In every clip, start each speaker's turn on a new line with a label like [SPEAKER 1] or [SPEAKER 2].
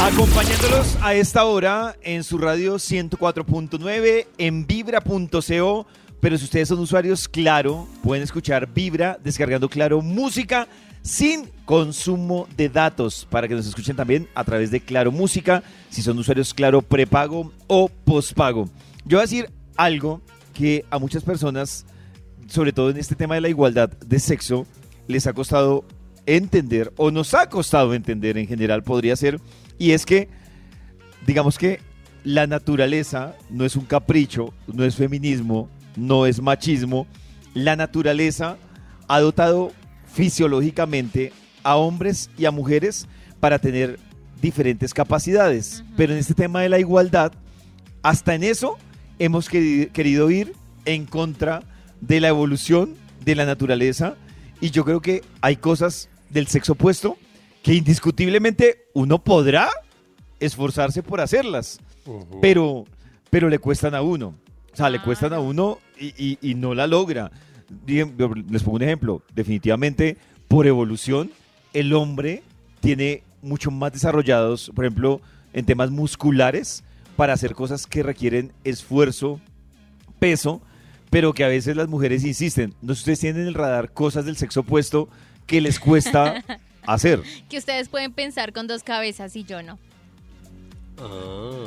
[SPEAKER 1] Acompañándolos a esta hora en su radio 104.9 en vibra.co. Pero si ustedes son usuarios, claro, pueden escuchar Vibra descargando, claro, música sin consumo de datos para que nos escuchen también a través de Claro Música, si son usuarios, claro, prepago o pospago. Yo voy a decir algo que a muchas personas, sobre todo en este tema de la igualdad de sexo, les ha costado entender o nos ha costado entender en general, podría ser, y es que, digamos que la naturaleza no es un capricho, no es feminismo, no es machismo, la naturaleza ha dotado fisiológicamente a hombres y a mujeres para tener diferentes capacidades, pero en este tema de la igualdad, hasta en eso hemos queri- querido ir en contra de la evolución de la naturaleza y yo creo que hay cosas del sexo opuesto que indiscutiblemente uno podrá esforzarse por hacerlas, pero, pero le cuestan a uno. O sea, le cuestan a uno y, y- y no la logra. Digan- yo Les pongo un ejemplo. Definitivamente, por evolución, el hombre tiene mucho más desarrollados, por ejemplo, en temas musculares, para hacer cosas que requieren esfuerzo, peso, pero que a veces las mujeres insisten. No sé si ustedes tienen en el radar cosas del sexo opuesto que les cuesta hacer.
[SPEAKER 2] que ustedes pueden pensar con dos cabezas y yo no.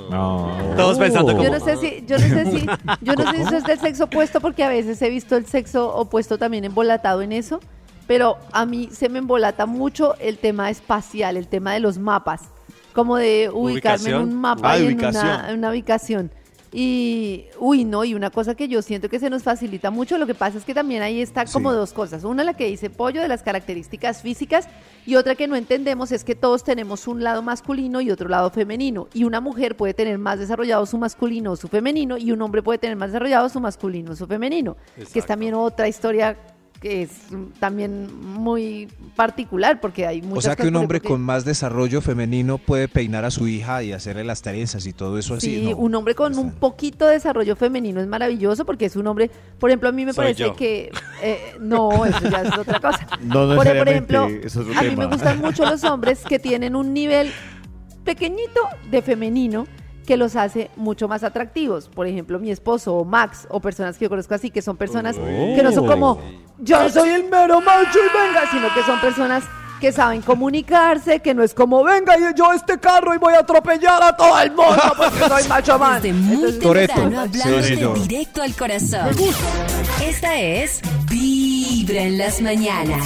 [SPEAKER 3] Todos pensando
[SPEAKER 4] Yo
[SPEAKER 3] como...
[SPEAKER 4] no sé si, yo no sé si, yo no sé si eso es del sexo opuesto, porque a veces he visto el sexo opuesto también embolatado en eso, pero a mí se me embolata mucho el tema espacial, el tema de los mapas, como de ubicarme en
[SPEAKER 3] Ubicación.
[SPEAKER 4] un mapa
[SPEAKER 1] Ah,
[SPEAKER 4] y en
[SPEAKER 1] ubicación.
[SPEAKER 4] una, en una ubicación. Y, uy, no, y una cosa que yo siento que se nos facilita mucho, lo que pasa es que también ahí está como
[SPEAKER 1] Sí.
[SPEAKER 4] dos cosas. Una, la que dice Pollo, de las características físicas, y otra que no entendemos es que todos tenemos un lado masculino y otro lado femenino. Y una mujer puede tener más desarrollado su masculino o su femenino, y un hombre puede tener más desarrollado su masculino o su femenino, que es
[SPEAKER 3] Exacto.
[SPEAKER 4] también otra historia que es mm, también muy particular, porque hay muchas
[SPEAKER 5] O sea que
[SPEAKER 4] cosas,
[SPEAKER 5] un
[SPEAKER 4] por
[SPEAKER 5] hombre
[SPEAKER 4] ejemplo,
[SPEAKER 5] con más desarrollo femenino puede peinar a su hija y hacerle las trenzas y todo eso así.
[SPEAKER 4] Sí,
[SPEAKER 5] ¿no?
[SPEAKER 4] un hombre con
[SPEAKER 5] Está
[SPEAKER 4] un
[SPEAKER 5] bien.
[SPEAKER 4] poquito de desarrollo femenino es maravilloso porque es un hombre, por ejemplo, a mí me
[SPEAKER 3] Soy
[SPEAKER 4] parece
[SPEAKER 3] yo.
[SPEAKER 4] que eh, no, eso ya es otra cosa.
[SPEAKER 1] No
[SPEAKER 4] Por, por
[SPEAKER 1] necesariamente,
[SPEAKER 4] ejemplo,
[SPEAKER 1] es otro
[SPEAKER 4] a mí
[SPEAKER 1] tema.
[SPEAKER 4] me gustan mucho los hombres que tienen un nivel pequeñito de femenino que los hace mucho más atractivos. Por ejemplo, mi esposo o Max o personas que yo conozco así, que son personas que no son como yo soy el mero macho y venga, sino que son personas que saben comunicarse, que no es como venga y yo a este carro y voy a atropellar a todo el mundo porque soy macho man.
[SPEAKER 6] Desde muy
[SPEAKER 4] Entonces,
[SPEAKER 5] Toretto.
[SPEAKER 6] temprano hablamos
[SPEAKER 5] Sí, yo.
[SPEAKER 6] directo al corazón. Esta es Vibra en las mañanas.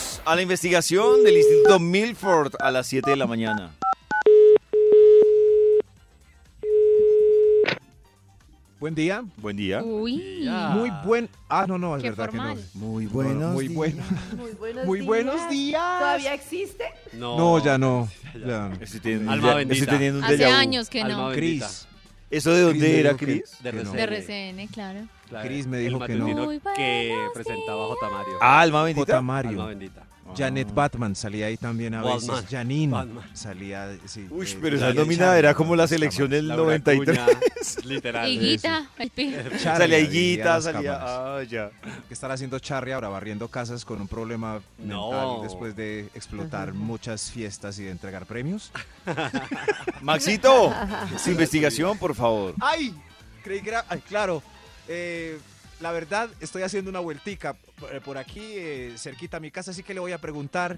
[SPEAKER 1] a la investigación del Instituto Milford a las 7 de la mañana.
[SPEAKER 5] Buen día.
[SPEAKER 1] Buen día.
[SPEAKER 2] Uy.
[SPEAKER 5] Muy buen. Ah, no, no, es
[SPEAKER 2] Qué
[SPEAKER 5] verdad
[SPEAKER 2] formal.
[SPEAKER 5] que no. Muy buenos. Muy bueno.
[SPEAKER 4] Muy buenos,
[SPEAKER 5] Muy buenos días.
[SPEAKER 4] ¿Todavía existe?
[SPEAKER 3] No,
[SPEAKER 5] No, ya no. ya no.
[SPEAKER 1] Estoy teniendo,
[SPEAKER 3] Alma
[SPEAKER 1] ya-
[SPEAKER 3] bendita.
[SPEAKER 1] estoy teniendo un
[SPEAKER 2] Hace
[SPEAKER 1] déjà vu.
[SPEAKER 2] años que
[SPEAKER 3] Alma
[SPEAKER 2] no.
[SPEAKER 3] bendita.
[SPEAKER 5] Cris.
[SPEAKER 1] ¿Eso de
[SPEAKER 5] Cris me
[SPEAKER 1] dónde era,
[SPEAKER 5] dijo que-
[SPEAKER 1] Cris?
[SPEAKER 3] De
[SPEAKER 5] que no.
[SPEAKER 2] De
[SPEAKER 3] reseña.
[SPEAKER 2] RCN, claro.
[SPEAKER 3] La-
[SPEAKER 5] Cris me
[SPEAKER 3] el
[SPEAKER 5] dijo que no.
[SPEAKER 3] matutino
[SPEAKER 2] Muy
[SPEAKER 3] que
[SPEAKER 2] buenos
[SPEAKER 3] presentaba J. Mario.
[SPEAKER 1] Ah, alma
[SPEAKER 5] J.
[SPEAKER 1] bendita.
[SPEAKER 3] Alma
[SPEAKER 5] Mario.
[SPEAKER 3] bendita.
[SPEAKER 5] Janet Batman salía ahí también a veces.
[SPEAKER 3] Batman.
[SPEAKER 5] Janine
[SPEAKER 3] Batman.
[SPEAKER 5] salía. Sí,
[SPEAKER 1] Uy,
[SPEAKER 5] eh,
[SPEAKER 1] pero esa
[SPEAKER 5] salía
[SPEAKER 1] nómina
[SPEAKER 5] Charlie
[SPEAKER 1] era como la
[SPEAKER 5] Batman,
[SPEAKER 1] selección del
[SPEAKER 3] Laura
[SPEAKER 1] 93.
[SPEAKER 3] Acuña, literal.
[SPEAKER 2] Higuita. el pi-
[SPEAKER 5] Charlie
[SPEAKER 1] Salía
[SPEAKER 5] la dirigía a
[SPEAKER 1] Higuita,
[SPEAKER 5] las
[SPEAKER 1] salía...
[SPEAKER 5] cámaras.
[SPEAKER 1] Ah, ya.
[SPEAKER 5] ¿Qué estará haciendo Charlie ahora? Barriendo casas con un problema
[SPEAKER 3] No.
[SPEAKER 5] mental después de explotar muchas fiestas y de entregar premios.
[SPEAKER 1] Maxito, su investigación, por favor.
[SPEAKER 5] ¡Ay! Creí que era. ¡Ay, claro! Eh, la verdad, estoy haciendo una vueltica por- por aquí, eh, cerquita a mi casa, así que le voy a preguntar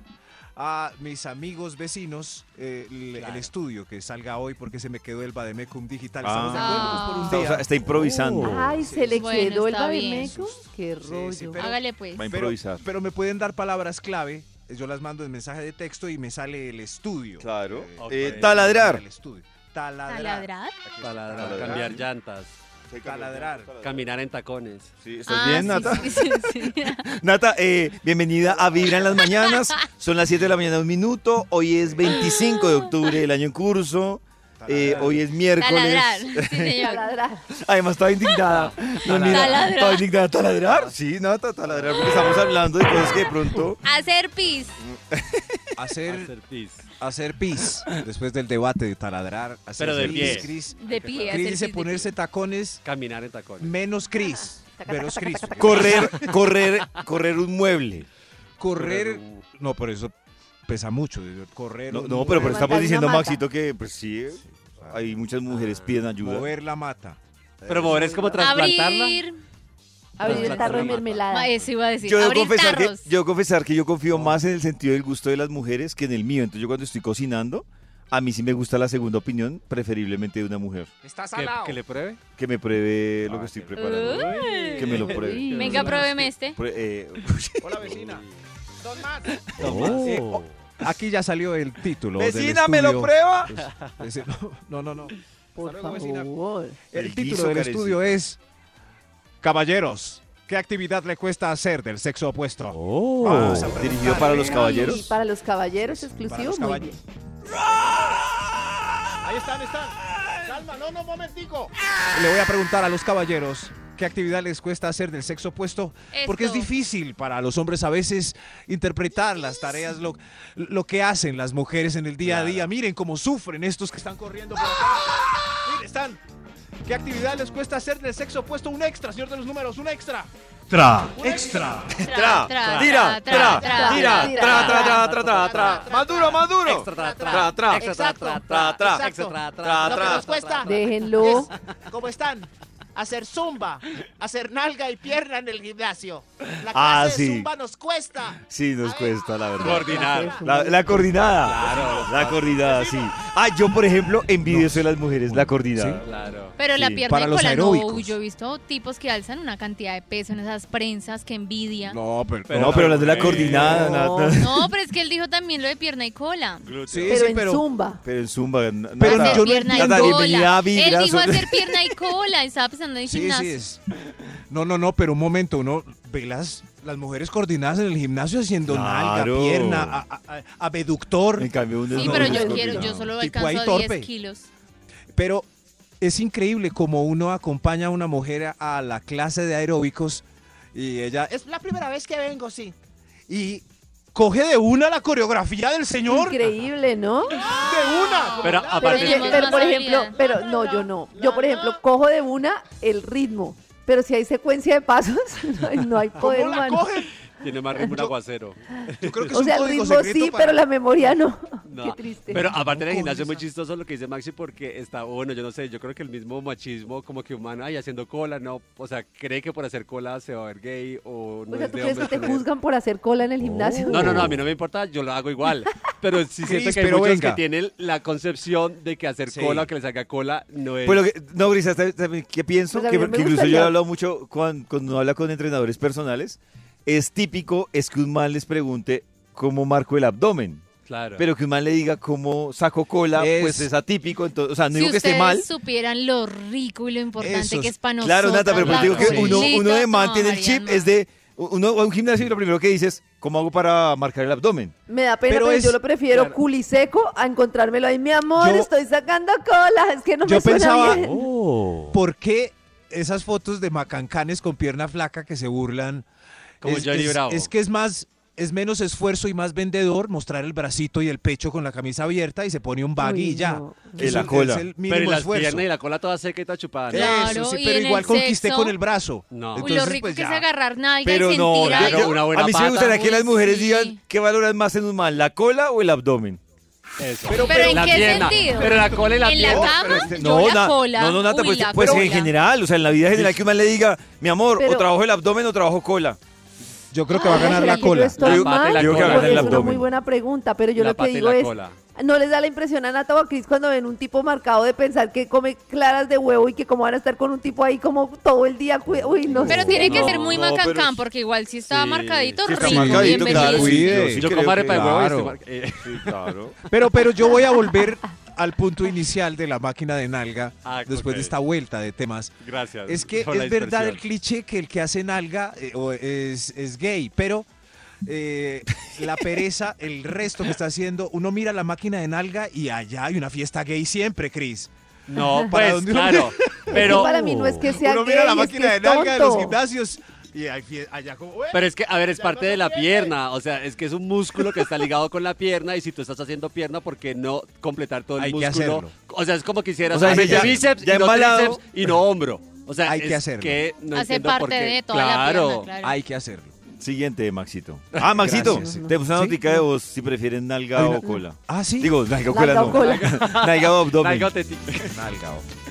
[SPEAKER 5] a mis amigos vecinos eh, el, el estudio que salga hoy porque se me quedó el Bademecum digital. Estamos de
[SPEAKER 1] Ah.
[SPEAKER 5] acuerdo, pues, por un
[SPEAKER 1] Está, o
[SPEAKER 5] día. Uh.
[SPEAKER 1] sea, está improvisando.
[SPEAKER 4] Ay, se le
[SPEAKER 2] Bueno,
[SPEAKER 4] quedó el
[SPEAKER 2] está bien.
[SPEAKER 4] Bademeco. Qué
[SPEAKER 5] sí,
[SPEAKER 4] rollo.
[SPEAKER 5] pero-
[SPEAKER 2] Hágale pues.
[SPEAKER 1] Va a
[SPEAKER 5] Pero,
[SPEAKER 1] improvisar.
[SPEAKER 5] pero me pueden dar palabras clave. eh, Yo las mando en mensaje de texto y me sale el estudio.
[SPEAKER 1] Claro.
[SPEAKER 3] Ok.
[SPEAKER 1] Eh, taladrar.
[SPEAKER 5] El estudio. Taladrar.
[SPEAKER 2] ¿Taladrar?
[SPEAKER 5] Aquí está,
[SPEAKER 3] Taladrar,
[SPEAKER 1] Taladrar.
[SPEAKER 3] cambiar llantas,
[SPEAKER 5] Taladrar.
[SPEAKER 3] caminar en tacones.
[SPEAKER 1] Sí, ¿Estás
[SPEAKER 2] Ah,
[SPEAKER 1] bien,
[SPEAKER 2] sí,
[SPEAKER 1] Nata?
[SPEAKER 2] sí, sí, sí.
[SPEAKER 1] Nata, eh, bienvenida a Vibra en las Mañanas. Son las 7 de la mañana, un minuto. Hoy
[SPEAKER 2] Ah.
[SPEAKER 1] es 25 de octubre del año en curso. Eh, hoy es miércoles.
[SPEAKER 2] Taladrar. Sí, señor.
[SPEAKER 4] Taladrar.
[SPEAKER 1] Además, estaba indignada. No, mira,
[SPEAKER 2] Taladrar.
[SPEAKER 1] estaba indignada. ¿Taladrar? Sí, Nata, taladrar. Porque estamos hablando de cosas que de pronto.
[SPEAKER 2] Hacer pis.
[SPEAKER 5] Hacer,
[SPEAKER 3] Hacer pis.
[SPEAKER 5] hacer pis. Después del debate de taladrar. Hacer
[SPEAKER 3] Pero de
[SPEAKER 5] pis,
[SPEAKER 3] pie.
[SPEAKER 5] Cris.
[SPEAKER 2] De pie.
[SPEAKER 5] Cris
[SPEAKER 2] hacer
[SPEAKER 5] dice
[SPEAKER 2] pis de
[SPEAKER 5] ponerse tacones
[SPEAKER 3] Caminar en tacones.
[SPEAKER 5] menos Cris. Menos Cris.
[SPEAKER 1] Correr, correr, correr un mueble.
[SPEAKER 5] Correr. No, pero eso pesa mucho. Correr.
[SPEAKER 1] No,
[SPEAKER 5] un
[SPEAKER 1] no, pero, pero
[SPEAKER 5] mueble,
[SPEAKER 1] estamos
[SPEAKER 4] Levantar
[SPEAKER 1] diciendo,
[SPEAKER 4] una mata.
[SPEAKER 1] Maxito, que pues sí, hay muchas mujeres piden ayuda.
[SPEAKER 5] Mover la mata.
[SPEAKER 3] Pero mover es como
[SPEAKER 2] pie.
[SPEAKER 3] trasplantarla.
[SPEAKER 2] Abrir.
[SPEAKER 4] Abrir el tarro de
[SPEAKER 3] Taladrar.
[SPEAKER 2] Ah,
[SPEAKER 4] mermelada.
[SPEAKER 2] Eso iba a decir.
[SPEAKER 1] Yo debo,
[SPEAKER 2] Abrir
[SPEAKER 1] confesar que,
[SPEAKER 2] tarros.
[SPEAKER 1] yo debo confesar que yo confío más en el sentido del gusto de las mujeres que en el mío. Entonces yo cuando estoy cocinando, a mí sí me gusta la segunda opinión, preferiblemente de una mujer.
[SPEAKER 5] Está
[SPEAKER 3] ¿Que, que le pruebe.
[SPEAKER 1] Que me pruebe lo
[SPEAKER 5] Ah,
[SPEAKER 1] que estoy
[SPEAKER 5] qué
[SPEAKER 1] preparando.
[SPEAKER 2] ¿Eh? Uy.
[SPEAKER 1] Que me lo pruebe.
[SPEAKER 2] Venga, pruébeme este.
[SPEAKER 1] Pre- eh,
[SPEAKER 5] Hola, vecina.
[SPEAKER 3] Oh.
[SPEAKER 5] Aquí ya salió el título. del
[SPEAKER 1] Vecina, ¿me lo
[SPEAKER 5] estudio.
[SPEAKER 1] prueba?
[SPEAKER 5] Pues, ese- no, no, no.
[SPEAKER 4] Por
[SPEAKER 5] Hasta luego, vecina.
[SPEAKER 4] favor.
[SPEAKER 5] El,
[SPEAKER 1] El guiso
[SPEAKER 5] título del
[SPEAKER 1] carecido.
[SPEAKER 5] estudio es Caballeros, ¿qué actividad le cuesta hacer del sexo opuesto?
[SPEAKER 1] Ah,
[SPEAKER 5] Vamos a preguntar.
[SPEAKER 1] dirigido para los
[SPEAKER 4] Y
[SPEAKER 1] caballeros.
[SPEAKER 4] para los caballeros
[SPEAKER 5] Para
[SPEAKER 4] exclusivo,
[SPEAKER 5] los
[SPEAKER 4] muy
[SPEAKER 5] caballeros.
[SPEAKER 4] bien.
[SPEAKER 7] Ahí están, están. Calma, no, no, un momentico.
[SPEAKER 5] Le voy a preguntar a los caballeros qué actividad les cuesta hacer del sexo opuesto, porque es
[SPEAKER 2] Esto.
[SPEAKER 5] difícil para los hombres a veces interpretar las tareas, lo, lo que hacen las mujeres en el día a día. Miren cómo sufren estos que están corriendo por acá.
[SPEAKER 1] ¡Ah!
[SPEAKER 5] Miren, están. ¿Qué actividad les cuesta hacer del sexo opuesto? Un extra, señor de los números, un extra.
[SPEAKER 7] Extra.
[SPEAKER 2] Tra, tra,
[SPEAKER 1] tira,
[SPEAKER 2] tra, tra,
[SPEAKER 1] tira,
[SPEAKER 4] tra,
[SPEAKER 1] tra, tra, tra,
[SPEAKER 3] tra,
[SPEAKER 1] tra, tra, tra. Más duro, más duro.
[SPEAKER 3] Extra, tra,
[SPEAKER 1] Tra, tra.
[SPEAKER 3] Extra, tra, tra,
[SPEAKER 7] Exacto.
[SPEAKER 3] Extra, tra,
[SPEAKER 1] Tra,
[SPEAKER 7] Lo que
[SPEAKER 1] tra.
[SPEAKER 7] nos cuesta
[SPEAKER 4] Déjenlo.
[SPEAKER 7] es, ¿cómo están? Hacer zumba, hacer nalga y pierna en el gimnasio. La clase
[SPEAKER 1] Ah,
[SPEAKER 7] de
[SPEAKER 1] sí.
[SPEAKER 7] zumba nos cuesta.
[SPEAKER 1] Sí, nos
[SPEAKER 7] A ver,
[SPEAKER 1] cuesta, la verdad.
[SPEAKER 3] Coordinar.
[SPEAKER 1] La, la coordinada. La coordinada, sí. Ah, yo, por ejemplo, envidio eso de las mujeres, la coordinada.
[SPEAKER 3] Claro.
[SPEAKER 2] Pero la
[SPEAKER 1] Sí,
[SPEAKER 2] pierna
[SPEAKER 5] para
[SPEAKER 2] y
[SPEAKER 5] los
[SPEAKER 2] cola no.
[SPEAKER 5] aeróbicos.
[SPEAKER 2] Uy, Yo he visto tipos que alzan una cantidad de peso en esas prensas que envidia. No,
[SPEAKER 5] No, pero,
[SPEAKER 1] No, pero las de la coordinada. na- na-
[SPEAKER 2] pero es que él dijo también lo de pierna y cola.
[SPEAKER 5] Sí,
[SPEAKER 4] Pero
[SPEAKER 5] sí,
[SPEAKER 4] en
[SPEAKER 5] pero-
[SPEAKER 4] Zumba.
[SPEAKER 1] Pero en Zumba. na-
[SPEAKER 5] Pero
[SPEAKER 1] nada.
[SPEAKER 5] ni yo no
[SPEAKER 2] pierna
[SPEAKER 1] Nada,
[SPEAKER 2] y cola.
[SPEAKER 1] bienvenida a Vibra,
[SPEAKER 2] Él dijo
[SPEAKER 1] sobre-
[SPEAKER 2] hacer pierna y cola. Estaba pensando
[SPEAKER 5] Sí,
[SPEAKER 2] en
[SPEAKER 5] sí
[SPEAKER 2] gimnasio.
[SPEAKER 5] es. No, no, no, pero un momento, uno ve las, las mujeres coordinadas en el gimnasio haciendo
[SPEAKER 1] Claro.
[SPEAKER 5] nalga, pierna, a- a- a- abeductor,
[SPEAKER 1] En cambio, uno
[SPEAKER 2] Sí,
[SPEAKER 1] no
[SPEAKER 2] pero
[SPEAKER 1] es
[SPEAKER 2] yo quiero,
[SPEAKER 1] coordinado.
[SPEAKER 2] yo solo
[SPEAKER 5] Tipo ahí
[SPEAKER 2] alcanzo a
[SPEAKER 5] torpe.
[SPEAKER 2] 10 kilos.
[SPEAKER 5] pero es increíble como uno acompaña a una mujer a la clase de aeróbicos y ella
[SPEAKER 7] Es la primera vez que vengo, sí.
[SPEAKER 5] y coge de una la coreografía del señor, de
[SPEAKER 4] Increíble, ¿no?
[SPEAKER 5] una.
[SPEAKER 3] Pero
[SPEAKER 4] Pero,
[SPEAKER 2] Aparte-
[SPEAKER 4] ye-
[SPEAKER 3] aparte.
[SPEAKER 2] Tenemos
[SPEAKER 4] pero,
[SPEAKER 2] más
[SPEAKER 4] por ejemplo,
[SPEAKER 2] habilidad.
[SPEAKER 4] pero no, yo no. Yo, por ejemplo, cojo de una el ritmo. Pero si hay secuencia de pasos, no hay, no hay poder
[SPEAKER 5] ¿Cómo la
[SPEAKER 4] humano.
[SPEAKER 5] coge?
[SPEAKER 3] Tiene más ritmo un aguacero.
[SPEAKER 5] Yo creo que es
[SPEAKER 4] O
[SPEAKER 5] un
[SPEAKER 4] sea, el
[SPEAKER 5] código
[SPEAKER 4] ritmo
[SPEAKER 5] secreto
[SPEAKER 4] sí,
[SPEAKER 5] para-
[SPEAKER 4] pero la memoria no.
[SPEAKER 3] No,
[SPEAKER 4] Qué triste.
[SPEAKER 3] Pero aparte en el gimnasio es muy
[SPEAKER 5] esa-
[SPEAKER 3] chistoso lo que dice Maxi porque está, bueno, yo no sé, yo creo que el mismo machismo como que humano, ay, haciendo cola, no, o sea, cree que por hacer cola se va a ver gay o no
[SPEAKER 4] o sea,
[SPEAKER 3] es
[SPEAKER 4] ¿tú crees
[SPEAKER 3] de
[SPEAKER 4] que
[SPEAKER 3] hombres
[SPEAKER 4] te
[SPEAKER 3] tener-
[SPEAKER 4] juzgan por hacer cola en el gimnasio?
[SPEAKER 3] No, no, no, a mí no me importa, yo lo hago igual. Pero sí siento
[SPEAKER 5] Cris,
[SPEAKER 3] que hay
[SPEAKER 5] pero
[SPEAKER 3] muchos
[SPEAKER 5] venga.
[SPEAKER 3] que tienen la concepción de que hacer
[SPEAKER 5] Sí.
[SPEAKER 3] cola o que les haga cola no es...
[SPEAKER 1] Pues lo que, no, Brisa, ¿sabes- sabes qué pienso?
[SPEAKER 4] Pues a
[SPEAKER 1] que,
[SPEAKER 4] mí me
[SPEAKER 1] que incluso yo
[SPEAKER 4] gustaría.
[SPEAKER 1] he hablado mucho cuando, cuando habla con entrenadores personales. Es típico es que un man les pregunte cómo marco el abdomen.
[SPEAKER 3] claro.
[SPEAKER 1] Pero que un man le diga cómo saco cola,
[SPEAKER 5] Es-
[SPEAKER 1] pues es atípico. Entonces, o sea, no
[SPEAKER 2] si
[SPEAKER 1] digo que
[SPEAKER 2] ustedes
[SPEAKER 1] esté mal.
[SPEAKER 2] supieran lo rico y lo importante
[SPEAKER 5] Eso
[SPEAKER 2] que
[SPEAKER 5] es-
[SPEAKER 2] es para nosotros.
[SPEAKER 1] Claro, Nata, pero
[SPEAKER 2] la
[SPEAKER 1] te digo que
[SPEAKER 5] Sí.
[SPEAKER 1] uno, uno de
[SPEAKER 2] colita,
[SPEAKER 1] man
[SPEAKER 2] no,
[SPEAKER 1] tiene el
[SPEAKER 2] Mariana.
[SPEAKER 1] chip, es de. Uno va a un gimnasio y lo primero que dices, ¿cómo hago para marcar el abdomen?
[SPEAKER 4] Me da pena,
[SPEAKER 5] Pero
[SPEAKER 4] pero,
[SPEAKER 5] es-
[SPEAKER 4] yo lo prefiero
[SPEAKER 5] claro.
[SPEAKER 4] culiseco a encontrármelo ahí. Mi amor,
[SPEAKER 5] Yo-
[SPEAKER 4] estoy sacando cola. Es que no
[SPEAKER 5] Yo
[SPEAKER 4] me suena
[SPEAKER 5] pensaba-
[SPEAKER 4] bien.
[SPEAKER 1] Oh.
[SPEAKER 5] ¿Por qué esas fotos de macancanes con pierna flaca que se burlan?
[SPEAKER 3] Como Johnny Bravo.
[SPEAKER 5] Es que es más, es menos esfuerzo y más vendedor mostrar el bracito y el pecho con la camisa abierta y se pone un baggy
[SPEAKER 4] Uy,
[SPEAKER 5] y ya.
[SPEAKER 4] no.
[SPEAKER 1] Y
[SPEAKER 5] Es
[SPEAKER 1] la
[SPEAKER 5] el-
[SPEAKER 1] cola.
[SPEAKER 5] Es el
[SPEAKER 3] Pero y
[SPEAKER 5] mínimo
[SPEAKER 3] las
[SPEAKER 5] esfuerzo.
[SPEAKER 3] piernas y la cola toda seca y toda chupada. ¿no?
[SPEAKER 5] Eso,
[SPEAKER 2] Claro,
[SPEAKER 5] sí,
[SPEAKER 2] y
[SPEAKER 5] pero
[SPEAKER 2] en
[SPEAKER 5] igual
[SPEAKER 2] el
[SPEAKER 5] conquisté
[SPEAKER 2] sexo-
[SPEAKER 5] con el brazo.
[SPEAKER 3] No.
[SPEAKER 2] Uy, lo
[SPEAKER 5] Entonces,
[SPEAKER 2] rico
[SPEAKER 5] pues,
[SPEAKER 2] que es
[SPEAKER 5] ya.
[SPEAKER 2] agarrar nalga
[SPEAKER 1] Pero
[SPEAKER 2] y
[SPEAKER 1] no,
[SPEAKER 2] sentir
[SPEAKER 3] claro,
[SPEAKER 2] algo.
[SPEAKER 3] una buena
[SPEAKER 1] a mí sí me
[SPEAKER 3] pata.
[SPEAKER 1] gustaría que las
[SPEAKER 2] Uy,
[SPEAKER 1] mujeres
[SPEAKER 2] sí.
[SPEAKER 1] digan qué valoran más en un man, la cola o el abdomen.
[SPEAKER 3] Eso.
[SPEAKER 2] Pero- ¿Pero en
[SPEAKER 3] la
[SPEAKER 2] qué
[SPEAKER 3] pierna,
[SPEAKER 2] sentido?
[SPEAKER 3] Pero la cola y la
[SPEAKER 2] ¿En la
[SPEAKER 3] pierna.
[SPEAKER 2] cama?
[SPEAKER 1] este-
[SPEAKER 2] Yo la
[SPEAKER 1] na-
[SPEAKER 2] cola.
[SPEAKER 1] no, no, Nata,
[SPEAKER 2] Uy,
[SPEAKER 1] pues,
[SPEAKER 2] la
[SPEAKER 1] pues en
[SPEAKER 2] cola.
[SPEAKER 1] general, o sea, en la vida general que uno le diga, mi amor, o
[SPEAKER 4] Pero-
[SPEAKER 1] trabajo el abdomen o trabajo cola.
[SPEAKER 5] Yo creo que va a ganar la
[SPEAKER 4] ¿será que Yo
[SPEAKER 5] cola.
[SPEAKER 4] estoy
[SPEAKER 3] La pata y
[SPEAKER 4] mal?
[SPEAKER 3] la
[SPEAKER 4] Yo
[SPEAKER 3] cola.
[SPEAKER 4] creo que
[SPEAKER 1] El
[SPEAKER 4] Es una
[SPEAKER 1] abdomen.
[SPEAKER 4] muy buena pregunta, pero yo
[SPEAKER 3] La
[SPEAKER 4] lo que
[SPEAKER 3] pata y
[SPEAKER 4] digo
[SPEAKER 3] la
[SPEAKER 4] es,
[SPEAKER 3] cola.
[SPEAKER 4] ¿no les da la impresión a Nata o a Cris cuando ven un tipo marcado de pensar que come claras de huevo y que cómo van a estar con un tipo ahí como todo el día? cu- Uy, no
[SPEAKER 2] Pero
[SPEAKER 4] sé.
[SPEAKER 2] tiene que
[SPEAKER 3] No,
[SPEAKER 2] ser muy
[SPEAKER 1] no, pero
[SPEAKER 2] macancán,
[SPEAKER 1] es-
[SPEAKER 2] porque igual si estaba
[SPEAKER 3] Sí,
[SPEAKER 2] marcadito,
[SPEAKER 3] sí está
[SPEAKER 2] rico,
[SPEAKER 3] marcadito,
[SPEAKER 2] bienvenido.
[SPEAKER 5] claro, sí.
[SPEAKER 3] Yo, compadre para el huevo y este mar- eh,
[SPEAKER 1] Sí, claro.
[SPEAKER 5] Pero, pero yo voy a volver al punto inicial de la máquina de nalga
[SPEAKER 3] Ah,
[SPEAKER 5] después
[SPEAKER 3] ok.
[SPEAKER 5] de esta vuelta de temas.
[SPEAKER 3] Gracias.
[SPEAKER 5] Es que
[SPEAKER 3] por la
[SPEAKER 5] es verdad el
[SPEAKER 3] dispersión.
[SPEAKER 5] cliché que el que hace nalga eh, o es, es gay, pero eh, la pereza, el resto que está haciendo, uno mira la máquina de nalga y allá hay una fiesta gay siempre, Cris.
[SPEAKER 3] No,
[SPEAKER 5] ¿Para
[SPEAKER 3] pues
[SPEAKER 5] dónde uno-
[SPEAKER 3] claro.
[SPEAKER 4] Pero
[SPEAKER 3] Pero,
[SPEAKER 4] para mí no es que sea
[SPEAKER 5] Uno
[SPEAKER 4] gay,
[SPEAKER 5] mira la
[SPEAKER 4] es
[SPEAKER 5] máquina
[SPEAKER 4] que
[SPEAKER 5] de
[SPEAKER 4] es
[SPEAKER 5] nalga de los
[SPEAKER 4] tonto.
[SPEAKER 5] gimnasios y hay fie- allá como... "Ué".
[SPEAKER 3] pero es que, a ver, es parte de la pierna. O sea, es que es un músculo que está ligado con la pierna. Y si tú estás haciendo pierna, ¿por qué no completar todo el
[SPEAKER 5] Hay que
[SPEAKER 3] músculo?
[SPEAKER 5] hacerlo.
[SPEAKER 3] O sea, es como quisieras
[SPEAKER 1] O sea,
[SPEAKER 3] hacer
[SPEAKER 1] ya-
[SPEAKER 3] bíceps
[SPEAKER 1] ya
[SPEAKER 3] y no
[SPEAKER 1] embalado.
[SPEAKER 3] tríceps y no hombro. O sea,
[SPEAKER 5] Hay que
[SPEAKER 3] es
[SPEAKER 5] hacerlo.
[SPEAKER 3] que no
[SPEAKER 2] Hace
[SPEAKER 3] entiendo por
[SPEAKER 2] parte
[SPEAKER 3] qué.
[SPEAKER 2] de toda
[SPEAKER 3] claro.
[SPEAKER 2] la pierna, claro.
[SPEAKER 5] Hay que hacerlo.
[SPEAKER 1] Siguiente, Maxito. Ah, Maxito,
[SPEAKER 5] Gracias.
[SPEAKER 1] te puse una
[SPEAKER 5] ¿Sí?
[SPEAKER 1] notica de vos si prefieren nalga o cola.
[SPEAKER 5] Ah, sí.
[SPEAKER 1] Digo, nalga o cola
[SPEAKER 4] Nalga o
[SPEAKER 1] no.
[SPEAKER 4] cola.
[SPEAKER 1] Nalga o abdomen.
[SPEAKER 3] Nalga o teti-
[SPEAKER 5] Nalga, o-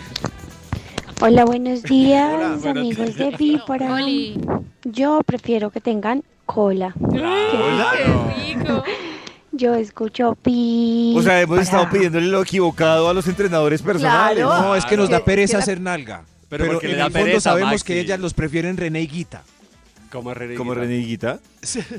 [SPEAKER 8] Hola, buenos días,
[SPEAKER 3] Hola, buenos
[SPEAKER 8] amigos de Víbora.
[SPEAKER 2] Oli,
[SPEAKER 8] Yo prefiero que tengan cola.
[SPEAKER 2] qué rico.
[SPEAKER 8] Yo escucho pi.
[SPEAKER 1] O sea, hemos
[SPEAKER 8] para-
[SPEAKER 1] estado pidiéndole lo equivocado a los entrenadores personales.
[SPEAKER 4] Claro.
[SPEAKER 5] No, es que nos da
[SPEAKER 4] Claro.
[SPEAKER 5] pereza
[SPEAKER 4] Que la-
[SPEAKER 5] hacer nalga.
[SPEAKER 3] Pero
[SPEAKER 5] Pero,
[SPEAKER 3] porque
[SPEAKER 5] en
[SPEAKER 3] le da
[SPEAKER 5] el fondo
[SPEAKER 3] pereza,
[SPEAKER 5] sabemos
[SPEAKER 3] Maxi.
[SPEAKER 5] que ellas los prefieren René y Guita.
[SPEAKER 3] Como René.
[SPEAKER 1] Como Reniguita.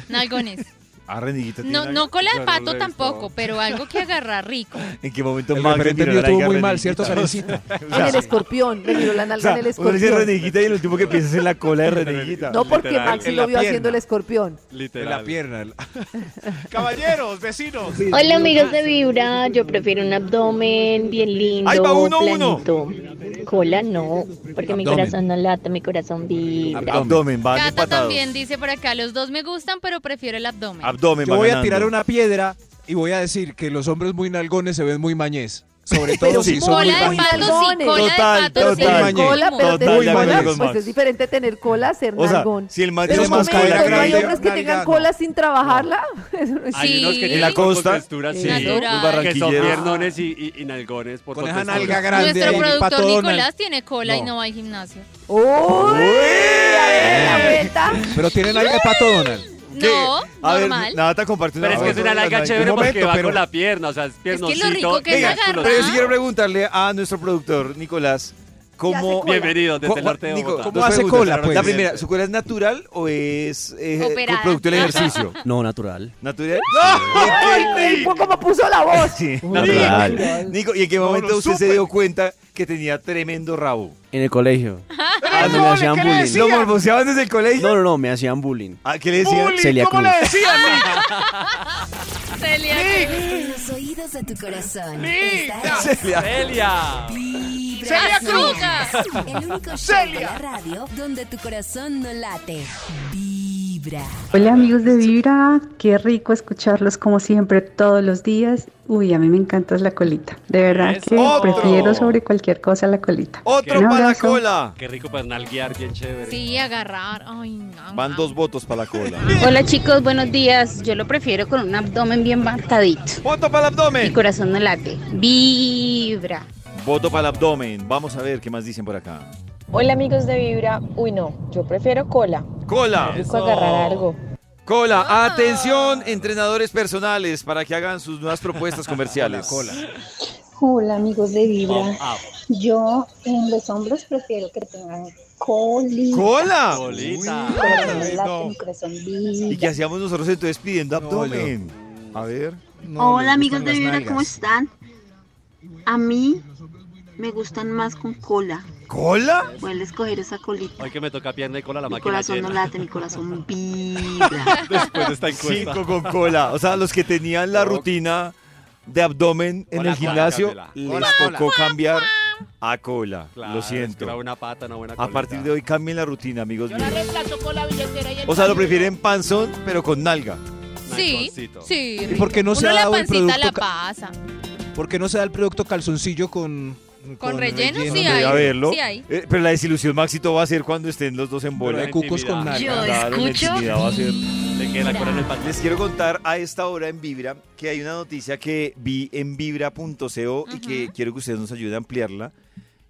[SPEAKER 2] Nalgones.
[SPEAKER 1] Ah, Reniguita. tiene
[SPEAKER 2] No,
[SPEAKER 1] nalga.
[SPEAKER 2] no cola
[SPEAKER 3] Yo
[SPEAKER 2] de
[SPEAKER 3] no
[SPEAKER 2] pato
[SPEAKER 3] lo he
[SPEAKER 2] tampoco,
[SPEAKER 3] visto.
[SPEAKER 2] pero algo que agarra rico.
[SPEAKER 1] ¿En qué momento
[SPEAKER 5] El
[SPEAKER 1] Max le
[SPEAKER 5] referente
[SPEAKER 1] miró
[SPEAKER 5] mío
[SPEAKER 1] la
[SPEAKER 5] estuvo
[SPEAKER 1] nalga a
[SPEAKER 5] muy mal,
[SPEAKER 1] Reniguita?
[SPEAKER 5] ¿cierto, Karencita?
[SPEAKER 1] O sea,
[SPEAKER 4] En el escorpión, le miró la
[SPEAKER 1] O
[SPEAKER 4] nalga
[SPEAKER 1] sea,
[SPEAKER 4] en el
[SPEAKER 1] uno dice
[SPEAKER 4] escorpión.
[SPEAKER 1] Reniguita y el último que piensa es en la cola de Reniguita.
[SPEAKER 4] No, porque
[SPEAKER 3] Literal.
[SPEAKER 4] Maxi
[SPEAKER 5] En la
[SPEAKER 4] lo vio haciendo
[SPEAKER 5] pierna.
[SPEAKER 4] el escorpión.
[SPEAKER 5] En
[SPEAKER 3] Literal.
[SPEAKER 5] la pierna.
[SPEAKER 7] Caballeros, vecinos.
[SPEAKER 9] Hola amigos de Vibra, yo prefiero un abdomen bien lindo,
[SPEAKER 1] Ahí va uno, uno.
[SPEAKER 9] planito. Cola no, porque mi
[SPEAKER 5] Abdomen.
[SPEAKER 9] corazón no late, mi corazón vibra.
[SPEAKER 1] Abdomen, van
[SPEAKER 2] Cata
[SPEAKER 1] empatados.
[SPEAKER 2] también dice por acá, los dos me gustan, pero prefiero el abdomen.
[SPEAKER 1] Abdomen,
[SPEAKER 5] Yo
[SPEAKER 1] va
[SPEAKER 5] voy a
[SPEAKER 1] ganando.
[SPEAKER 5] tirar una piedra y voy a decir que los hombres muy nalgones se ven muy mañez. Sobre todo
[SPEAKER 4] Pero
[SPEAKER 5] si son muy
[SPEAKER 2] cola de
[SPEAKER 4] muy
[SPEAKER 5] bajitos.
[SPEAKER 2] pato sí,
[SPEAKER 4] nalgones.
[SPEAKER 2] cola
[SPEAKER 1] Total,
[SPEAKER 2] de pato
[SPEAKER 4] Pero
[SPEAKER 2] sí.
[SPEAKER 1] total.
[SPEAKER 4] tener cola, pero
[SPEAKER 1] Total,
[SPEAKER 4] tener
[SPEAKER 1] de acuerdo
[SPEAKER 4] cola,
[SPEAKER 1] con
[SPEAKER 4] pues
[SPEAKER 1] Max.
[SPEAKER 4] es diferente tener cola a ser
[SPEAKER 1] O sea,
[SPEAKER 4] nalgón.
[SPEAKER 1] si el man
[SPEAKER 4] Pero
[SPEAKER 1] tiene
[SPEAKER 4] un
[SPEAKER 1] más
[SPEAKER 4] momento,
[SPEAKER 1] cadera
[SPEAKER 4] ¿no hay
[SPEAKER 1] grande,
[SPEAKER 4] hombres que
[SPEAKER 5] nalga,
[SPEAKER 4] tengan
[SPEAKER 5] no.
[SPEAKER 4] cola sin trabajarla? Eso no es-
[SPEAKER 3] Hay unos que
[SPEAKER 2] Sí.
[SPEAKER 3] tienen
[SPEAKER 1] En la costa,
[SPEAKER 3] con textura, sí,
[SPEAKER 2] natural. Los
[SPEAKER 3] que
[SPEAKER 1] barranquilleros.
[SPEAKER 3] son piernones y, y- y nalgones por
[SPEAKER 5] Con
[SPEAKER 3] su
[SPEAKER 5] esa
[SPEAKER 3] textura.
[SPEAKER 5] nalga grande.
[SPEAKER 2] Nuestro
[SPEAKER 5] ahí,
[SPEAKER 2] productor
[SPEAKER 5] pato Donald.
[SPEAKER 2] Nicolás tiene cola y
[SPEAKER 5] No.
[SPEAKER 2] no va al gimnasio.
[SPEAKER 4] ¡Uy! A ver, la vuelta.
[SPEAKER 5] Pero tiene nalga pato Donald.
[SPEAKER 1] ¿Qué?
[SPEAKER 2] No,
[SPEAKER 1] a ver,
[SPEAKER 2] normal.
[SPEAKER 1] Nata compartió una
[SPEAKER 3] Pero es que es una nalga chévere
[SPEAKER 5] Un
[SPEAKER 3] porque
[SPEAKER 5] momento,
[SPEAKER 3] va
[SPEAKER 5] pero-
[SPEAKER 3] con la pierna, o sea, es
[SPEAKER 2] lo
[SPEAKER 3] piernosito.
[SPEAKER 2] rico que es
[SPEAKER 3] Venga,
[SPEAKER 2] agarrar.
[SPEAKER 3] culo.
[SPEAKER 1] Pero yo sí quiero preguntarle a nuestro productor, Nicolás, cómo...
[SPEAKER 4] hace cola?
[SPEAKER 3] Bienvenido desde
[SPEAKER 1] Co-
[SPEAKER 3] el norte de
[SPEAKER 1] Nico,
[SPEAKER 3] Bogotá.
[SPEAKER 1] dos
[SPEAKER 5] ¿Cómo hace
[SPEAKER 1] preguntas.
[SPEAKER 5] cola, pues?
[SPEAKER 1] La primera, ¿su cola es natural o es eh,
[SPEAKER 2] Operada.
[SPEAKER 1] producto del ejercicio?
[SPEAKER 10] No, natural.
[SPEAKER 1] ¿Natural?
[SPEAKER 4] ¡Ay, el- como puso la voz!
[SPEAKER 1] Sí,
[SPEAKER 10] Natural.
[SPEAKER 1] Nico, ¿y en qué
[SPEAKER 7] No,
[SPEAKER 1] momento
[SPEAKER 7] lo
[SPEAKER 1] usted se
[SPEAKER 7] supe.
[SPEAKER 1] dio cuenta que tenía tremendo rabo?
[SPEAKER 10] En el colegio. Ah,
[SPEAKER 7] no,
[SPEAKER 10] me
[SPEAKER 7] ¿le
[SPEAKER 10] hacían
[SPEAKER 7] qué
[SPEAKER 10] bullying.
[SPEAKER 7] decían?
[SPEAKER 1] ¿Lo morboseaban desde el colegio?
[SPEAKER 10] No, no, no, me hacían bullying.
[SPEAKER 1] Ah, ¿Qué le decían?
[SPEAKER 7] Bullying,
[SPEAKER 10] Celia
[SPEAKER 7] ¿Cómo
[SPEAKER 10] Cruz.
[SPEAKER 7] le decían, Nick?
[SPEAKER 2] Celia,
[SPEAKER 7] Nick,
[SPEAKER 11] En los oídos de tu corazón.
[SPEAKER 7] Nick,
[SPEAKER 11] esta es
[SPEAKER 3] Celia.
[SPEAKER 7] Celia Cruz.
[SPEAKER 11] Vibra. El único show
[SPEAKER 7] Celia.
[SPEAKER 11] de la radio donde tu corazón no late. Vibra.
[SPEAKER 12] Hola amigos de Vibra, qué rico escucharlos como siempre todos los días. Uy, a mí me encanta la colita. De verdad
[SPEAKER 3] Eso.
[SPEAKER 12] que
[SPEAKER 1] Otro.
[SPEAKER 12] prefiero sobre cualquier cosa la colita.
[SPEAKER 1] ¡Otro
[SPEAKER 12] Un
[SPEAKER 1] para la
[SPEAKER 12] abrazo.
[SPEAKER 1] cola!
[SPEAKER 3] Qué rico para nalguear, bien chévere.
[SPEAKER 2] Sí, agarrar. Ay, no.
[SPEAKER 1] Van dos votos para la cola.
[SPEAKER 9] Hola chicos, buenos días. Yo lo prefiero con un abdomen bien marcadito.
[SPEAKER 1] ¡Voto para el abdomen!
[SPEAKER 9] corazón no late, vibra.
[SPEAKER 1] Voto para el abdomen. Vamos a ver qué más dicen por acá.
[SPEAKER 9] Hola amigos de Vibra. Uy no, yo prefiero cola.
[SPEAKER 1] Cola.
[SPEAKER 9] Rico agarrar algo. Ah.
[SPEAKER 1] Cola. Atención, entrenadores personales, para que hagan sus nuevas propuestas comerciales. cola.
[SPEAKER 8] Hola, amigos de Vibra.
[SPEAKER 3] Pump up.
[SPEAKER 8] Yo en los hombros prefiero que tengan coli.
[SPEAKER 1] ¡Cola!
[SPEAKER 3] Colita.
[SPEAKER 1] Uy.
[SPEAKER 8] corazón
[SPEAKER 5] Ay, no.
[SPEAKER 8] no late, mi corazón
[SPEAKER 1] ¿Y
[SPEAKER 8] vibra.
[SPEAKER 1] qué hacíamos nosotros entonces pidiendo abdomen? A ver.
[SPEAKER 12] Hola amigos de Vibra, ¿cómo
[SPEAKER 8] están? A mí me gustan más con cola.
[SPEAKER 1] ¿Cola?
[SPEAKER 8] Pueden escoger esa colita.
[SPEAKER 3] Hoy que me toca pierna y cola la
[SPEAKER 8] Mi
[SPEAKER 3] máquina
[SPEAKER 8] corazón no
[SPEAKER 3] llena.
[SPEAKER 8] late, mi corazón vibra.
[SPEAKER 3] Después de esta encuesta.
[SPEAKER 1] Cinco con cola. O sea, los que tenían la rutina de abdomen en
[SPEAKER 3] Hola,
[SPEAKER 1] el gimnasio
[SPEAKER 3] cola,
[SPEAKER 1] les
[SPEAKER 3] Camila.
[SPEAKER 1] tocó cambiar a cola.
[SPEAKER 3] Claro,
[SPEAKER 1] Lo
[SPEAKER 3] es que Una
[SPEAKER 1] siento.
[SPEAKER 3] buena pata, una buena
[SPEAKER 1] A
[SPEAKER 3] colita.
[SPEAKER 1] partir de hoy cambien la rutina, amigos
[SPEAKER 7] Yo la
[SPEAKER 1] míos.
[SPEAKER 7] reemplazo con la billetera y el
[SPEAKER 1] O sea, lo
[SPEAKER 7] cambio.
[SPEAKER 1] prefieren panzón, pero con nalga.
[SPEAKER 2] Sí,
[SPEAKER 3] Nalgoncito.
[SPEAKER 2] sí.
[SPEAKER 5] ¿Y por qué no se
[SPEAKER 2] Uno
[SPEAKER 5] ha dado
[SPEAKER 2] la
[SPEAKER 5] el
[SPEAKER 2] pancita
[SPEAKER 5] producto
[SPEAKER 2] la
[SPEAKER 5] ca-
[SPEAKER 2] pasa.
[SPEAKER 5] ¿Por qué no se da el producto calzoncillo con
[SPEAKER 2] Con relleno sí
[SPEAKER 1] Voy a
[SPEAKER 2] hay,
[SPEAKER 1] verlo.
[SPEAKER 2] sí hay.
[SPEAKER 1] Eh, pero la desilusión, Maxito, va a ser cuando estén los dos en bola.
[SPEAKER 5] hay cucos con nalga. Yo
[SPEAKER 1] Claro, la
[SPEAKER 5] escucho
[SPEAKER 1] intimidad va a ser de que la cola en el pan. Les quiero contar a esta hora en Vibra que hay una noticia que vi en vibra.co y que quiero que ustedes nos ayuden a ampliarla.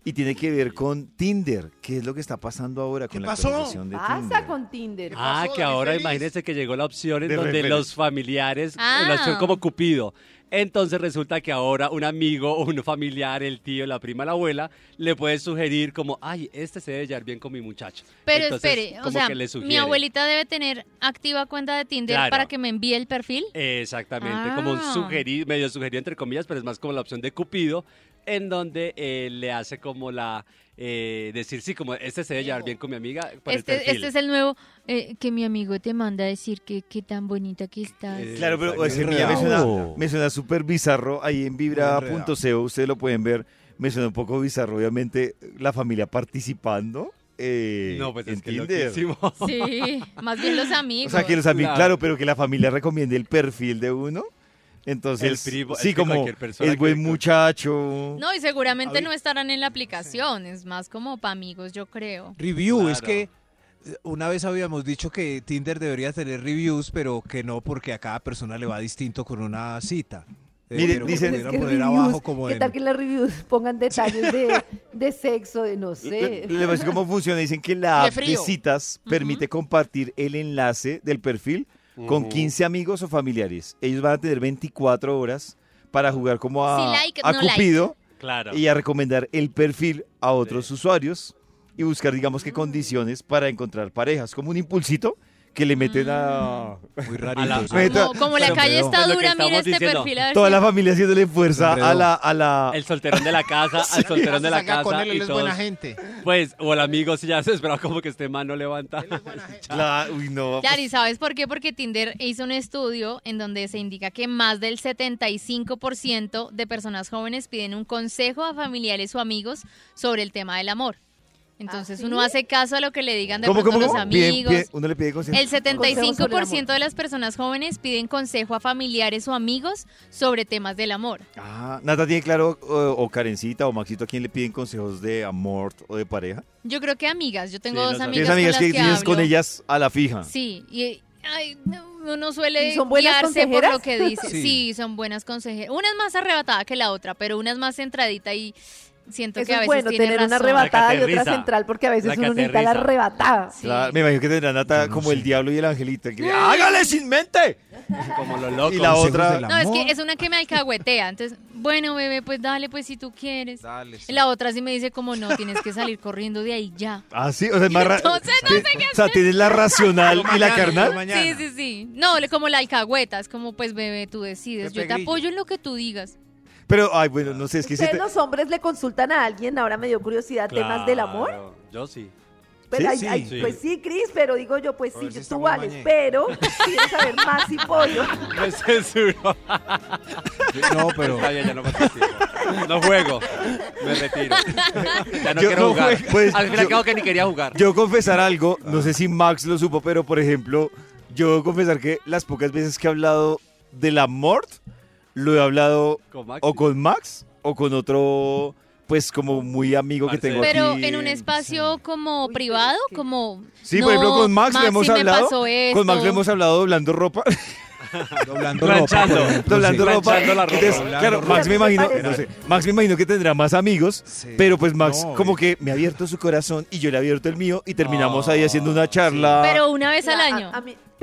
[SPEAKER 1] Y tiene que ver con Tinder. ¿Qué es lo que está pasando ahora con la
[SPEAKER 4] pasó?
[SPEAKER 1] actualización de Tinder?
[SPEAKER 4] Pasa con Tinder.
[SPEAKER 3] Ah, que ahora imagínense que llegó la opción en
[SPEAKER 1] De
[SPEAKER 3] donde
[SPEAKER 1] referencia.
[SPEAKER 3] los familiares, eh,
[SPEAKER 4] Ah.
[SPEAKER 3] la opción como Cupido. Entonces resulta que ahora un amigo, o un familiar, el tío, la prima, la abuela, le puede sugerir como, ay, este se debe llevar bien con mi muchacho.
[SPEAKER 2] Pero
[SPEAKER 3] Entonces,
[SPEAKER 2] espere, o
[SPEAKER 3] como
[SPEAKER 2] sea,
[SPEAKER 3] que le
[SPEAKER 2] mi
[SPEAKER 3] sugiere.
[SPEAKER 2] abuelita debe tener activa cuenta de Tinder
[SPEAKER 3] Claro.
[SPEAKER 2] para que me envíe el perfil.
[SPEAKER 3] Exactamente, como un
[SPEAKER 2] Ah.
[SPEAKER 3] sugerido, medio sugerido entre comillas, pero es más como la opción de Cupido, en donde eh, le hace como la, eh, decir, sí, como este se debe llevar bien con mi amiga. Por el
[SPEAKER 2] Este,
[SPEAKER 3] perfil".
[SPEAKER 2] este es el nuevo eh, que mi amigo te manda a decir que qué tan bonita que estás.
[SPEAKER 1] Claro, pero ese
[SPEAKER 5] Enredado.
[SPEAKER 1] mía me suena, me suena súper bizarro ahí en vibra.co, ustedes lo pueden ver, me suena un poco bizarro, obviamente, la familia participando eh,
[SPEAKER 3] No, pues
[SPEAKER 1] en
[SPEAKER 3] es que
[SPEAKER 1] Tinder.
[SPEAKER 3] loquísimo.
[SPEAKER 2] Sí, más bien los
[SPEAKER 1] o
[SPEAKER 2] amigos.
[SPEAKER 1] sea, que los amigos, claro, pero que la familia recomiende el perfil de uno. Entonces,
[SPEAKER 3] El primo,
[SPEAKER 1] sí,
[SPEAKER 3] es que
[SPEAKER 1] como
[SPEAKER 3] cualquier persona
[SPEAKER 1] es buen muchacho.
[SPEAKER 2] No, y seguramente
[SPEAKER 1] Habí-
[SPEAKER 2] no estarán en la aplicación, es más como para amigos, yo creo.
[SPEAKER 5] Review, es que eh, una vez habíamos dicho que Tinder debería tener reviews, pero que no porque a cada persona le va distinto con una cita. Eh,
[SPEAKER 1] Miren,
[SPEAKER 5] pero que
[SPEAKER 1] dicen-
[SPEAKER 5] pudieran
[SPEAKER 1] Es que
[SPEAKER 5] poner
[SPEAKER 1] reviews,
[SPEAKER 5] abajo como
[SPEAKER 4] ¿Qué
[SPEAKER 5] en-
[SPEAKER 4] tal que en las reviews pongan detalles de, de sexo, de no sé?
[SPEAKER 1] Le, le voy a decir cómo funciona. Dicen que la
[SPEAKER 4] De
[SPEAKER 1] app de
[SPEAKER 4] frío.
[SPEAKER 1] citas permite compartir el enlace del perfil con
[SPEAKER 3] Ujú.
[SPEAKER 1] 15 amigos o familiares. Ellos van a tener 24 horas para jugar como a,
[SPEAKER 2] Si like,
[SPEAKER 1] a
[SPEAKER 2] no like.
[SPEAKER 1] Cupido
[SPEAKER 3] Claro.
[SPEAKER 1] y a recomendar el perfil a otros usuarios y buscar, digamos, que
[SPEAKER 2] Mm.
[SPEAKER 1] condiciones para encontrar parejas. Como un impulsito que le meten a...
[SPEAKER 2] Mm.
[SPEAKER 5] Muy
[SPEAKER 3] A la-
[SPEAKER 2] Como- como la calle está dura, mira este perfil a ver
[SPEAKER 1] Toda
[SPEAKER 2] si-
[SPEAKER 1] la familia haciéndole fuerza a la, a la...
[SPEAKER 3] El solterón de la casa, al solterón de la
[SPEAKER 7] Salga
[SPEAKER 3] casa.
[SPEAKER 7] con él, él
[SPEAKER 3] y
[SPEAKER 7] es buena
[SPEAKER 3] todos-
[SPEAKER 7] gente.
[SPEAKER 3] Pues, o el amigo si ya se esperaba como que este man no levanta.
[SPEAKER 1] La- uy, no.
[SPEAKER 2] Claro, ¿y sabes por qué? Porque Tinder hizo un estudio en donde se indica que más del 75% de personas jóvenes piden un consejo a familiares o amigos sobre el tema del amor. Entonces uno hace caso a lo que le digan de
[SPEAKER 1] ¿Cómo,
[SPEAKER 2] pronto
[SPEAKER 1] cómo,
[SPEAKER 2] los
[SPEAKER 1] cómo?
[SPEAKER 2] amigos.
[SPEAKER 1] Piden- piden- uno le pide consejo.
[SPEAKER 2] El
[SPEAKER 4] sobre el
[SPEAKER 2] 75%
[SPEAKER 4] amor.
[SPEAKER 2] de las personas jóvenes piden consejo a familiares o amigos sobre temas del amor.
[SPEAKER 1] Ah, Nata tiene claro, o, o Karencita o Maxito, ¿a quién le piden consejos de amor o de pareja?
[SPEAKER 2] Yo creo que amigas, yo tengo dos amigas,
[SPEAKER 1] Tienes amigas
[SPEAKER 2] con
[SPEAKER 1] que
[SPEAKER 2] las que,
[SPEAKER 1] tienes
[SPEAKER 2] hablo.
[SPEAKER 1] con ellas a la fija.
[SPEAKER 2] Sí, y ay, no, uno suele
[SPEAKER 4] ¿Y son buenas
[SPEAKER 2] guiarse por
[SPEAKER 4] consejeras?
[SPEAKER 2] lo que dice.
[SPEAKER 4] Sí.
[SPEAKER 2] Sí. son buenas consejeras. Una es más arrebatada que la otra, pero una es más centradita y siento
[SPEAKER 4] Eso
[SPEAKER 2] que a
[SPEAKER 4] es
[SPEAKER 2] veces
[SPEAKER 4] bueno,
[SPEAKER 2] tiene
[SPEAKER 4] tener una
[SPEAKER 2] razón.
[SPEAKER 4] arrebatada y otra central, porque a
[SPEAKER 1] La
[SPEAKER 4] veces
[SPEAKER 1] que
[SPEAKER 4] uno necesita la
[SPEAKER 1] aterriza.
[SPEAKER 4] arrebatada.
[SPEAKER 1] Claro, me imagino que tendrá Nata como el diablo y el angelito. que,
[SPEAKER 2] Mm.
[SPEAKER 1] ¡Hágale sin mente!
[SPEAKER 3] Como los locos.
[SPEAKER 1] Y la otra.
[SPEAKER 2] No, es que es una que me alcahuetea. Entonces, bueno, bebé, pues dale, pues si tú quieres. La otra sí me dice como, no, tienes que salir corriendo de ahí ya.
[SPEAKER 1] Ah, sí, o sea, es más ra-
[SPEAKER 2] Entonces, no sé qué
[SPEAKER 1] O sea, tienes la racional y la carnal.
[SPEAKER 2] Sí, sí, sí. No, le- como la alcahueta, es como, pues bebé, tú decides.
[SPEAKER 1] Pepe
[SPEAKER 2] Yo te
[SPEAKER 1] Grillo.
[SPEAKER 2] apoyo en lo que tú digas.
[SPEAKER 1] Pero, ay, bueno, no sé, es que si
[SPEAKER 4] ¿Ustedes
[SPEAKER 1] te-
[SPEAKER 4] los hombres le consultan a alguien? Ahora me dio curiosidad temas del amor.
[SPEAKER 3] Yo sí.
[SPEAKER 4] Pero hay- hay- Pues sí, Cris, pero digo yo, pues sí, tú vales, pero quiero saber más y pollo.
[SPEAKER 3] Me censuró.
[SPEAKER 5] No, pero.
[SPEAKER 3] Está bien, ya no participo. No juego. Me retiro. Ya no
[SPEAKER 1] Yo
[SPEAKER 3] quiero
[SPEAKER 1] no
[SPEAKER 3] jugar.
[SPEAKER 1] juego. Pues,
[SPEAKER 3] Al fin y al
[SPEAKER 1] yo-
[SPEAKER 3] cabo que ni quería jugar.
[SPEAKER 1] Yo confesar algo, no sé si Max lo supo, pero por ejemplo, yo debo confesar que las pocas veces que he hablado del amor, lo he hablado
[SPEAKER 3] Con Maxi.
[SPEAKER 1] o con Max o con otro, pues como muy amigo que tengo
[SPEAKER 2] Pero
[SPEAKER 1] aquí.
[SPEAKER 2] en un espacio como privado, como.
[SPEAKER 1] Sí, por ejemplo,
[SPEAKER 2] "No,
[SPEAKER 1] con Max,
[SPEAKER 2] Maxi,
[SPEAKER 1] le hemos
[SPEAKER 2] me
[SPEAKER 1] hablado.
[SPEAKER 2] pasó
[SPEAKER 1] Con Max
[SPEAKER 2] esto".
[SPEAKER 1] le hemos hablado doblando ropa.
[SPEAKER 5] Doblando
[SPEAKER 3] ropa, por ejemplo,
[SPEAKER 1] doblando
[SPEAKER 3] sí.
[SPEAKER 1] ropa.
[SPEAKER 3] Planchando la ropa.
[SPEAKER 1] Entonces,
[SPEAKER 3] Doblando
[SPEAKER 1] claro,
[SPEAKER 3] ropa.
[SPEAKER 1] Max me imagino,
[SPEAKER 3] Pero-
[SPEAKER 1] no sé, Max me imagino que tendrá más amigos, pero pues Max
[SPEAKER 5] No,
[SPEAKER 3] eh.
[SPEAKER 5] eh.
[SPEAKER 1] como que me ha abierto su corazón y yo le he abierto el mío y terminamos ahí haciendo una charla.
[SPEAKER 2] Pero eh, una vez al año.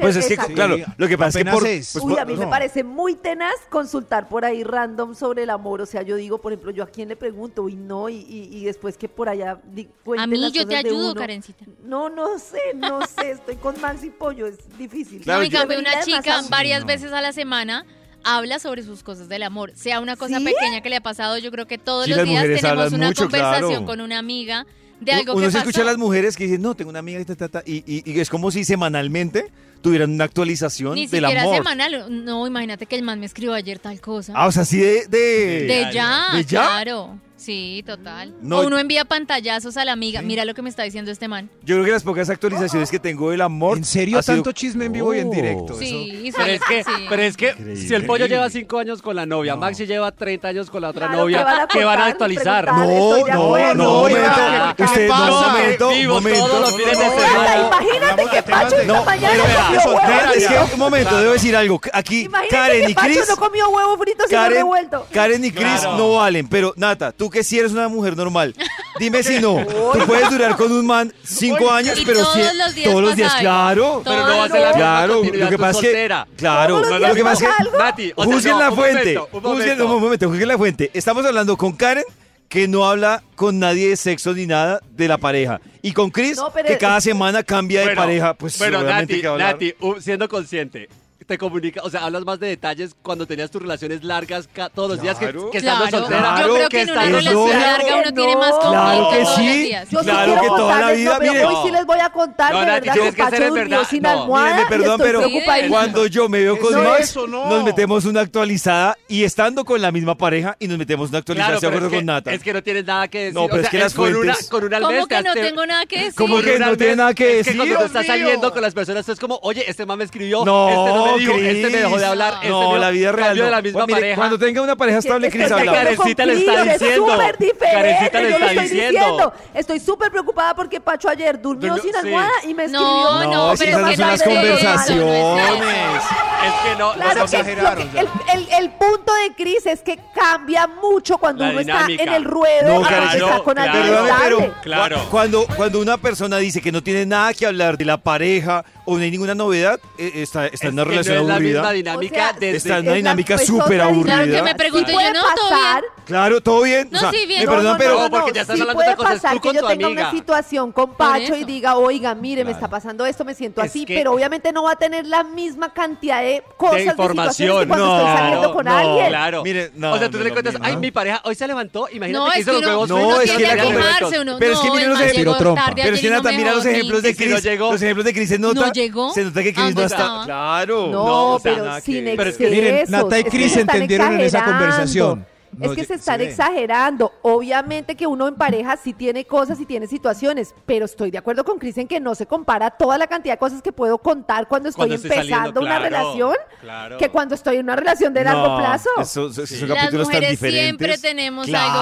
[SPEAKER 1] Pues es que,
[SPEAKER 4] Exacto.
[SPEAKER 1] claro, lo que pasa es que
[SPEAKER 5] Apenas
[SPEAKER 1] por...
[SPEAKER 5] es.
[SPEAKER 1] pues
[SPEAKER 4] Uy,
[SPEAKER 1] por-
[SPEAKER 4] a mí me
[SPEAKER 1] no.
[SPEAKER 4] parece muy tenaz consultar por ahí random sobre el amor. O sea, yo digo, por ejemplo, yo a quién le pregunto y no, y, y- y después que por allá di- cuenten
[SPEAKER 2] A mí
[SPEAKER 4] las
[SPEAKER 2] yo te
[SPEAKER 4] cosas de
[SPEAKER 2] ayudo,
[SPEAKER 4] uno.
[SPEAKER 2] Karencita.
[SPEAKER 4] No, no sé, no sé, estoy con Max y Pollo, es difícil.
[SPEAKER 2] No, en cambio, una chica varias veces a la semana habla sobre sus cosas del amor. Sea una cosa
[SPEAKER 4] ¿Sí?
[SPEAKER 2] pequeña que le ha pasado, yo creo que todos
[SPEAKER 1] Sí,
[SPEAKER 2] los
[SPEAKER 1] las
[SPEAKER 2] días
[SPEAKER 1] mujeres
[SPEAKER 2] tenemos
[SPEAKER 1] hablan
[SPEAKER 2] una
[SPEAKER 1] mucho,
[SPEAKER 2] conversación
[SPEAKER 1] claro.
[SPEAKER 2] con una amiga de algo
[SPEAKER 1] Uno
[SPEAKER 2] que
[SPEAKER 1] se
[SPEAKER 2] pasó.
[SPEAKER 1] escucha a las mujeres que dicen, no, tengo una amiga que ta, ta, ta", y, y- y es como si semanalmente tuvieran una actualización
[SPEAKER 2] Ni
[SPEAKER 1] del
[SPEAKER 2] siquiera
[SPEAKER 1] amor.
[SPEAKER 2] semanal. No, imagínate que el man me escribió ayer tal cosa.
[SPEAKER 1] Ah, o sea, así de... De,
[SPEAKER 2] de ya,
[SPEAKER 1] ¿De ya?
[SPEAKER 2] claro. Sí, total.
[SPEAKER 1] No,
[SPEAKER 2] o uno envía pantallazos a la amiga. Mira lo que me está diciendo este man.
[SPEAKER 1] Yo creo que las pocas actualizaciones que tengo del amor. ¿En serio
[SPEAKER 5] tanto chisme en vivo y en directo?
[SPEAKER 2] Sí,
[SPEAKER 3] Pero
[SPEAKER 2] sí,
[SPEAKER 3] es que,
[SPEAKER 2] sí.
[SPEAKER 3] pero es que
[SPEAKER 1] Increíble.
[SPEAKER 3] si el pollo lleva 5 años con la novia, Maxi lleva 30 años con la otra
[SPEAKER 1] Claro,
[SPEAKER 3] novia,
[SPEAKER 1] ¿qué van a
[SPEAKER 3] ¿qué van a
[SPEAKER 1] contar?
[SPEAKER 3] actualizar?
[SPEAKER 1] Preguntar, Oh. No, estoy de no, acuerdo. no, momento. ¿Qué Usted- pasa? no, momento,
[SPEAKER 3] Vivo
[SPEAKER 1] momento.
[SPEAKER 3] todos los fines de
[SPEAKER 1] No,
[SPEAKER 3] semana.
[SPEAKER 4] Imagínate que Pacho esta
[SPEAKER 1] No,
[SPEAKER 4] mañana
[SPEAKER 1] pero
[SPEAKER 4] no
[SPEAKER 1] es
[SPEAKER 4] comió huevos
[SPEAKER 1] que- es
[SPEAKER 4] fritos.
[SPEAKER 1] que, un momento, debo decir algo. Aquí,
[SPEAKER 4] Imagínate
[SPEAKER 1] Karen
[SPEAKER 4] que
[SPEAKER 1] y
[SPEAKER 4] Pacho
[SPEAKER 1] Chris.
[SPEAKER 4] no comió huevo frito sino
[SPEAKER 1] Karen,
[SPEAKER 4] revuelto.
[SPEAKER 1] Karen y Chris
[SPEAKER 4] Claro.
[SPEAKER 1] no valen, pero Nata, tú que si eres una mujer normal, dime si no. Tú puedes durar con un man cinco años,
[SPEAKER 2] Y
[SPEAKER 1] pero
[SPEAKER 2] todos
[SPEAKER 1] cien-
[SPEAKER 2] los días
[SPEAKER 1] todos los
[SPEAKER 2] pasa
[SPEAKER 1] días,
[SPEAKER 2] algo.
[SPEAKER 1] claro.
[SPEAKER 2] Pero no va a ser
[SPEAKER 3] la misma
[SPEAKER 1] Claro,
[SPEAKER 3] continuidad,
[SPEAKER 1] lo que
[SPEAKER 3] tú
[SPEAKER 1] pasa es que.
[SPEAKER 3] soltera.
[SPEAKER 1] Claro,
[SPEAKER 3] Todos los
[SPEAKER 1] lo
[SPEAKER 3] días
[SPEAKER 1] que pasa es
[SPEAKER 3] pasa
[SPEAKER 1] que.
[SPEAKER 3] algo. Nati, o sea,
[SPEAKER 1] juzguen
[SPEAKER 3] no,
[SPEAKER 1] la
[SPEAKER 3] un
[SPEAKER 1] fuente.
[SPEAKER 3] momento, un
[SPEAKER 1] Juzguen
[SPEAKER 3] momento.
[SPEAKER 1] un momento, juzguen la fuente. Estamos hablando con Karen, que no habla con nadie de sexo ni nada de la pareja. Y con Chris,
[SPEAKER 3] No, pero-
[SPEAKER 1] que cada semana cambia de
[SPEAKER 3] Bueno,
[SPEAKER 1] pareja. Pues
[SPEAKER 3] bueno,
[SPEAKER 1] obviamente
[SPEAKER 3] Nati,
[SPEAKER 1] que hablar.
[SPEAKER 3] Nati, u- siendo consciente, te comunica, o sea, hablas más de detalles cuando tenías tus relaciones largas ca- todos los días que, que estando
[SPEAKER 2] Claro.
[SPEAKER 3] soltera.
[SPEAKER 2] Yo creo que en una relación larga uno tiene más conflicto
[SPEAKER 1] Claro que
[SPEAKER 2] todos los
[SPEAKER 1] sí,
[SPEAKER 2] días.
[SPEAKER 4] Yo sí
[SPEAKER 1] claro
[SPEAKER 4] quiero
[SPEAKER 1] que toda la
[SPEAKER 4] contarles,
[SPEAKER 1] vida,
[SPEAKER 4] no, pero
[SPEAKER 1] miren.
[SPEAKER 4] hoy sí les voy a contar
[SPEAKER 3] No,
[SPEAKER 4] de
[SPEAKER 3] Nati,
[SPEAKER 4] verdad
[SPEAKER 3] tienes que
[SPEAKER 4] Pacho
[SPEAKER 3] ser en
[SPEAKER 4] durmió
[SPEAKER 3] verdad.
[SPEAKER 4] sin
[SPEAKER 3] No,
[SPEAKER 4] almohada
[SPEAKER 1] Mírenme,
[SPEAKER 4] y
[SPEAKER 1] perdón,
[SPEAKER 4] estoy
[SPEAKER 1] pero
[SPEAKER 4] preocupadísima.
[SPEAKER 1] cuando yo me veo con
[SPEAKER 4] Eso
[SPEAKER 1] Max,
[SPEAKER 4] eso, no.
[SPEAKER 1] nos metemos una actualizada y estando con la misma pareja y nos metemos una actualizada,
[SPEAKER 3] Claro,
[SPEAKER 1] ¿se
[SPEAKER 3] pero
[SPEAKER 1] acuerdo
[SPEAKER 3] es que-
[SPEAKER 1] con Nata?
[SPEAKER 3] Es que no tienes nada que decir.
[SPEAKER 1] No, pero
[SPEAKER 3] o
[SPEAKER 1] es
[SPEAKER 3] sea,
[SPEAKER 1] que las
[SPEAKER 3] con una,
[SPEAKER 1] fuentes-
[SPEAKER 3] con una al mes
[SPEAKER 2] ¿Cómo
[SPEAKER 3] te
[SPEAKER 2] que no
[SPEAKER 3] has- te-
[SPEAKER 2] tengo nada que decir?
[SPEAKER 1] ¿Cómo que
[SPEAKER 3] Una
[SPEAKER 1] no
[SPEAKER 3] al
[SPEAKER 1] tiene
[SPEAKER 3] mes.
[SPEAKER 1] nada que
[SPEAKER 3] Es que
[SPEAKER 1] decir?
[SPEAKER 3] cuando tú
[SPEAKER 1] Dios
[SPEAKER 3] estás
[SPEAKER 1] mío.
[SPEAKER 3] saliendo con las personas, tú es como, oye, este man me escribió,
[SPEAKER 1] No,
[SPEAKER 3] este no me dijo, este me
[SPEAKER 1] Cris.
[SPEAKER 3] dejó de hablar, este
[SPEAKER 1] No,
[SPEAKER 3] me-
[SPEAKER 1] la vida real.
[SPEAKER 3] cambio de
[SPEAKER 1] no.
[SPEAKER 3] la misma
[SPEAKER 1] Bueno, mire,
[SPEAKER 3] pareja.
[SPEAKER 1] Cuando tenga una pareja estable, Cris
[SPEAKER 3] estoy
[SPEAKER 1] habla.
[SPEAKER 3] de acuerdo Karencita le está
[SPEAKER 4] Pero es
[SPEAKER 3] diciendo.
[SPEAKER 4] súper diferente,
[SPEAKER 3] Karencita le
[SPEAKER 4] yo lo
[SPEAKER 3] está
[SPEAKER 4] estoy
[SPEAKER 3] diciendo.
[SPEAKER 4] diciendo. Estoy súper preocupada porque Pacho ayer durmió
[SPEAKER 3] Durmió-
[SPEAKER 4] sin
[SPEAKER 3] sí.
[SPEAKER 4] almohada y me escribió.
[SPEAKER 2] No, no,
[SPEAKER 1] si
[SPEAKER 2] pero
[SPEAKER 1] esas no
[SPEAKER 2] es que
[SPEAKER 1] son las
[SPEAKER 2] no es eso, no es eso.
[SPEAKER 1] conversaciones.
[SPEAKER 3] Es que no,
[SPEAKER 4] Claro
[SPEAKER 3] no
[SPEAKER 4] que es lo que- el, el- el punto de Cris es que cambia mucho cuando
[SPEAKER 1] La
[SPEAKER 4] uno
[SPEAKER 1] dinámica.
[SPEAKER 4] está en el ruedo
[SPEAKER 1] No,
[SPEAKER 4] y cuando
[SPEAKER 1] claro,
[SPEAKER 4] está con alguien
[SPEAKER 1] claro.
[SPEAKER 4] estable.
[SPEAKER 1] Perdóname, pero cua- Cuando, cuando una persona dice que no tiene nada que hablar de la pareja o no hay ninguna novedad, eh, está, está en una
[SPEAKER 3] que no
[SPEAKER 1] relación
[SPEAKER 3] es la
[SPEAKER 1] aburrida.
[SPEAKER 3] misma dinámica O sea, desde-
[SPEAKER 1] está en
[SPEAKER 3] es
[SPEAKER 1] una
[SPEAKER 3] la-
[SPEAKER 1] dinámica
[SPEAKER 3] pues,
[SPEAKER 1] súper
[SPEAKER 3] otra
[SPEAKER 1] aburrida.
[SPEAKER 3] dinámica. Claro que me
[SPEAKER 2] pregunto yo, ¿no? ¿Todo bien?
[SPEAKER 1] Claro, ¿todo bien?
[SPEAKER 2] No, sí, bien.
[SPEAKER 1] Me
[SPEAKER 3] Eh,
[SPEAKER 2] No,
[SPEAKER 1] perdonan,
[SPEAKER 2] no,
[SPEAKER 1] pero...
[SPEAKER 4] No, no,
[SPEAKER 3] porque ya estás
[SPEAKER 4] sí
[SPEAKER 3] hablando de
[SPEAKER 4] puede
[SPEAKER 3] cosas,
[SPEAKER 4] pasar
[SPEAKER 3] tú
[SPEAKER 4] que
[SPEAKER 3] con
[SPEAKER 4] yo
[SPEAKER 3] tu
[SPEAKER 4] tenga una
[SPEAKER 3] amiga.
[SPEAKER 4] situación con Pacho y diga, oiga, mire, me
[SPEAKER 3] Claro.
[SPEAKER 4] está pasando esto, me siento
[SPEAKER 3] Es
[SPEAKER 4] así,
[SPEAKER 3] que-
[SPEAKER 4] pero obviamente no va a tener la misma cantidad de cosas, de, situaciones que cuando
[SPEAKER 3] No,
[SPEAKER 4] estoy saliendo con
[SPEAKER 3] no,
[SPEAKER 4] alguien.
[SPEAKER 3] Claro.
[SPEAKER 1] Mire, no,
[SPEAKER 3] o sea,
[SPEAKER 1] no
[SPEAKER 3] tú
[SPEAKER 1] es
[SPEAKER 3] le
[SPEAKER 1] lo
[SPEAKER 3] cuentas,
[SPEAKER 1] mismo,
[SPEAKER 3] ay,
[SPEAKER 1] ¿no?
[SPEAKER 3] mi pareja hoy se levantó, imagínate
[SPEAKER 2] No,
[SPEAKER 3] que
[SPEAKER 2] es
[SPEAKER 3] hizo
[SPEAKER 2] que
[SPEAKER 3] los
[SPEAKER 2] uno-
[SPEAKER 3] huevos
[SPEAKER 2] no,
[SPEAKER 3] fritos
[SPEAKER 2] es
[SPEAKER 3] y
[SPEAKER 2] que
[SPEAKER 3] ya
[SPEAKER 2] la
[SPEAKER 3] llegó.
[SPEAKER 2] acomodarse uno.
[SPEAKER 1] Pero es que
[SPEAKER 2] No,
[SPEAKER 1] mira
[SPEAKER 2] el
[SPEAKER 1] los
[SPEAKER 2] man
[SPEAKER 1] ejemplos.
[SPEAKER 2] llegó tarde,
[SPEAKER 1] Pero es
[SPEAKER 2] ayer
[SPEAKER 1] que
[SPEAKER 2] y no
[SPEAKER 1] Nata,
[SPEAKER 2] me
[SPEAKER 1] mira los
[SPEAKER 2] dejó,
[SPEAKER 1] ejemplos
[SPEAKER 2] sí.
[SPEAKER 1] de
[SPEAKER 2] Si no
[SPEAKER 1] Cris.
[SPEAKER 2] llegó.
[SPEAKER 1] Los ejemplos de Cris se nota.
[SPEAKER 2] No llegó.
[SPEAKER 1] Se nota que Cris no
[SPEAKER 2] Ambos
[SPEAKER 1] está.
[SPEAKER 2] estaban.
[SPEAKER 1] Claro.
[SPEAKER 4] No,
[SPEAKER 1] o sea,
[SPEAKER 4] pero
[SPEAKER 1] nada
[SPEAKER 4] sin
[SPEAKER 1] que-
[SPEAKER 4] excesos.
[SPEAKER 5] miren, Nata y
[SPEAKER 4] Es que
[SPEAKER 5] Cris
[SPEAKER 4] se están
[SPEAKER 5] entendieron en esa
[SPEAKER 4] exagerando.
[SPEAKER 5] conversación.
[SPEAKER 4] es
[SPEAKER 5] No,
[SPEAKER 4] que
[SPEAKER 5] yo-
[SPEAKER 4] se
[SPEAKER 5] se
[SPEAKER 4] están
[SPEAKER 5] ve.
[SPEAKER 4] exagerando. Obviamente que uno en pareja sí tiene cosas y tiene situaciones, pero estoy de acuerdo con Cris en que no se compara toda la cantidad de cosas que puedo contar cuando estoy
[SPEAKER 3] Cuando estoy saliendo,
[SPEAKER 4] empezando una
[SPEAKER 3] claro,
[SPEAKER 4] relación
[SPEAKER 3] claro.
[SPEAKER 4] que cuando estoy en una relación de largo
[SPEAKER 1] No,
[SPEAKER 4] plazo.
[SPEAKER 1] eso- eso- esos son
[SPEAKER 2] Las
[SPEAKER 1] capítulos tan
[SPEAKER 2] mujeres
[SPEAKER 1] diferentes.
[SPEAKER 2] siempre tenemos
[SPEAKER 1] Claro,
[SPEAKER 2] algo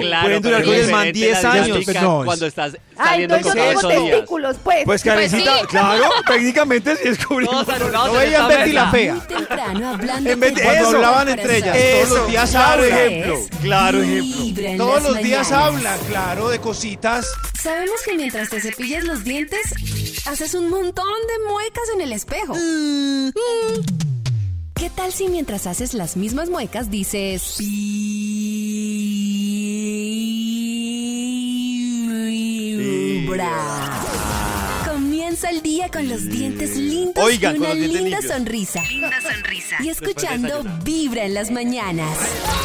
[SPEAKER 2] que decir.
[SPEAKER 1] pueden durar
[SPEAKER 3] pero
[SPEAKER 1] con el
[SPEAKER 3] es
[SPEAKER 1] man
[SPEAKER 3] diferente
[SPEAKER 1] 10
[SPEAKER 3] la
[SPEAKER 1] años. Pues
[SPEAKER 3] dinámica
[SPEAKER 1] No, es-
[SPEAKER 3] cuando estás
[SPEAKER 4] Ah,
[SPEAKER 3] saliendo
[SPEAKER 4] entonces yo
[SPEAKER 3] con
[SPEAKER 4] tengo
[SPEAKER 3] esos días.
[SPEAKER 4] testículos, pues.
[SPEAKER 1] Pues Karencita,
[SPEAKER 2] sí.
[SPEAKER 1] claro, técnicamente sí descubrimos.
[SPEAKER 3] Todos anulados
[SPEAKER 1] No
[SPEAKER 3] en
[SPEAKER 1] veían
[SPEAKER 3] esta
[SPEAKER 1] Betty
[SPEAKER 3] mesa.
[SPEAKER 1] la fea.
[SPEAKER 11] Muy temprano hablando
[SPEAKER 1] En vez de
[SPEAKER 11] de
[SPEAKER 1] eso,
[SPEAKER 11] amor,
[SPEAKER 5] hablaban
[SPEAKER 11] corazón.
[SPEAKER 5] entre ellas.
[SPEAKER 1] Eso,
[SPEAKER 5] Todos los días
[SPEAKER 1] claro
[SPEAKER 5] hablan.
[SPEAKER 1] ejemplo, claro ejemplo.
[SPEAKER 11] Vibra en
[SPEAKER 5] Todos
[SPEAKER 11] las
[SPEAKER 5] los días
[SPEAKER 11] mañanas.
[SPEAKER 5] hablan, claro, de cositas.
[SPEAKER 6] Sabemos que mientras te cepillas los dientes, haces un montón de muecas en el espejo. ¿Qué tal si mientras haces las mismas muecas dices... Vibra. Comienza el día con los dientes lindos
[SPEAKER 1] Oigan,
[SPEAKER 6] y
[SPEAKER 1] con
[SPEAKER 6] una
[SPEAKER 1] los dientes
[SPEAKER 6] linda
[SPEAKER 1] limpios.
[SPEAKER 6] sonrisa. Linda sonrisa. Y escuchando Vibra en las mañanas.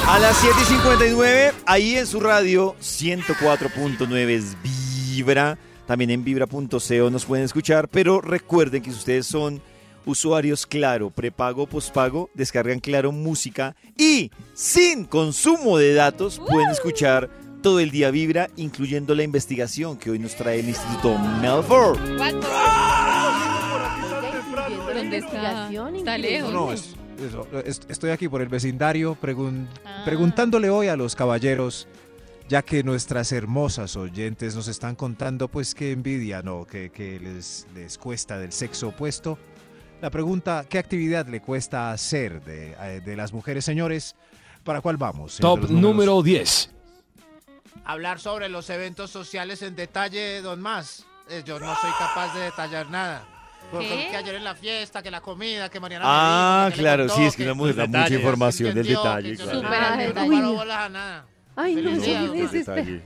[SPEAKER 1] A las 7 y 59, ahí en su radio, 104.9 es Vibra. También en vibra.co nos pueden escuchar, pero recuerden que si ustedes son usuarios Claro, prepago, pospago, descargan Claro Música y sin consumo de datos pueden escuchar todo el día Vibra, incluyendo la investigación que hoy nos trae el Instituto Melford.
[SPEAKER 2] ¿Dónde está? Está
[SPEAKER 5] No,
[SPEAKER 2] lejos.
[SPEAKER 5] no, es- es- es- estoy aquí por el vecindario pregun- preguntándole hoy a los caballeros, ya que nuestras hermosas oyentes nos están contando, pues qué envidia, no, que, que les, les cuesta del sexo opuesto. La pregunta, ¿qué actividad le cuesta hacer de, eh, de las mujeres, señores? ¿Para cuál vamos?
[SPEAKER 13] Top número 10.
[SPEAKER 7] Hablar sobre los eventos sociales en detalle, don Más. Eh, yo no soy capaz de detallar nada. Porque
[SPEAKER 2] ¿Qué?
[SPEAKER 7] que ayer en la fiesta, que la comida, que Mariana me
[SPEAKER 1] Ah,
[SPEAKER 7] dijo, que le
[SPEAKER 1] claro,
[SPEAKER 7] contó,
[SPEAKER 1] sí, es que una mujer da mucha
[SPEAKER 3] detalles.
[SPEAKER 1] información del
[SPEAKER 7] entendió,
[SPEAKER 1] detalle.
[SPEAKER 7] que yo
[SPEAKER 1] claro.
[SPEAKER 7] no- nada,
[SPEAKER 4] Ay,
[SPEAKER 7] no paro
[SPEAKER 4] uy.
[SPEAKER 7] bolas a nada.
[SPEAKER 4] Ay, no,
[SPEAKER 7] Feliz
[SPEAKER 4] sí,
[SPEAKER 7] día,
[SPEAKER 4] sí,
[SPEAKER 7] doctor.
[SPEAKER 4] sí, sí.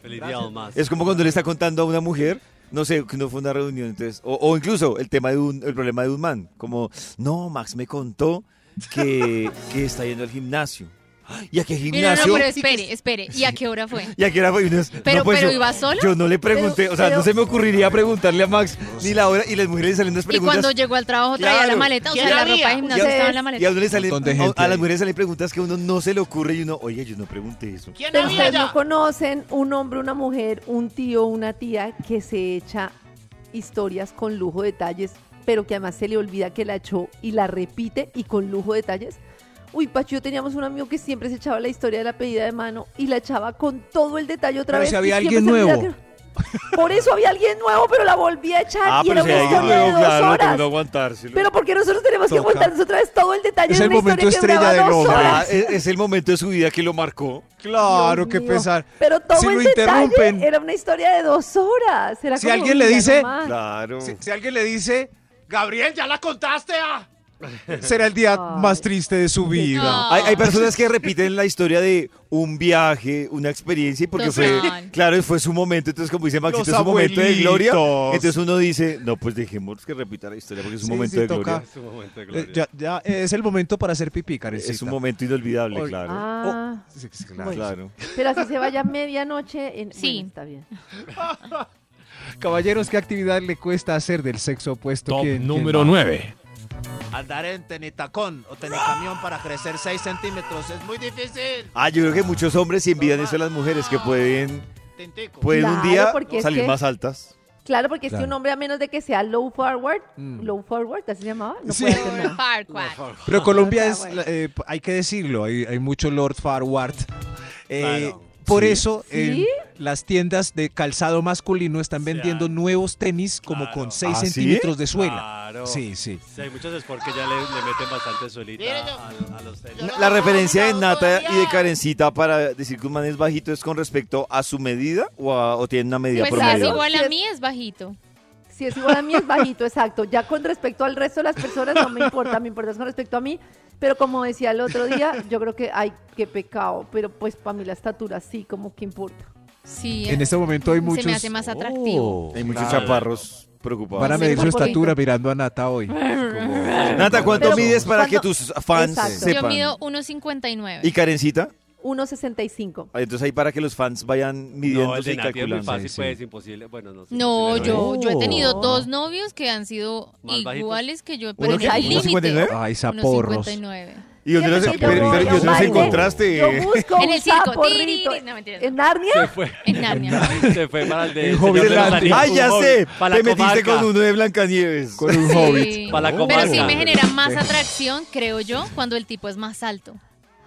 [SPEAKER 3] Feliz día, don más.
[SPEAKER 1] Es como cuando le está contando a una mujer, no sé, que no fue una reunión, entonces, o, o incluso el tema de un, el problema de un man, como, no, Max me contó que, que está yendo al gimnasio. ¿Y a qué
[SPEAKER 2] Mira, no,
[SPEAKER 1] gimnasio?
[SPEAKER 2] pero espere, espere. ¿Y a qué hora fue?
[SPEAKER 1] ¿Y a qué hora fue? Y uno es,
[SPEAKER 2] Pero-
[SPEAKER 1] no, pues,
[SPEAKER 2] pero
[SPEAKER 1] yo-
[SPEAKER 2] ¿iba solo?
[SPEAKER 1] Yo no le pregunté, o sea,
[SPEAKER 2] pero-
[SPEAKER 1] no se me ocurriría preguntarle a Max ni la hora, y las mujeres salen las
[SPEAKER 2] Y
[SPEAKER 1] preguntas.
[SPEAKER 2] cuando llegó al trabajo traía la
[SPEAKER 1] Claro.
[SPEAKER 2] maleta, o
[SPEAKER 1] ¿Quién
[SPEAKER 2] sea, la
[SPEAKER 1] había?
[SPEAKER 2] ropa de gimnasio
[SPEAKER 1] Y a-
[SPEAKER 2] estaba en
[SPEAKER 1] Y
[SPEAKER 2] la
[SPEAKER 1] a,
[SPEAKER 2] maleta.
[SPEAKER 1] uno le salen- a- a las mujeres salen preguntas que a uno no se le ocurre y uno, oye, yo no pregunté eso.
[SPEAKER 4] Pero ustedes no conocen un hombre, una mujer, un tío, una tía que se echa historias con lujo de detalles, pero que además se le olvida que la echó y la repite y con lujo de detalles. Uy, Pacho, yo teníamos un amigo que siempre se echaba la historia de la pedida de mano y la echaba con todo el detalle otra
[SPEAKER 5] Pero
[SPEAKER 4] vez.
[SPEAKER 5] si
[SPEAKER 4] y
[SPEAKER 5] había
[SPEAKER 4] siempre
[SPEAKER 5] alguien
[SPEAKER 4] se olvidaba
[SPEAKER 5] nuevo.
[SPEAKER 4] que- Por eso había alguien nuevo, pero la volví a echar y era
[SPEAKER 1] Ah, si
[SPEAKER 4] una
[SPEAKER 1] hay alguien
[SPEAKER 4] historia de
[SPEAKER 1] nuevo,
[SPEAKER 4] dos
[SPEAKER 1] claro,
[SPEAKER 4] horas.
[SPEAKER 1] no aguantárselo.
[SPEAKER 4] Pero porque nosotros tenemos que
[SPEAKER 1] Toca.
[SPEAKER 4] contarnos otra vez todo el detalle
[SPEAKER 1] Es
[SPEAKER 4] de
[SPEAKER 1] el
[SPEAKER 4] una
[SPEAKER 1] momento
[SPEAKER 4] historia que
[SPEAKER 1] estrella
[SPEAKER 4] duraba
[SPEAKER 1] del
[SPEAKER 4] dos
[SPEAKER 1] hombre.
[SPEAKER 4] horas.
[SPEAKER 1] Ah, Es, es el momento de su vida que lo marcó.
[SPEAKER 5] Claro, qué
[SPEAKER 4] mío.
[SPEAKER 5] pesar.
[SPEAKER 4] Pero todo
[SPEAKER 5] Si
[SPEAKER 4] el
[SPEAKER 5] lo
[SPEAKER 4] detalle
[SPEAKER 5] interrumpen.
[SPEAKER 4] era una historia de dos horas. Era
[SPEAKER 5] Si
[SPEAKER 4] como,
[SPEAKER 5] alguien le
[SPEAKER 4] "Mira
[SPEAKER 5] dice-
[SPEAKER 4] nomás".
[SPEAKER 1] Claro.
[SPEAKER 5] Si, si alguien le dice,
[SPEAKER 7] Gabriel, ya la contaste. ah?
[SPEAKER 5] será el día más triste de su vida.
[SPEAKER 1] Hay, hay personas que repiten la historia de un viaje, una experiencia, y porque
[SPEAKER 5] Total.
[SPEAKER 1] fue, claro, fue su momento. Entonces, como dice Maxito,
[SPEAKER 5] Los
[SPEAKER 1] es un momento de gloria.
[SPEAKER 5] abuelitos.
[SPEAKER 1] Entonces uno dice, no, pues dejemos que repita la historia porque es un
[SPEAKER 5] Sí,
[SPEAKER 1] momento
[SPEAKER 5] sí,
[SPEAKER 1] de
[SPEAKER 5] toca.
[SPEAKER 1] gloria.
[SPEAKER 3] Es un momento de
[SPEAKER 5] Eh,
[SPEAKER 3] gloria.
[SPEAKER 5] ya, ya es el momento para hacer pipí, carecita.
[SPEAKER 1] Es un momento inolvidable,
[SPEAKER 5] Oy.
[SPEAKER 1] claro.
[SPEAKER 4] Ah.
[SPEAKER 5] Sí, sí, claro.
[SPEAKER 4] Bueno.
[SPEAKER 1] Claro.
[SPEAKER 4] Pero así se vaya a medianoche. En... Sí. está bien.
[SPEAKER 5] Caballeros, ¿qué actividad le cuesta hacer del sexo opuesto?
[SPEAKER 13] Top
[SPEAKER 5] ¿Quién- quién
[SPEAKER 13] número
[SPEAKER 5] va?
[SPEAKER 13] nueve.
[SPEAKER 7] Andar en tenitacón o tenicamión para crecer 6 centímetros es muy difícil.
[SPEAKER 1] Ah, yo creo que muchos hombres envidian eso a las mujeres que pueden,
[SPEAKER 7] Tintico.
[SPEAKER 1] pueden
[SPEAKER 4] Claro,
[SPEAKER 1] un día
[SPEAKER 4] porque es
[SPEAKER 1] salir
[SPEAKER 4] que-
[SPEAKER 1] más altas.
[SPEAKER 4] Claro, porque es
[SPEAKER 1] Claro.
[SPEAKER 4] que un hombre, a menos de que sea low forward,
[SPEAKER 5] Mm.
[SPEAKER 4] low forward, así se llamaba, no
[SPEAKER 5] Sí.
[SPEAKER 4] puede hacer nada.
[SPEAKER 5] Pero Colombia
[SPEAKER 4] Ah,
[SPEAKER 5] es,
[SPEAKER 4] bueno.
[SPEAKER 5] la- eh, p- hay que decirlo, hay, hay mucho Lord Farward. Eh,
[SPEAKER 1] Claro.
[SPEAKER 5] Por
[SPEAKER 1] Sí.
[SPEAKER 5] eso en
[SPEAKER 4] ¿Sí?
[SPEAKER 5] las tiendas de calzado masculino están vendiendo nuevos tenis como con 6
[SPEAKER 1] ¿Ah, sí?
[SPEAKER 5] centímetros de suela.
[SPEAKER 3] Claro.
[SPEAKER 5] Sí, sí.
[SPEAKER 3] Sí, hay muchos es porque ya le, le meten bastante suelita a, a los tenis.
[SPEAKER 1] La, la referencia de Nata y de Karencita para decir que un man es bajito es con respecto a su medida o, a- o tiene una medida
[SPEAKER 2] Pues es
[SPEAKER 1] promedio.
[SPEAKER 2] igual a mí, es bajito.
[SPEAKER 4] Si es igual a mí es bajito, exacto. Ya con respecto al resto de las personas no me importa, me importa es con respecto a mí. Pero como decía el otro día, yo creo que, ay, qué pecado. Pero pues para mí la estatura sí, como que importa.
[SPEAKER 2] Sí. eh,
[SPEAKER 5] En este momento hay
[SPEAKER 2] Se me
[SPEAKER 5] muchos.
[SPEAKER 2] hace
[SPEAKER 1] Oh.
[SPEAKER 2] más atractivo.
[SPEAKER 1] Hay muchos
[SPEAKER 5] Claro.
[SPEAKER 1] chaparros preocupados.
[SPEAKER 5] Van a medir su
[SPEAKER 4] Poquito.
[SPEAKER 5] estatura mirando a Nata hoy.
[SPEAKER 1] Nata, ¿cuánto
[SPEAKER 4] Pero
[SPEAKER 1] mides para
[SPEAKER 4] cuando-
[SPEAKER 1] que tus fans
[SPEAKER 4] Exacto.
[SPEAKER 2] Yo
[SPEAKER 1] sepan?
[SPEAKER 2] mido 1.59.
[SPEAKER 1] ¿Y Karencita?
[SPEAKER 4] 1.65.
[SPEAKER 1] Ah, Entonces ahí para que los fans vayan midiendo
[SPEAKER 3] No, el de
[SPEAKER 1] y
[SPEAKER 3] Nati es muy
[SPEAKER 1] calculando. Sí,
[SPEAKER 3] fácil,
[SPEAKER 1] sí.
[SPEAKER 3] pues es imposible. Bueno, no sé.
[SPEAKER 2] No, yo, yo he tenido
[SPEAKER 4] No.
[SPEAKER 2] dos novios que han sido
[SPEAKER 3] ¿Más bajitos?
[SPEAKER 2] iguales que yo,
[SPEAKER 1] Oh. ¿Uno
[SPEAKER 2] pero
[SPEAKER 1] qué?
[SPEAKER 2] en el
[SPEAKER 1] ¿Uno cincuenta y
[SPEAKER 2] límite.
[SPEAKER 1] nueve?
[SPEAKER 5] Ay, zaporros.
[SPEAKER 2] 1.59.
[SPEAKER 1] ¿Y dónde los,
[SPEAKER 4] Fíjate que yo
[SPEAKER 1] pero-
[SPEAKER 4] voy
[SPEAKER 1] pero-
[SPEAKER 4] a
[SPEAKER 1] ¿y dónde
[SPEAKER 4] un
[SPEAKER 1] los
[SPEAKER 4] baile.
[SPEAKER 1] encontraste?
[SPEAKER 4] Yo busco
[SPEAKER 2] En
[SPEAKER 4] un
[SPEAKER 2] el circo,
[SPEAKER 4] saporrito.
[SPEAKER 2] tiri, no, mentira.
[SPEAKER 4] ¿En Narnia?
[SPEAKER 3] Se fue.
[SPEAKER 2] En Narnia.
[SPEAKER 3] Se fue para el de.
[SPEAKER 5] El hobby
[SPEAKER 3] señor
[SPEAKER 5] de
[SPEAKER 3] los
[SPEAKER 5] Nati.
[SPEAKER 3] anillos.
[SPEAKER 1] ¡Ay, Ah, ya
[SPEAKER 3] Un
[SPEAKER 1] sé!
[SPEAKER 3] hobby para
[SPEAKER 1] Te
[SPEAKER 3] la
[SPEAKER 1] metiste
[SPEAKER 3] comarca.
[SPEAKER 1] con uno de Blancanieves.
[SPEAKER 5] Con un
[SPEAKER 2] Sí.
[SPEAKER 5] hobbit.
[SPEAKER 3] Para la
[SPEAKER 1] Oh,
[SPEAKER 3] comarca.
[SPEAKER 2] Pero sí me genera más atracción, creo yo, cuando el tipo es más alto.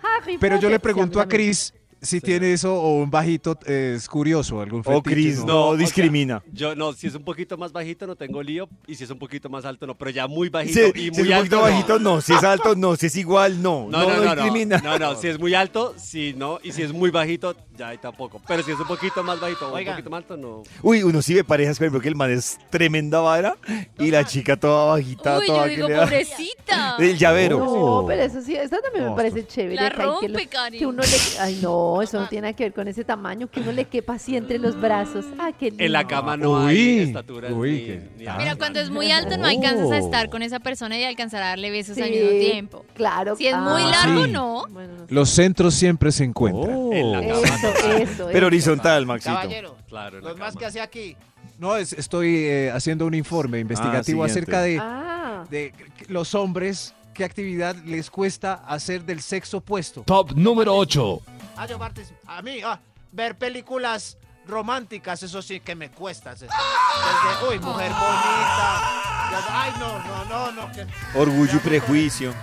[SPEAKER 4] Harry
[SPEAKER 5] Pero yo
[SPEAKER 4] Potter.
[SPEAKER 5] le
[SPEAKER 4] Sí,
[SPEAKER 5] pregunto a
[SPEAKER 4] mí también.
[SPEAKER 5] Chris si tiene eso o un bajito eh, es curioso, algún fetiche,
[SPEAKER 1] Oh, Cris,
[SPEAKER 5] ¿no?
[SPEAKER 1] no,
[SPEAKER 3] o sea,
[SPEAKER 1] discrimina.
[SPEAKER 3] Yo no, si es un poquito más bajito no tengo lío y si es un poquito más alto no, pero ya muy bajito
[SPEAKER 1] Si,
[SPEAKER 3] y
[SPEAKER 1] si
[SPEAKER 3] muy
[SPEAKER 1] es un poquito
[SPEAKER 3] alto. no.
[SPEAKER 1] bajito, no. Si es alto, no. Si es igual, no.
[SPEAKER 3] No, no, no, no,
[SPEAKER 1] discrimina.
[SPEAKER 3] no, no, si es muy alto, sí, no, y si es muy bajito, ya ahí tampoco. Pero si es un poquito más bajito o un
[SPEAKER 7] Oigan.
[SPEAKER 3] poquito más alto, no.
[SPEAKER 1] Uy, uno sí ve parejas, por ejemplo, que el man es tremenda vara y la chica toda bajita,
[SPEAKER 2] Uy, yo
[SPEAKER 1] toda que
[SPEAKER 2] digo,
[SPEAKER 1] le da-
[SPEAKER 2] pobrecita.
[SPEAKER 1] El llavero.
[SPEAKER 4] No, pero eso sí, eso también me
[SPEAKER 5] No,
[SPEAKER 4] parece chévere.
[SPEAKER 2] La
[SPEAKER 4] Kai, que lo-
[SPEAKER 2] rompe,
[SPEAKER 4] que,
[SPEAKER 2] Karin.
[SPEAKER 4] uno le, ay no, eso no tiene nada que ver con ese tamaño, que uno le quepa así entre los brazos. Ah, qué lindo.
[SPEAKER 3] En la cama no hay
[SPEAKER 5] Uy,
[SPEAKER 3] estatura
[SPEAKER 5] uy,
[SPEAKER 3] ni,
[SPEAKER 5] qué-
[SPEAKER 3] ni
[SPEAKER 5] Ah.
[SPEAKER 2] Pero
[SPEAKER 3] altura.
[SPEAKER 2] cuando es muy alto no alcanzas a estar con esa persona y alcanzar a darle besos
[SPEAKER 4] Sí,
[SPEAKER 2] al mismo tiempo.
[SPEAKER 4] Claro.
[SPEAKER 2] Si es muy
[SPEAKER 4] Ah,
[SPEAKER 2] largo,
[SPEAKER 5] sí.
[SPEAKER 2] no.
[SPEAKER 4] bueno, no sé.
[SPEAKER 5] Los centros siempre se encuentran.
[SPEAKER 1] Oh.
[SPEAKER 3] Oh. En la cama.
[SPEAKER 4] Eso, eso.
[SPEAKER 1] Pero
[SPEAKER 4] eso.
[SPEAKER 1] horizontal, Maxito.
[SPEAKER 7] Caballero,
[SPEAKER 3] Claro, en la
[SPEAKER 7] los más
[SPEAKER 3] cama.
[SPEAKER 7] que hace aquí.
[SPEAKER 5] No, es- estoy eh, haciendo un informe investigativo
[SPEAKER 1] siguiente.
[SPEAKER 5] acerca de,
[SPEAKER 4] Ah,
[SPEAKER 5] de c- los hombres, qué actividad les cuesta hacer del sexo opuesto.
[SPEAKER 13] Top número 8.
[SPEAKER 7] Ah, yo partes- A mí, ah, ver películas románticas, eso sí que me cuesta. Desde, uy, mujer bonita. desde- ay, no, no, no, no. que-
[SPEAKER 1] Orgullo y prejuicio.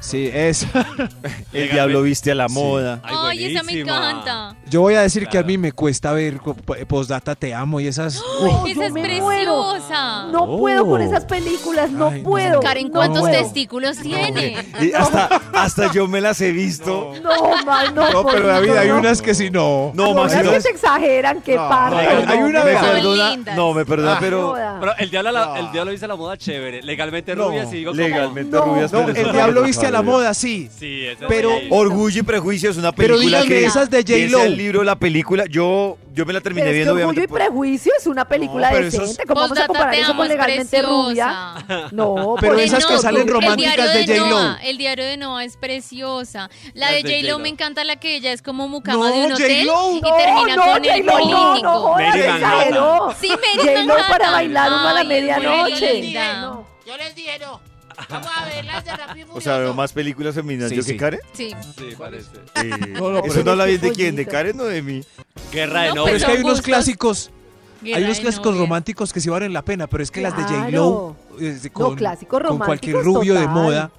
[SPEAKER 5] Sí, es.
[SPEAKER 1] El diablo viste a la moda.
[SPEAKER 2] Ay, esa me
[SPEAKER 3] buenísima.
[SPEAKER 2] encanta.
[SPEAKER 5] Yo voy a decir que a
[SPEAKER 3] Claro.
[SPEAKER 5] mí me cuesta ver co- p- postdata te amo y esas.
[SPEAKER 4] No,
[SPEAKER 2] esa
[SPEAKER 4] yo
[SPEAKER 2] es
[SPEAKER 4] me muero.
[SPEAKER 2] preciosa.
[SPEAKER 4] No puedo con esas películas, no
[SPEAKER 5] Ay, no.
[SPEAKER 4] puedo.
[SPEAKER 2] Karen,
[SPEAKER 4] no
[SPEAKER 2] ¿cuántos
[SPEAKER 4] puedo.
[SPEAKER 2] testículos tiene?
[SPEAKER 1] Y hasta, hasta yo me las he visto.
[SPEAKER 4] No, man, no.
[SPEAKER 5] No, pero David,
[SPEAKER 4] pobrecito,
[SPEAKER 5] hay
[SPEAKER 4] no.
[SPEAKER 5] unas que si no.
[SPEAKER 1] No,
[SPEAKER 4] Hay unas
[SPEAKER 1] Maxito.
[SPEAKER 4] que se exageran, que
[SPEAKER 5] No,
[SPEAKER 4] parto.
[SPEAKER 5] hay- hay
[SPEAKER 4] no,
[SPEAKER 5] una
[SPEAKER 4] no,
[SPEAKER 1] me
[SPEAKER 2] Son
[SPEAKER 4] no,
[SPEAKER 1] perdona.
[SPEAKER 2] lindas.
[SPEAKER 1] No, me perdona, pero.
[SPEAKER 4] joda.
[SPEAKER 3] Ah, Pero el diablo, a la-
[SPEAKER 5] Ah.
[SPEAKER 3] el diablo dice la moda chévere. Legalmente
[SPEAKER 5] No,
[SPEAKER 3] rubia, sí digo como-
[SPEAKER 1] Legalmente
[SPEAKER 4] No,
[SPEAKER 1] rubias.
[SPEAKER 5] No,
[SPEAKER 1] pero eso
[SPEAKER 5] el
[SPEAKER 1] no
[SPEAKER 5] diablo
[SPEAKER 1] me
[SPEAKER 5] viste a la
[SPEAKER 1] pasa,
[SPEAKER 5] moda, sí.
[SPEAKER 3] Sí, esa
[SPEAKER 5] Pero-
[SPEAKER 3] es la-
[SPEAKER 1] Orgullo y prejuicio es una
[SPEAKER 5] Pero
[SPEAKER 1] película. película
[SPEAKER 5] digas
[SPEAKER 1] que
[SPEAKER 5] de esas de
[SPEAKER 1] que es
[SPEAKER 5] J.Lo.
[SPEAKER 1] el libro, la película, yo, yo me la terminé
[SPEAKER 4] Pero es que
[SPEAKER 1] viendo
[SPEAKER 4] Orgullo y
[SPEAKER 1] obviamente.
[SPEAKER 4] Prejuicio es una película
[SPEAKER 1] pero eso es-
[SPEAKER 4] decente. ¿Cómo vamos
[SPEAKER 2] Postdata,
[SPEAKER 4] a comparar
[SPEAKER 2] te
[SPEAKER 4] eso
[SPEAKER 2] amo,
[SPEAKER 4] con
[SPEAKER 2] es
[SPEAKER 4] legalmente
[SPEAKER 2] preciosa.
[SPEAKER 4] rubia? No,
[SPEAKER 5] Pero
[SPEAKER 4] por
[SPEAKER 2] De
[SPEAKER 5] esas que
[SPEAKER 2] Noah,
[SPEAKER 5] salen
[SPEAKER 2] el
[SPEAKER 5] románticas
[SPEAKER 2] diario
[SPEAKER 5] de J.Lo.
[SPEAKER 2] Noah, El diario de Noah es preciosa. La
[SPEAKER 3] Las
[SPEAKER 2] de
[SPEAKER 3] de
[SPEAKER 2] J.Lo
[SPEAKER 3] J.Lo.
[SPEAKER 2] me encanta, la que ella es como mucama
[SPEAKER 5] No,
[SPEAKER 2] de un hotel
[SPEAKER 5] J.Lo.
[SPEAKER 2] y
[SPEAKER 4] No,
[SPEAKER 2] termina
[SPEAKER 4] Oh, no,
[SPEAKER 2] con el
[SPEAKER 4] J.Lo, no,
[SPEAKER 2] político.
[SPEAKER 4] no, jodas,
[SPEAKER 3] Mary Manhattan.
[SPEAKER 4] exageró.
[SPEAKER 2] Sí, Mary
[SPEAKER 4] J.Lo
[SPEAKER 2] Manhattan.
[SPEAKER 4] para bailar uno a la
[SPEAKER 2] Ay,
[SPEAKER 4] medianoche.
[SPEAKER 2] es muy linda.
[SPEAKER 7] Yo les dije no. Vamos a ver las de Rápido y
[SPEAKER 1] O sea, veo
[SPEAKER 7] Furioso.
[SPEAKER 1] más películas femeninas
[SPEAKER 5] Sí,
[SPEAKER 1] yo
[SPEAKER 5] sí.
[SPEAKER 1] que Karen.
[SPEAKER 2] Sí.
[SPEAKER 3] Sí, parece.
[SPEAKER 1] Eh,
[SPEAKER 5] No, no,
[SPEAKER 1] eso
[SPEAKER 5] pero-
[SPEAKER 1] no habla bien de
[SPEAKER 4] Qué
[SPEAKER 1] quién, de
[SPEAKER 4] pollito.
[SPEAKER 1] Karen o de mí.
[SPEAKER 3] Guerra de
[SPEAKER 2] No, pues,
[SPEAKER 3] no,
[SPEAKER 5] Pero es que hay unos
[SPEAKER 2] gustos.
[SPEAKER 5] clásicos. Hay
[SPEAKER 2] Guerra
[SPEAKER 5] unos
[SPEAKER 2] de
[SPEAKER 5] clásicos
[SPEAKER 2] novias.
[SPEAKER 5] románticos que sí valen la pena, pero es que las de
[SPEAKER 4] Claro.
[SPEAKER 5] J-Lo, eh, de-
[SPEAKER 4] No,
[SPEAKER 5] con,
[SPEAKER 4] clásicos
[SPEAKER 5] con cualquier
[SPEAKER 4] románticos,
[SPEAKER 5] rubio de
[SPEAKER 4] total.
[SPEAKER 5] moda.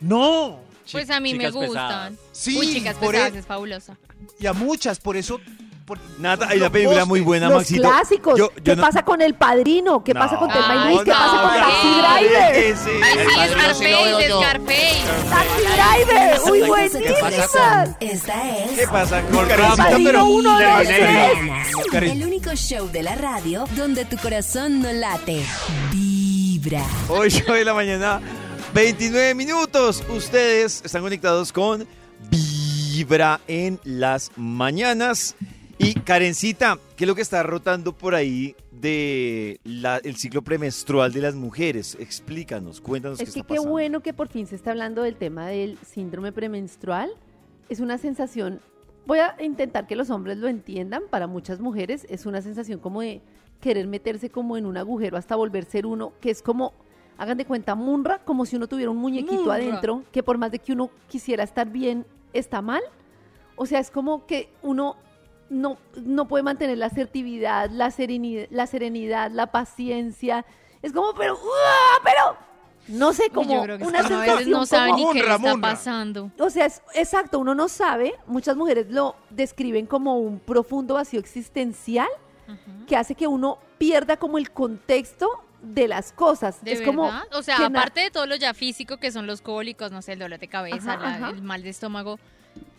[SPEAKER 5] No,
[SPEAKER 2] Pues a mí me gustan.
[SPEAKER 5] sí,
[SPEAKER 2] Uy, chicas
[SPEAKER 5] por
[SPEAKER 2] pesadas,
[SPEAKER 5] e-
[SPEAKER 2] es fabulosa.
[SPEAKER 5] y a muchas, por eso. por-
[SPEAKER 1] Nada,
[SPEAKER 5] por
[SPEAKER 1] hay una
[SPEAKER 5] los
[SPEAKER 1] película
[SPEAKER 5] postres.
[SPEAKER 1] muy buena,
[SPEAKER 4] Los
[SPEAKER 1] Maxito.
[SPEAKER 4] clásicos.
[SPEAKER 1] Yo- yo
[SPEAKER 4] ¿Qué
[SPEAKER 1] no-
[SPEAKER 4] pasa con El Padrino? ¿Qué pasa con Telma y
[SPEAKER 2] Ay,
[SPEAKER 4] Luis? ¿Qué
[SPEAKER 2] no,
[SPEAKER 4] pasa con
[SPEAKER 2] no,
[SPEAKER 4] Taxi
[SPEAKER 2] no.
[SPEAKER 4] Driver?
[SPEAKER 1] Ese.
[SPEAKER 2] Ay, sí, Scarface,
[SPEAKER 7] yo.
[SPEAKER 2] Scarface.
[SPEAKER 4] ¡Taxi Driver! ¡Uy, buenísimas!
[SPEAKER 11] Esta es
[SPEAKER 1] ¿Qué pasa con
[SPEAKER 4] Padrino
[SPEAKER 1] Rambo?
[SPEAKER 4] uno, dos, tres.
[SPEAKER 11] el único show de la radio donde tu corazón no late. Vibra.
[SPEAKER 1] 8 de la mañana, 29 minutos. Ustedes están conectados con Vibra en las mañanas. Y Karencita, ¿qué es lo que está rotando por ahí de la- el ciclo premenstrual de las mujeres? Explícanos, cuéntanos qué
[SPEAKER 4] Es que
[SPEAKER 1] está
[SPEAKER 4] qué
[SPEAKER 1] pasando.
[SPEAKER 4] bueno que por fin se está hablando del tema del síndrome premenstrual. Es una sensación, voy a intentar que los hombres lo entiendan, para muchas mujeres es una sensación como de querer meterse como en un agujero hasta volver ser uno, que es como, hagan de cuenta, munra, como si uno tuviera un muñequito
[SPEAKER 2] Munra.
[SPEAKER 4] adentro, que por más de que uno quisiera estar bien, está mal. O sea, es como que uno no, no puede mantener la asertividad, la serenidad, la, serenidad, la paciencia. Es como, pero, ¡uah! pero, no sé,
[SPEAKER 2] Uy,
[SPEAKER 4] como
[SPEAKER 2] yo creo que
[SPEAKER 4] una
[SPEAKER 2] es que uno a veces
[SPEAKER 4] sensación
[SPEAKER 2] no sabe
[SPEAKER 4] como-
[SPEAKER 2] ni qué le está
[SPEAKER 5] Munra.
[SPEAKER 2] pasando.
[SPEAKER 4] O sea, es, exacto, uno no sabe. Muchas mujeres lo describen como un profundo vacío existencial que hace que uno pierda como el contexto de las cosas.
[SPEAKER 2] ¿De
[SPEAKER 4] es
[SPEAKER 2] verdad?
[SPEAKER 4] como
[SPEAKER 2] o sea,
[SPEAKER 4] que na-
[SPEAKER 2] aparte de todo lo ya físico, que son los cólicos, no sé, el dolor de cabeza,
[SPEAKER 4] Ajá,
[SPEAKER 2] la-
[SPEAKER 4] ajá.
[SPEAKER 2] el mal de estómago,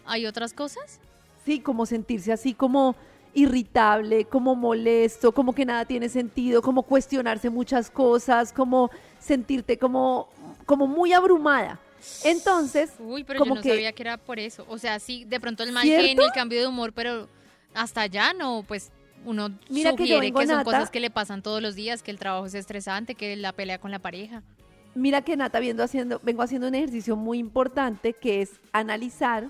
[SPEAKER 2] ¿hay otras cosas?
[SPEAKER 4] Sí, como sentirse así como irritable, como molesto, como que nada tiene sentido, como cuestionarse muchas cosas, como sentirte como, como muy abrumada. Entonces,
[SPEAKER 2] Uy, pero
[SPEAKER 4] Como
[SPEAKER 2] yo no
[SPEAKER 4] que-
[SPEAKER 2] sabía que era por eso. O sea, sí, de pronto el mal
[SPEAKER 4] ¿Cierto?
[SPEAKER 2] genio, el cambio de humor, pero hasta allá no, pues uno
[SPEAKER 4] Mira que yo
[SPEAKER 2] sugiere que,
[SPEAKER 4] vengo,
[SPEAKER 2] son
[SPEAKER 4] Nata.
[SPEAKER 2] cosas que le pasan todos los días, que el trabajo es estresante, que la pelea con la pareja.
[SPEAKER 4] mira que Nata viendo haciendo, vengo haciendo un ejercicio muy importante que es analizar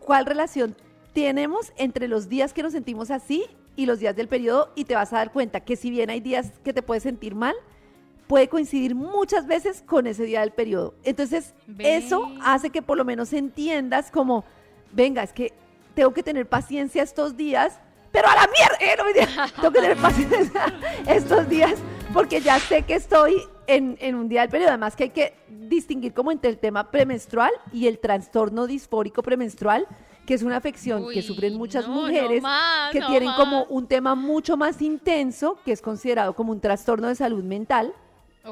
[SPEAKER 4] cuál relación tenemos entre los días que nos sentimos así y los días del periodo y te vas a dar cuenta que si bien hay días que te puedes sentir mal, puede coincidir muchas veces con ese día del periodo. Entonces,
[SPEAKER 2] Ve.
[SPEAKER 4] eso hace que por lo menos entiendas como, venga, es que tengo que tener paciencia estos días, pero a la mierda, eh, no me digas, tengo que tener paciencia estos días porque ya sé que estoy en, en un día del periodo. Además que hay que distinguir como entre el tema premenstrual y el trastorno disfórico premenstrual, que es una afección que
[SPEAKER 2] Uy,
[SPEAKER 4] sufren muchas
[SPEAKER 2] no, no
[SPEAKER 4] mujeres
[SPEAKER 2] más,
[SPEAKER 4] que
[SPEAKER 2] no
[SPEAKER 4] tienen como
[SPEAKER 2] más.
[SPEAKER 4] un tema mucho más intenso, que es considerado como un trastorno de salud mental,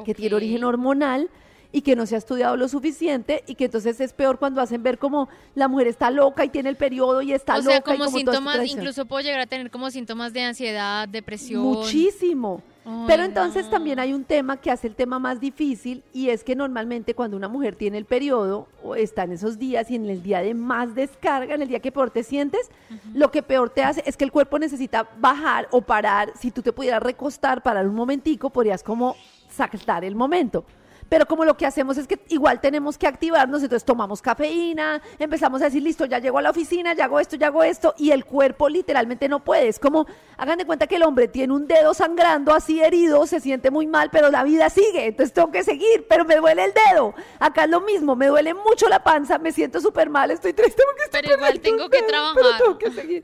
[SPEAKER 4] que tiene
[SPEAKER 2] Ok.
[SPEAKER 4] origen hormonal y que no se ha estudiado lo suficiente y que entonces es peor cuando hacen ver como la mujer está loca y tiene el periodo y está
[SPEAKER 2] O
[SPEAKER 4] loca.
[SPEAKER 2] sea,
[SPEAKER 4] y
[SPEAKER 2] como
[SPEAKER 4] toda esta
[SPEAKER 2] síntomas,
[SPEAKER 4] tradición.
[SPEAKER 2] incluso puedo llegar a tener como síntomas de ansiedad, depresión.
[SPEAKER 4] Muchísimo.
[SPEAKER 2] Ay,
[SPEAKER 4] Pero entonces
[SPEAKER 2] no.
[SPEAKER 4] también hay un tema que hace el tema más difícil y es que normalmente cuando una mujer tiene el periodo o está en esos días y en el día de más descarga, en el día que peor te sientes, lo que peor te hace es que el cuerpo necesita bajar o parar. Si tú te pudieras recostar, parar un momentico, podrías como saltar el momento. Pero como lo que hacemos es que igual tenemos que activarnos, entonces tomamos cafeína, empezamos a decir, listo, ya llego a la oficina, ya hago esto, ya hago esto, y el cuerpo literalmente no puede. Es como, hagan de cuenta que el hombre tiene un dedo sangrando, así herido, se siente muy mal, pero la vida sigue, entonces tengo que seguir, pero me duele el dedo. Acá es lo mismo, me duele mucho la panza, me siento súper mal, estoy triste porque estoy
[SPEAKER 2] Pero igual
[SPEAKER 4] perdiendo
[SPEAKER 2] tengo
[SPEAKER 4] un
[SPEAKER 2] que
[SPEAKER 4] dedo,
[SPEAKER 2] trabajar.
[SPEAKER 4] pero tengo que seguir.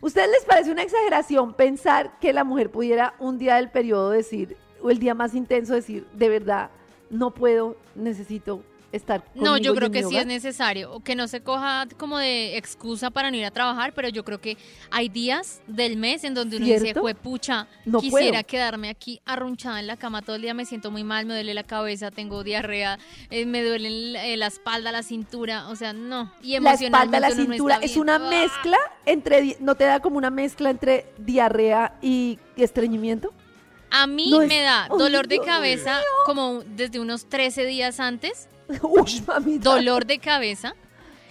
[SPEAKER 4] ¿Ustedes les parece una exageración pensar que la mujer pudiera un día del periodo decir, o el día más intenso decir, de verdad, no puedo, necesito estar
[SPEAKER 2] No, yo
[SPEAKER 4] conmigo y
[SPEAKER 2] creo
[SPEAKER 4] en
[SPEAKER 2] que
[SPEAKER 4] mi
[SPEAKER 2] sí
[SPEAKER 4] hogar"?
[SPEAKER 2] es necesario. o Que no se coja como de excusa para no ir a trabajar, pero yo creo que hay días del mes en donde uno dice,
[SPEAKER 4] ¿Cierto?
[SPEAKER 2] juepucha,
[SPEAKER 4] No
[SPEAKER 2] quisiera
[SPEAKER 4] puedo".
[SPEAKER 2] quedarme aquí arrunchada en la cama todo el día, me siento muy mal, me duele la cabeza, tengo diarrea, eh, me duele la, eh, la espalda, la cintura, o sea, no. Y
[SPEAKER 4] La espalda,
[SPEAKER 2] emocionalmente
[SPEAKER 4] la
[SPEAKER 2] uno no
[SPEAKER 4] cintura,
[SPEAKER 2] está
[SPEAKER 4] es
[SPEAKER 2] bien.
[SPEAKER 4] una
[SPEAKER 2] ¡Ah!
[SPEAKER 4] mezcla entre, di- ¿no te da como una mezcla entre diarrea y estreñimiento?
[SPEAKER 2] A mí
[SPEAKER 4] No es-
[SPEAKER 2] me da
[SPEAKER 4] Ay,
[SPEAKER 2] dolor de
[SPEAKER 4] Dios
[SPEAKER 2] cabeza como desde unos 13 días antes,
[SPEAKER 4] Uy, mamita.
[SPEAKER 2] dolor de cabeza.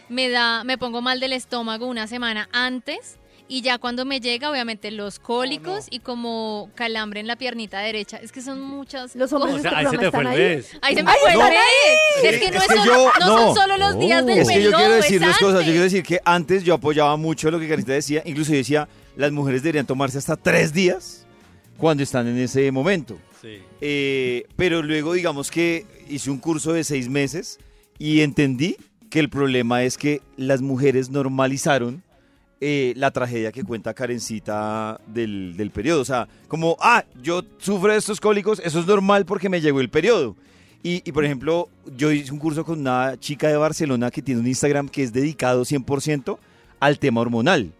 [SPEAKER 2] me da, me pongo mal del estómago una semana antes y ya cuando me llega, obviamente los
[SPEAKER 1] Oh,
[SPEAKER 2] cólicos y como calambre en la piernita derecha. Es que son muchas.
[SPEAKER 4] Los hombres
[SPEAKER 2] cosas.
[SPEAKER 4] de este O sea, ahí se te programa fue el están ahí. mes.
[SPEAKER 2] Ahí se me
[SPEAKER 4] Ahí
[SPEAKER 2] fue el
[SPEAKER 4] están
[SPEAKER 2] mes.
[SPEAKER 4] ahí.
[SPEAKER 2] Es que no,
[SPEAKER 4] Es
[SPEAKER 2] es
[SPEAKER 4] que
[SPEAKER 2] solo-
[SPEAKER 4] yo-
[SPEAKER 2] no son solo los días del
[SPEAKER 1] Es que yo
[SPEAKER 2] periodo,
[SPEAKER 1] quiero
[SPEAKER 2] es
[SPEAKER 1] decir dos cosas. Yo
[SPEAKER 2] antes.
[SPEAKER 1] quiero decir que antes yo apoyaba mucho lo que Carita decía. Incluso yo decía, las mujeres deberían tomarse hasta tres días cuando están en ese momento.
[SPEAKER 3] Sí.
[SPEAKER 1] Eh, pero luego, digamos que hice un curso de seis meses y entendí que el problema es que las mujeres normalizaron eh, la tragedia que cuenta Karencita del, del periodo. O sea, como, ah, yo sufro de estos cólicos, eso es normal porque me llegó el periodo. Y, y, por ejemplo, yo hice un curso con una chica de Barcelona que tiene un Instagram que es dedicado 100% al tema hormonal.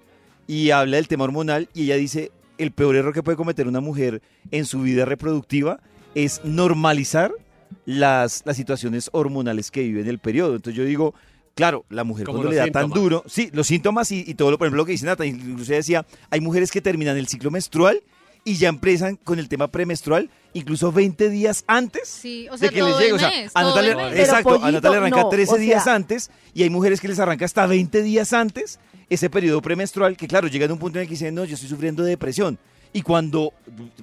[SPEAKER 1] Y habla del tema hormonal y ella dice, el peor error que puede cometer una mujer en su vida reproductiva es normalizar las, las situaciones hormonales que vive en el periodo. Entonces yo digo, claro, la mujer
[SPEAKER 3] Como
[SPEAKER 1] cuando le
[SPEAKER 3] los
[SPEAKER 1] da tan
[SPEAKER 3] síntomas.
[SPEAKER 1] duro, sí, los síntomas y, y todo lo, por ejemplo, lo que dice Nata, incluso ella decía, hay mujeres que terminan el ciclo menstrual y ya empiezan con el tema premenstrual, incluso 20 días antes
[SPEAKER 2] Sí, o sea,
[SPEAKER 1] de que les
[SPEAKER 2] todo
[SPEAKER 1] llegue.
[SPEAKER 2] el
[SPEAKER 1] O sea,
[SPEAKER 2] mes,
[SPEAKER 1] a Nata
[SPEAKER 2] todo el
[SPEAKER 1] le-
[SPEAKER 2] mes.
[SPEAKER 1] exacto,
[SPEAKER 4] Pero,
[SPEAKER 1] a Nata le
[SPEAKER 4] pollito,
[SPEAKER 1] arranca
[SPEAKER 4] no,
[SPEAKER 1] 13
[SPEAKER 4] o
[SPEAKER 1] días
[SPEAKER 4] sea-
[SPEAKER 1] antes y hay mujeres que les arranca hasta 20 días antes ese periodo premenstrual que, claro, llegan a un punto en el que dicen, no, yo estoy sufriendo de depresión. Y cuando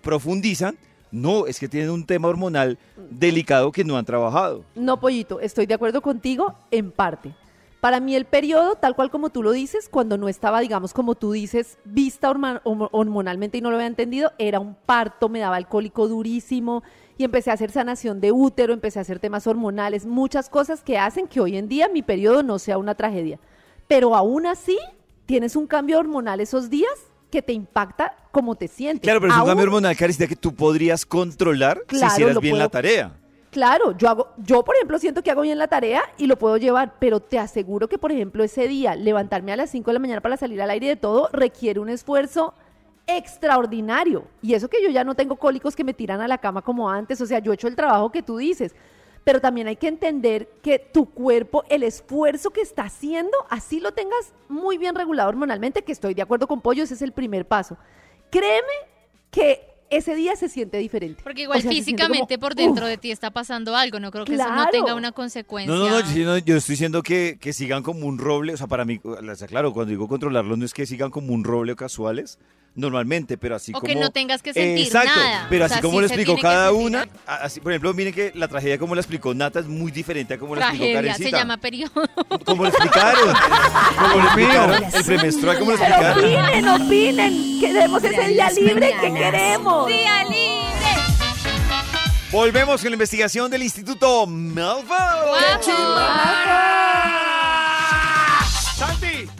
[SPEAKER 1] profundizan, no, es que tienen un tema hormonal delicado que no han trabajado.
[SPEAKER 4] No, pollito, estoy de acuerdo contigo en parte. Para mí el periodo, tal cual como tú lo dices, cuando no estaba, digamos, como tú dices, vista horma- homo- hormonalmente y no lo había entendido, era un parto, me daba alcohólico durísimo y empecé a hacer sanación de útero, empecé a hacer temas hormonales, muchas cosas que hacen que hoy en día mi periodo no sea una tragedia. Pero aún así, tienes un cambio hormonal esos días que te impacta como te sientes.
[SPEAKER 1] Claro, pero es un
[SPEAKER 4] Aún
[SPEAKER 1] cambio hormonal, Caricita, que tú podrías controlar si
[SPEAKER 4] Claro,
[SPEAKER 1] hicieras
[SPEAKER 4] lo
[SPEAKER 1] bien la
[SPEAKER 4] puedo-
[SPEAKER 1] tarea.
[SPEAKER 4] Claro, yo hago, yo por ejemplo siento que hago bien la tarea y lo puedo llevar, pero te aseguro que por ejemplo ese día levantarme a las 5 de la mañana para salir al aire de todo requiere un esfuerzo extraordinario. Y eso que yo ya no tengo cólicos que me tiran a la cama como antes, o sea, yo he hecho el trabajo que tú dices, pero también hay que entender que tu cuerpo, el esfuerzo que está haciendo, así lo tengas muy bien regulado hormonalmente, que estoy de acuerdo con Pollo, ese es el primer paso. Créeme que ese día se siente diferente.
[SPEAKER 2] Porque igual
[SPEAKER 4] O sea, se siente como,
[SPEAKER 2] físicamente por dentro de ti está pasando algo. No creo que eso no
[SPEAKER 4] Claro.
[SPEAKER 2] tenga una consecuencia.
[SPEAKER 1] No, no, no, yo, sí, no, yo estoy diciendo que, que sigan como un roble, o sea, para mí, les aclaro, cuando digo controlarlos no es que sigan como un roble o casuales, normalmente, pero así
[SPEAKER 2] O
[SPEAKER 1] como...
[SPEAKER 2] que no tengas que sentir
[SPEAKER 1] Exacto,
[SPEAKER 2] nada.
[SPEAKER 1] pero
[SPEAKER 2] O
[SPEAKER 1] así
[SPEAKER 2] sea,
[SPEAKER 1] como
[SPEAKER 2] sí
[SPEAKER 1] lo
[SPEAKER 2] se
[SPEAKER 1] explicó
[SPEAKER 2] tiene que
[SPEAKER 1] cada
[SPEAKER 2] sentir
[SPEAKER 1] una, a- así, por ejemplo, miren que la tragedia como la explicó Nata es muy diferente a como la explicó
[SPEAKER 2] Tragedia, se
[SPEAKER 1] Karencita.
[SPEAKER 2] llama periodo.
[SPEAKER 1] Como lo explicaron, como lo explicaron, el premenstrual, como lo explicaron.
[SPEAKER 4] Opinen, opinen, queremos ese día libre que queremos.
[SPEAKER 2] Día libre.
[SPEAKER 1] Volvemos con la investigación del Instituto
[SPEAKER 5] Santi,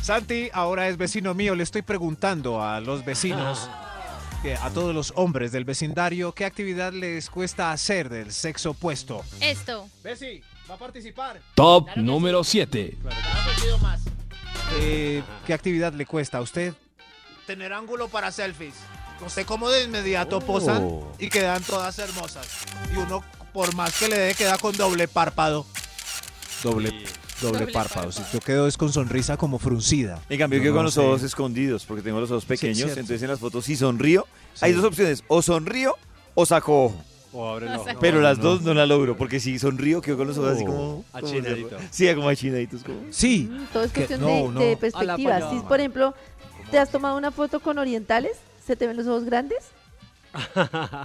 [SPEAKER 5] Santi ahora es vecino mío. Le estoy preguntando a los vecinos,
[SPEAKER 4] Ah.
[SPEAKER 5] que- a todos los hombres del vecindario, qué actividad les cuesta hacer del sexo opuesto.
[SPEAKER 2] Esto.
[SPEAKER 7] Bessie, va a participar.
[SPEAKER 13] Top número 7.
[SPEAKER 5] Eh, ¿Qué actividad le cuesta a usted?
[SPEAKER 7] Tener ángulo para selfies. No sé cómo de inmediato posan
[SPEAKER 5] Oh.
[SPEAKER 7] y quedan todas hermosas. Y uno, por más que le dé, queda con doble párpado.
[SPEAKER 5] Doble, doble,
[SPEAKER 7] Doble
[SPEAKER 5] párpado. Si Yo quedo es con sonrisa como fruncida.
[SPEAKER 1] En cambio, yo
[SPEAKER 5] que
[SPEAKER 1] quedo con los ojos escondidos porque tengo los ojos pequeños,
[SPEAKER 5] cierto.
[SPEAKER 1] entonces en las fotos si sonrío, hay dos opciones, o sonrío o saco ojo.
[SPEAKER 3] O abre el ojo.
[SPEAKER 1] Pero
[SPEAKER 3] No,
[SPEAKER 1] las
[SPEAKER 3] no.
[SPEAKER 1] dos no la logro, porque si sonrío, quedo con los ojos así
[SPEAKER 3] Oh.
[SPEAKER 1] como...
[SPEAKER 3] Achinadito.
[SPEAKER 1] como- Sí, como achinaditos. Como...
[SPEAKER 5] Sí.
[SPEAKER 4] Todo es
[SPEAKER 1] Que-
[SPEAKER 4] cuestión
[SPEAKER 1] no,
[SPEAKER 4] de,
[SPEAKER 1] no.
[SPEAKER 4] de
[SPEAKER 1] A la
[SPEAKER 4] perspectivas. Si, por ejemplo, te has tomado una foto con orientales, ¿se te ven los ojos grandes?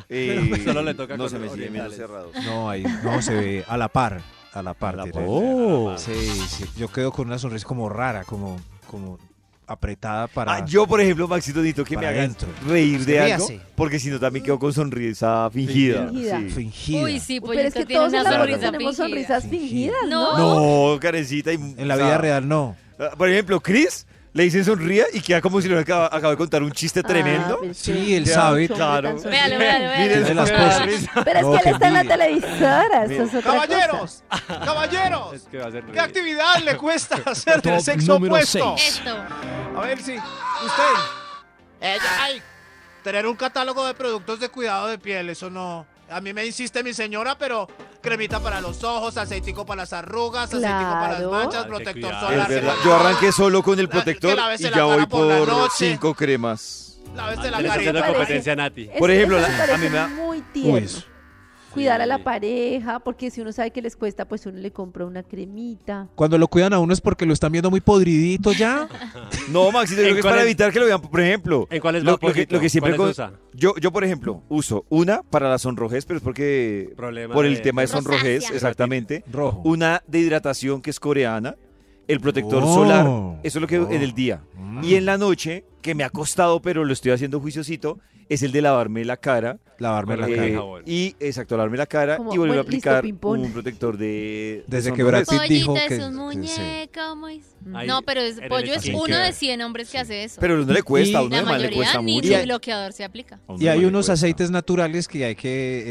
[SPEAKER 3] Pero solo le toca
[SPEAKER 1] Eh, no
[SPEAKER 3] con
[SPEAKER 1] se me sigue viendo
[SPEAKER 3] orientales.
[SPEAKER 1] cerrados.
[SPEAKER 5] No, ahí no se ve a la par. A la par. Ah. tiene-
[SPEAKER 3] Oh.
[SPEAKER 5] Sí, sí, yo quedo con una sonrisa como rara, como, como apretada para...
[SPEAKER 1] Ah, yo, por ejemplo, Maxito, necesito que me
[SPEAKER 5] Para
[SPEAKER 1] hagan
[SPEAKER 5] adentro.
[SPEAKER 1] reír de algo,
[SPEAKER 5] Ríase.
[SPEAKER 1] porque si no también quedo con sonrisa fingida.
[SPEAKER 4] Fingida.
[SPEAKER 1] sí.
[SPEAKER 5] Fingida.
[SPEAKER 2] Uy, sí,
[SPEAKER 4] Pero es
[SPEAKER 2] pollito,
[SPEAKER 4] que
[SPEAKER 2] tiene
[SPEAKER 4] todos en
[SPEAKER 2] una
[SPEAKER 4] la foto
[SPEAKER 2] sonrisa
[SPEAKER 4] tenemos
[SPEAKER 2] fingida. Ah,
[SPEAKER 4] sonrisas fingidas, ¿no?
[SPEAKER 1] No, carecita. Y, ah,
[SPEAKER 5] En la vida real no.
[SPEAKER 1] Por ejemplo, Chris le dicen sonría y queda como si le acaba, acaba de contar un
[SPEAKER 4] Ah,
[SPEAKER 1] chiste tremendo.
[SPEAKER 5] Sí, él
[SPEAKER 1] Ya,
[SPEAKER 5] sabe.
[SPEAKER 1] Claro.
[SPEAKER 2] Véalo, véalo, véalo.
[SPEAKER 1] Miren
[SPEAKER 5] Tiene las cosas.
[SPEAKER 4] Pero es
[SPEAKER 5] No,
[SPEAKER 4] que él
[SPEAKER 5] qué
[SPEAKER 4] está en la
[SPEAKER 5] envidia.
[SPEAKER 4] televisora, eso es otra cosa.
[SPEAKER 7] ¡Caballeros! ¡Caballeros!
[SPEAKER 3] Es que va a ser
[SPEAKER 7] ¿Qué actividad le cuesta hacer
[SPEAKER 13] Top
[SPEAKER 7] del sexo
[SPEAKER 13] número
[SPEAKER 7] opuesto?
[SPEAKER 13] seis.
[SPEAKER 2] Esto.
[SPEAKER 7] A ver si usted. Ella, ay, tener un catálogo de productos de cuidado de piel, eso no. A mí me insiste mi señora, pero cremita para los ojos, aceitico para las arrugas, aceitico para las
[SPEAKER 4] Claro.
[SPEAKER 3] Hay
[SPEAKER 7] manchas,
[SPEAKER 3] que
[SPEAKER 7] protector
[SPEAKER 3] cuidar.
[SPEAKER 7] solar.
[SPEAKER 1] Es
[SPEAKER 7] que
[SPEAKER 1] verdad.
[SPEAKER 7] la-
[SPEAKER 1] Yo arranqué solo con el
[SPEAKER 7] La- que
[SPEAKER 1] protector
[SPEAKER 7] la bese
[SPEAKER 1] y
[SPEAKER 7] la
[SPEAKER 1] ya voy
[SPEAKER 7] cara por la
[SPEAKER 1] por
[SPEAKER 7] noche.
[SPEAKER 1] cinco cremas.
[SPEAKER 7] La vez de la
[SPEAKER 3] Andrés haciendo
[SPEAKER 7] carita.
[SPEAKER 4] parece.
[SPEAKER 3] competencia a Nati.
[SPEAKER 4] Es-
[SPEAKER 1] Por ejemplo,
[SPEAKER 4] eso
[SPEAKER 1] la-
[SPEAKER 4] me
[SPEAKER 1] a
[SPEAKER 4] parece
[SPEAKER 1] mí me da-
[SPEAKER 4] muy
[SPEAKER 5] Uy,
[SPEAKER 4] tierno.
[SPEAKER 5] eso.
[SPEAKER 4] cuidar a la pareja, porque si uno sabe que les cuesta, pues uno le compra una cremita.
[SPEAKER 5] Cuando lo cuidan a uno es porque lo están viendo muy podridito ya.
[SPEAKER 1] No, Maxito,
[SPEAKER 5] ¿En
[SPEAKER 1] yo creo que es
[SPEAKER 5] cuál
[SPEAKER 1] para
[SPEAKER 5] es-
[SPEAKER 1] evitar que lo vean, por ejemplo.
[SPEAKER 3] ¿En cuál es
[SPEAKER 1] lo,
[SPEAKER 3] más
[SPEAKER 1] lo que,
[SPEAKER 3] poquito?
[SPEAKER 1] lo que siempre
[SPEAKER 3] ¿Cuáles
[SPEAKER 1] con-
[SPEAKER 3] usa?
[SPEAKER 1] Yo, yo, por ejemplo, uso una para la sonrojez, pero es porque
[SPEAKER 3] Problema
[SPEAKER 1] por el
[SPEAKER 3] de-
[SPEAKER 1] tema de
[SPEAKER 3] de rosácea.
[SPEAKER 1] sonrojez, exactamente.
[SPEAKER 5] Rojo.
[SPEAKER 1] Una de hidratación que es coreana, el protector
[SPEAKER 5] Oh.
[SPEAKER 1] solar, eso es lo que en el día.
[SPEAKER 5] Mm.
[SPEAKER 1] Y en la noche, que me ha costado, pero lo estoy haciendo juiciosito, es el de lavarme la cara.
[SPEAKER 5] Lavarme la cara.
[SPEAKER 1] Eh, Y, exacto, lavarme la cara
[SPEAKER 4] Como
[SPEAKER 1] y volver
[SPEAKER 4] buen
[SPEAKER 1] a aplicar
[SPEAKER 4] listopimpón.
[SPEAKER 1] un protector de...
[SPEAKER 5] Desde
[SPEAKER 1] de
[SPEAKER 5] que Brad
[SPEAKER 1] sonrojez.
[SPEAKER 5] Pitt dijo
[SPEAKER 2] Pollito es
[SPEAKER 5] que-
[SPEAKER 2] un
[SPEAKER 5] que sí.
[SPEAKER 2] muñeco, Mois.
[SPEAKER 1] Ahí,
[SPEAKER 2] No, pero es,
[SPEAKER 1] en el
[SPEAKER 2] Pollo es
[SPEAKER 1] skin
[SPEAKER 2] uno
[SPEAKER 1] care.
[SPEAKER 2] de 100 hombres que hace eso.
[SPEAKER 1] Pero a uno le cuesta, a uno
[SPEAKER 2] la
[SPEAKER 1] además le
[SPEAKER 2] mayoría
[SPEAKER 1] cuesta
[SPEAKER 2] ni
[SPEAKER 1] mucho.
[SPEAKER 2] tu bloqueador se aplica.
[SPEAKER 5] Y hay unos aceites naturales que hay que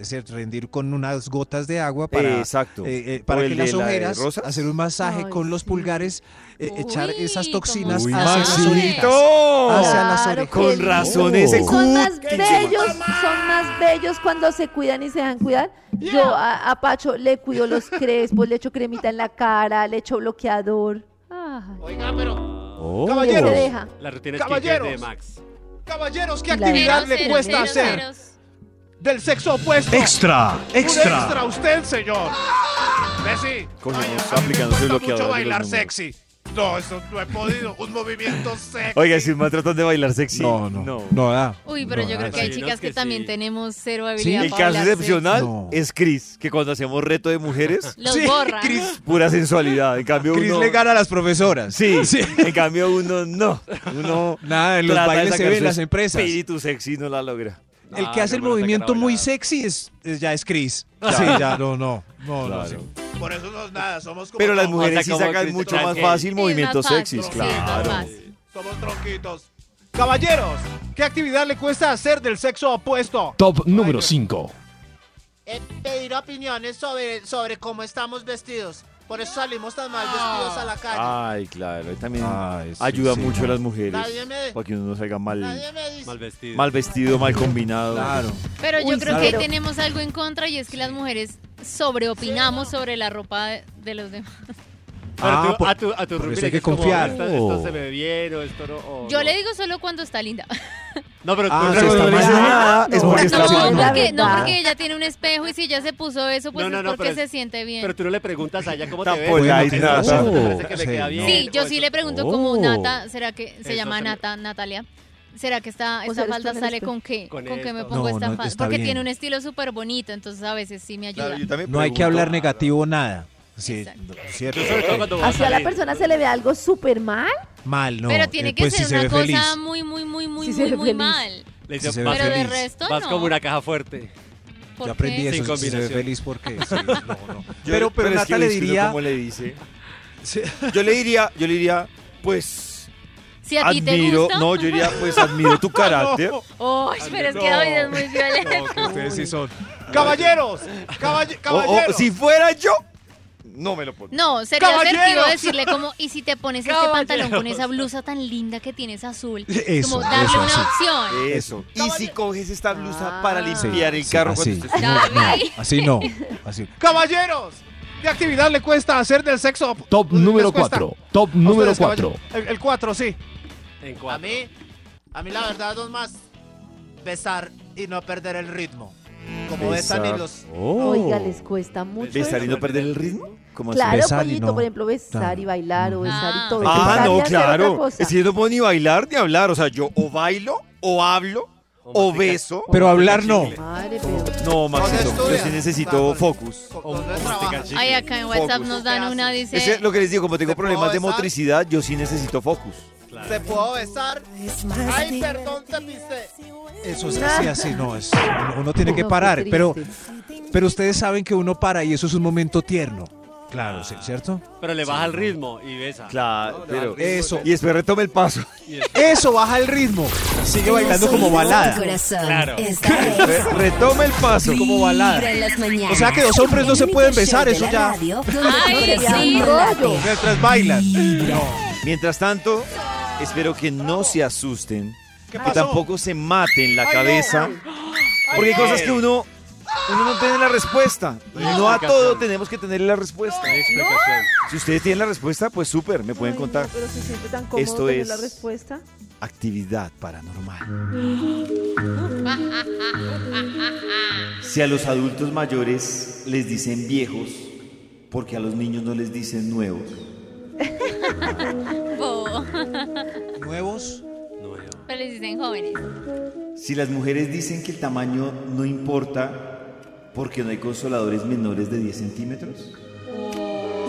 [SPEAKER 5] eh, se- rendir con unas gotas de agua para,
[SPEAKER 1] Exacto.
[SPEAKER 5] eh, eh,
[SPEAKER 1] ¿O
[SPEAKER 5] para
[SPEAKER 1] el
[SPEAKER 5] que
[SPEAKER 1] de
[SPEAKER 5] las
[SPEAKER 1] la de
[SPEAKER 5] ojeras,
[SPEAKER 1] rosas?
[SPEAKER 5] hacer un masaje con los pulgares, eh, echar esas toxinas
[SPEAKER 1] Uy,
[SPEAKER 5] hacia las
[SPEAKER 1] Maxito.
[SPEAKER 5] orejas. Hacia las
[SPEAKER 4] Claro
[SPEAKER 5] orejas.
[SPEAKER 4] que sí. Son más bellos, son más bellos cuando se cuidan y se dejan cuidar. Yo a, a Pacho le cuido los crespos, le echo cremita en la cara, le echo bloqueador.
[SPEAKER 7] Oiga, pero.
[SPEAKER 1] Oh.
[SPEAKER 4] Se
[SPEAKER 7] Caballeros.
[SPEAKER 4] deja.
[SPEAKER 3] La rutina
[SPEAKER 7] Caballeros.
[SPEAKER 3] skincare de Max.
[SPEAKER 7] Caballeros, ¿qué
[SPEAKER 4] La-
[SPEAKER 7] actividad
[SPEAKER 4] Ceros,
[SPEAKER 7] le
[SPEAKER 4] ceros,
[SPEAKER 7] cuesta
[SPEAKER 4] ceros,
[SPEAKER 7] hacer? Del sexo opuesto.
[SPEAKER 13] Extra,
[SPEAKER 7] Un
[SPEAKER 13] extra.
[SPEAKER 7] extra usted, señor. Messi.
[SPEAKER 1] Cogemos
[SPEAKER 7] Me
[SPEAKER 1] aplicando su
[SPEAKER 7] cuesta
[SPEAKER 1] bloqueador.
[SPEAKER 7] mucho
[SPEAKER 1] de los
[SPEAKER 7] bailar
[SPEAKER 1] números.
[SPEAKER 7] sexy. No, eso no he podido. Un movimiento sexy.
[SPEAKER 1] Oiga, si me tratan de bailar sexy.
[SPEAKER 5] No, no. No, da.
[SPEAKER 2] Uy, pero yo creo que hay
[SPEAKER 1] sí.
[SPEAKER 2] chicas que, también tenemos cero habilidad
[SPEAKER 1] El
[SPEAKER 2] para
[SPEAKER 1] caso
[SPEAKER 2] hablar sexy.
[SPEAKER 1] excepcional es Chris, que cuando hacemos reto de mujeres,
[SPEAKER 2] Los borra.
[SPEAKER 1] pura sensualidad. En cambio,
[SPEAKER 5] Cris
[SPEAKER 1] uno.
[SPEAKER 5] le gana a las profesoras.
[SPEAKER 1] Sí, en cambio uno no. Uno
[SPEAKER 5] Nada, en los
[SPEAKER 1] trata de
[SPEAKER 5] bailes se
[SPEAKER 1] sacar
[SPEAKER 5] ven
[SPEAKER 1] su
[SPEAKER 5] las empresas.
[SPEAKER 1] Espíritu Ah, sexy no la logra.
[SPEAKER 5] El que hace el movimiento muy sexy es, es- ya es Chris. Sí, ya, no, no. No, no, sí.
[SPEAKER 7] Por eso no es nada. Somos como.
[SPEAKER 1] Pero las
[SPEAKER 7] troncos.
[SPEAKER 1] mujeres sí
[SPEAKER 3] como
[SPEAKER 1] sacan
[SPEAKER 3] Chris
[SPEAKER 1] mucho más
[SPEAKER 3] Tucker.
[SPEAKER 1] fácil
[SPEAKER 3] Sí,
[SPEAKER 1] movimientos
[SPEAKER 7] fácil,
[SPEAKER 1] sexys,
[SPEAKER 7] sí,
[SPEAKER 1] claro.
[SPEAKER 7] Somos tronquitos. Caballeros, ¿qué actividad le cuesta hacer del sexo opuesto?
[SPEAKER 13] Top número 5.
[SPEAKER 7] Eh, pedir opiniones sobre, sobre cómo estamos vestidos. Por eso salimos tan mal vestidos a la calle.
[SPEAKER 1] Ah. Ay, claro. y También
[SPEAKER 5] Ay, sí,
[SPEAKER 1] ayuda
[SPEAKER 5] sí,
[SPEAKER 1] mucho
[SPEAKER 5] no.
[SPEAKER 1] a las mujeres.
[SPEAKER 7] Nadie me-
[SPEAKER 1] Para que uno no salga mal,
[SPEAKER 7] Nadie me dice.
[SPEAKER 3] Mal vestido.
[SPEAKER 1] mal vestido, mal combinado.
[SPEAKER 5] Claro.
[SPEAKER 2] Pero yo
[SPEAKER 4] Uy,
[SPEAKER 2] creo
[SPEAKER 4] sí.
[SPEAKER 2] que ahí
[SPEAKER 4] Pero-
[SPEAKER 2] tenemos algo en contra y es que las mujeres sobreopinamos sobre la ropa de, de los demás.
[SPEAKER 3] Pero
[SPEAKER 5] Ah,
[SPEAKER 3] tú-
[SPEAKER 5] por-
[SPEAKER 3] a tu, a tu
[SPEAKER 5] por
[SPEAKER 3] Rubí
[SPEAKER 5] eso
[SPEAKER 3] le
[SPEAKER 5] hay que
[SPEAKER 3] dices como,
[SPEAKER 5] confiar.
[SPEAKER 3] Esto, esto
[SPEAKER 1] Oh.
[SPEAKER 3] se ve bien o esto no. o
[SPEAKER 2] Yo
[SPEAKER 3] no.
[SPEAKER 2] le digo solo cuando está linda.
[SPEAKER 3] No, pero
[SPEAKER 5] Ah,
[SPEAKER 3] tú
[SPEAKER 5] sí,
[SPEAKER 3] no
[SPEAKER 5] está
[SPEAKER 3] le
[SPEAKER 5] mal.
[SPEAKER 3] dices nada.
[SPEAKER 1] Ah, es
[SPEAKER 4] No,
[SPEAKER 1] porque está
[SPEAKER 2] No,
[SPEAKER 4] Sí,
[SPEAKER 1] mal.
[SPEAKER 4] la
[SPEAKER 2] porque, no,
[SPEAKER 4] verdad.
[SPEAKER 2] porque ella tiene un espejo y si ya se puso eso, pues
[SPEAKER 3] No, no,
[SPEAKER 2] es
[SPEAKER 3] no,
[SPEAKER 2] porque
[SPEAKER 3] pero
[SPEAKER 2] se
[SPEAKER 3] es-
[SPEAKER 2] siente bien.
[SPEAKER 3] Pero tú no le preguntas a ella cómo
[SPEAKER 1] Tan
[SPEAKER 3] te ves.
[SPEAKER 1] polite,
[SPEAKER 3] ¿Te gusta?
[SPEAKER 1] nada.
[SPEAKER 3] ¿Te parece que le
[SPEAKER 5] Sí,
[SPEAKER 3] queda bien?
[SPEAKER 2] Sí,
[SPEAKER 3] O
[SPEAKER 2] yo
[SPEAKER 3] eso-
[SPEAKER 2] sí le pregunto como
[SPEAKER 13] Oh.
[SPEAKER 2] Nata, ¿será que se
[SPEAKER 3] Eso
[SPEAKER 2] llama
[SPEAKER 3] se-
[SPEAKER 2] Nata, Natalia? ¿Será que esta,
[SPEAKER 4] O
[SPEAKER 2] esta
[SPEAKER 4] sea, eres tú
[SPEAKER 2] falda
[SPEAKER 4] en el
[SPEAKER 2] sale
[SPEAKER 4] espejo.
[SPEAKER 2] con qué? ¿Con,
[SPEAKER 3] Con
[SPEAKER 2] qué me
[SPEAKER 3] esto.
[SPEAKER 2] pongo
[SPEAKER 5] No,
[SPEAKER 2] esta
[SPEAKER 5] no,
[SPEAKER 2] falda?
[SPEAKER 5] está
[SPEAKER 2] Porque
[SPEAKER 5] bien.
[SPEAKER 2] tiene un estilo súper bonito, entonces a veces sí me ayuda.
[SPEAKER 1] Claro, yo también
[SPEAKER 5] No hay que
[SPEAKER 1] pregunto.
[SPEAKER 5] hablar negativo nada. Sí,
[SPEAKER 2] Exacto.
[SPEAKER 5] no, cierto.
[SPEAKER 3] Yo sobre todo
[SPEAKER 1] Ah,
[SPEAKER 3] cuando voy a
[SPEAKER 4] Así a la
[SPEAKER 3] salir.
[SPEAKER 4] persona se le ve algo súper mal.
[SPEAKER 5] Mal, no.
[SPEAKER 2] Pero tiene
[SPEAKER 5] eh,
[SPEAKER 2] que
[SPEAKER 5] pues
[SPEAKER 2] ser
[SPEAKER 5] si se
[SPEAKER 2] una
[SPEAKER 5] ve
[SPEAKER 2] cosa
[SPEAKER 5] feliz.
[SPEAKER 2] muy, muy, muy, muy,
[SPEAKER 4] Sí se
[SPEAKER 2] muy,
[SPEAKER 4] ve
[SPEAKER 2] muy
[SPEAKER 4] feliz.
[SPEAKER 2] mal.
[SPEAKER 3] Le
[SPEAKER 5] Sí,
[SPEAKER 3] dice,
[SPEAKER 5] se ve
[SPEAKER 3] vas,
[SPEAKER 2] Pero de
[SPEAKER 5] feliz.
[SPEAKER 2] resto
[SPEAKER 3] vas
[SPEAKER 2] no.
[SPEAKER 3] como una caja fuerte.
[SPEAKER 2] ¿Por
[SPEAKER 5] Yo
[SPEAKER 2] qué?
[SPEAKER 5] aprendí eso, si se
[SPEAKER 3] Sin
[SPEAKER 5] ve
[SPEAKER 3] combinación.
[SPEAKER 5] feliz porque... sí, no, no.
[SPEAKER 1] Yo-
[SPEAKER 5] pero, pero,
[SPEAKER 1] es que
[SPEAKER 5] Nata
[SPEAKER 1] yo
[SPEAKER 5] le
[SPEAKER 1] discuto
[SPEAKER 5] diría...
[SPEAKER 1] cómo le dice.
[SPEAKER 5] Sí.
[SPEAKER 1] Yo le diría, yo le diría, pues
[SPEAKER 2] Si a ti te
[SPEAKER 1] admiro,
[SPEAKER 2] gusta.
[SPEAKER 1] no, yo diría, pues admiro tu carácter.
[SPEAKER 2] Uy, pero es que
[SPEAKER 3] No.
[SPEAKER 2] hoy es muy violento.
[SPEAKER 5] No, que ustedes sí son.
[SPEAKER 7] Caballeros, caball-
[SPEAKER 1] O- o,
[SPEAKER 7] caballeros.
[SPEAKER 1] si fuera yo, no me lo pongo.
[SPEAKER 2] No, sería
[SPEAKER 7] ¡Caballeros!
[SPEAKER 2] asertivo decirle como, y si te pones este pantalón con
[SPEAKER 3] ¡Caballeros!
[SPEAKER 2] esa blusa tan linda que tienes azul,
[SPEAKER 5] Eso,
[SPEAKER 2] como darle
[SPEAKER 5] eso,
[SPEAKER 2] una
[SPEAKER 5] así.
[SPEAKER 2] opción.
[SPEAKER 1] Eso. Y si coges esta blusa
[SPEAKER 4] Ah.
[SPEAKER 1] para
[SPEAKER 4] Sí,
[SPEAKER 1] limpiar el
[SPEAKER 5] Sí,
[SPEAKER 1] carro
[SPEAKER 5] así.
[SPEAKER 1] cuando estés-
[SPEAKER 5] Eh, No, no,
[SPEAKER 2] David.
[SPEAKER 5] así no. Así.
[SPEAKER 7] Caballeros, ¿qué actividad le cuesta hacer del sexo? op-
[SPEAKER 13] Top
[SPEAKER 7] les
[SPEAKER 13] número
[SPEAKER 7] cuesta?
[SPEAKER 13] 4. Top
[SPEAKER 7] A
[SPEAKER 13] número
[SPEAKER 7] ustedes,
[SPEAKER 13] 4.
[SPEAKER 7] caballeros. El- El 4, sí.
[SPEAKER 3] En
[SPEAKER 7] A
[SPEAKER 3] cuatro.
[SPEAKER 7] mí, a mí la verdad, dos más. Besar y no perder el ritmo. Como besan y los.
[SPEAKER 4] Oiga, les cuesta mucho.
[SPEAKER 1] ¿Besar y
[SPEAKER 4] eso.
[SPEAKER 1] no perder el ritmo? ¿Cómo así?
[SPEAKER 4] Claro,
[SPEAKER 5] Besar y
[SPEAKER 4] pollito,
[SPEAKER 5] no. Mm.
[SPEAKER 4] por ejemplo, besar
[SPEAKER 5] No.
[SPEAKER 4] y bailar o besar
[SPEAKER 2] Ah.
[SPEAKER 4] y todo.
[SPEAKER 1] Ah,
[SPEAKER 4] Besar y
[SPEAKER 1] no,
[SPEAKER 4] hacer otra
[SPEAKER 1] claro.
[SPEAKER 4] cosa.
[SPEAKER 1] Es que yo no puedo ni bailar ni hablar. O sea, yo o bailo, o hablo, o
[SPEAKER 3] mastica-
[SPEAKER 1] beso.
[SPEAKER 5] Pero hablar no.
[SPEAKER 4] Madre, pero-
[SPEAKER 1] No, Maxito, yo
[SPEAKER 7] estudia.
[SPEAKER 1] sí necesito
[SPEAKER 7] Claro.
[SPEAKER 1] focus.
[SPEAKER 7] ¿Dónde trabaja?
[SPEAKER 2] Ay, acá en
[SPEAKER 1] Focus.
[SPEAKER 2] WhatsApp nos dan
[SPEAKER 7] ¿Qué
[SPEAKER 2] una,
[SPEAKER 7] haces?
[SPEAKER 2] dice...
[SPEAKER 1] Es que lo que les digo, como tengo
[SPEAKER 7] ¿Te puedo
[SPEAKER 1] problemas de
[SPEAKER 7] besar?
[SPEAKER 1] motricidad, yo sí necesito focus.
[SPEAKER 7] Te puedo besar. Ay, perdón, te pisé.
[SPEAKER 5] Eso es así, así no. Es, uno- uno tiene que
[SPEAKER 4] No, qué
[SPEAKER 5] parar. Pero,
[SPEAKER 4] triste.
[SPEAKER 5] pero ustedes saben que uno para y eso es un momento tierno. Claro, sí, ¿cierto?
[SPEAKER 3] Pero le baja el ritmo y besa.
[SPEAKER 1] Claro, pero.
[SPEAKER 5] Eso.
[SPEAKER 1] Y después retome el paso.
[SPEAKER 5] Eso baja el ritmo. Sigue bailando como balada.
[SPEAKER 3] Claro.
[SPEAKER 1] Re- retome el paso.
[SPEAKER 5] Como balada.
[SPEAKER 6] O
[SPEAKER 5] O sea que los hombres no se pueden besar, eso ya.
[SPEAKER 2] Ay, sí.
[SPEAKER 5] Mientras bailan.
[SPEAKER 1] Mientras tanto, espero que no se asusten, que
[SPEAKER 7] pasó?
[SPEAKER 1] tampoco se maten la cabeza, porque hay
[SPEAKER 7] no.
[SPEAKER 1] cosas que uno, uno no tiene la respuesta. Y no a todo tenemos que tener la respuesta.
[SPEAKER 3] Explicación.
[SPEAKER 1] Si ustedes tienen la respuesta, pues súper, me pueden
[SPEAKER 4] Ay,
[SPEAKER 1] contar.
[SPEAKER 4] no, pero se siente tan cómodo
[SPEAKER 1] Esto
[SPEAKER 4] tener
[SPEAKER 1] es-
[SPEAKER 4] la respuesta.
[SPEAKER 1] actividad paranormal. Si a los adultos mayores les dicen viejos, porque a los niños no les dicen nuevos.
[SPEAKER 5] ¿Nuevos?
[SPEAKER 2] "Oh". Pero les dicen jóvenes.
[SPEAKER 1] Si las mujeres dicen que el tamaño no importa, porque no hay consoladores menores de 10 centímetros.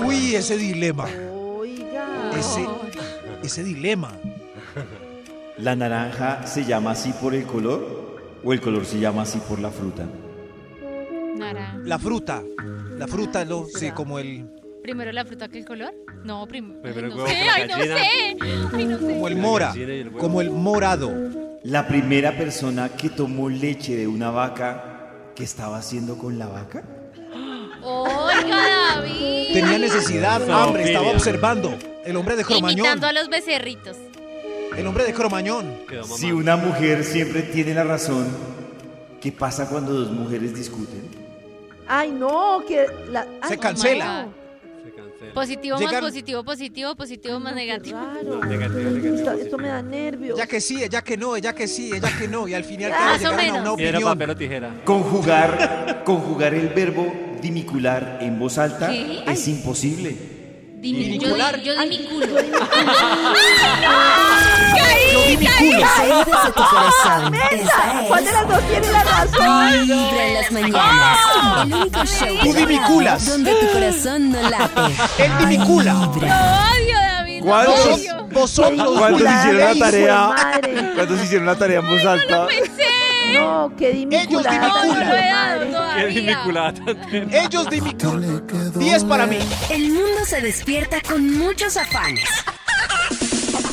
[SPEAKER 5] Uy, ese dilema.
[SPEAKER 4] Oiga.
[SPEAKER 5] Ese, ese dilema.
[SPEAKER 1] ¿La naranja se llama así por el color o el color se llama así por la fruta?
[SPEAKER 2] Naranja.
[SPEAKER 5] La fruta. La fruta, lo, sí, como el,
[SPEAKER 2] Primero la fruta que el color. No, primero.
[SPEAKER 5] Primero el
[SPEAKER 2] no
[SPEAKER 5] huevo
[SPEAKER 2] sé,
[SPEAKER 5] que la
[SPEAKER 2] ay, no
[SPEAKER 5] gallina.
[SPEAKER 2] sé. Ay, no sé.
[SPEAKER 5] como el mora. Como el morado.
[SPEAKER 1] La primera persona que tomó leche de una vaca, ¿qué estaba haciendo con la vaca?
[SPEAKER 2] Oiga, David.
[SPEAKER 5] Tenía necesidad,
[SPEAKER 1] Zoofilia.
[SPEAKER 5] hambre, estaba observando. El hombre de Cromañón.
[SPEAKER 2] Imitando a los becerritos.
[SPEAKER 5] El hombre de Cromañón.
[SPEAKER 1] Si una mujer siempre tiene la razón, ¿qué pasa cuando dos mujeres discuten?
[SPEAKER 4] Ay, no, que la- ay,
[SPEAKER 1] Se
[SPEAKER 4] no,
[SPEAKER 1] cancela.
[SPEAKER 4] Mario.
[SPEAKER 2] Oh Positivo
[SPEAKER 5] Llegan-
[SPEAKER 2] más positivo, positivo, positivo más negativo.
[SPEAKER 4] Esto, esto me da nervios.
[SPEAKER 5] Ya que sí, ya que no, ya que sí, ya que no. Y al final
[SPEAKER 4] Más
[SPEAKER 5] cada llegaron a
[SPEAKER 4] o
[SPEAKER 5] una
[SPEAKER 4] menos.
[SPEAKER 3] Piedra,
[SPEAKER 5] opinión.
[SPEAKER 3] papel o tijera.
[SPEAKER 1] Conjugar, conjugar el verbo dimicular en voz alta
[SPEAKER 2] ¿Qué?
[SPEAKER 1] es imposible.
[SPEAKER 2] Dimi- yo, di- yo di mi culo.
[SPEAKER 6] Yo di mi culo. Las oídas de tu corazón. Esta es-
[SPEAKER 4] ¿Cuál de las dos tiene la razón?
[SPEAKER 6] Vibra en las mañanas. El único show de
[SPEAKER 4] Tú
[SPEAKER 6] radio
[SPEAKER 4] dimiculas.
[SPEAKER 6] donde tu corazón no late.
[SPEAKER 5] Él dimicula.
[SPEAKER 2] Lo odio, David.
[SPEAKER 5] Ah,
[SPEAKER 2] lo
[SPEAKER 1] ¿Cuántos?
[SPEAKER 2] odio.
[SPEAKER 5] Vosotros
[SPEAKER 1] ¿Cuántos
[SPEAKER 5] la
[SPEAKER 1] hicieron la
[SPEAKER 5] hijo de
[SPEAKER 1] tarea?
[SPEAKER 4] madre.
[SPEAKER 1] ¿Cuántos hicieron la tarea en voz alta?
[SPEAKER 2] Pensé.
[SPEAKER 4] No, que dimicular.
[SPEAKER 2] No, no lo he dado
[SPEAKER 3] Qué
[SPEAKER 2] todavía.
[SPEAKER 3] divinculada
[SPEAKER 5] Ellos dimiculan. 10 para mí.
[SPEAKER 6] El mundo se despierta con muchos afanes.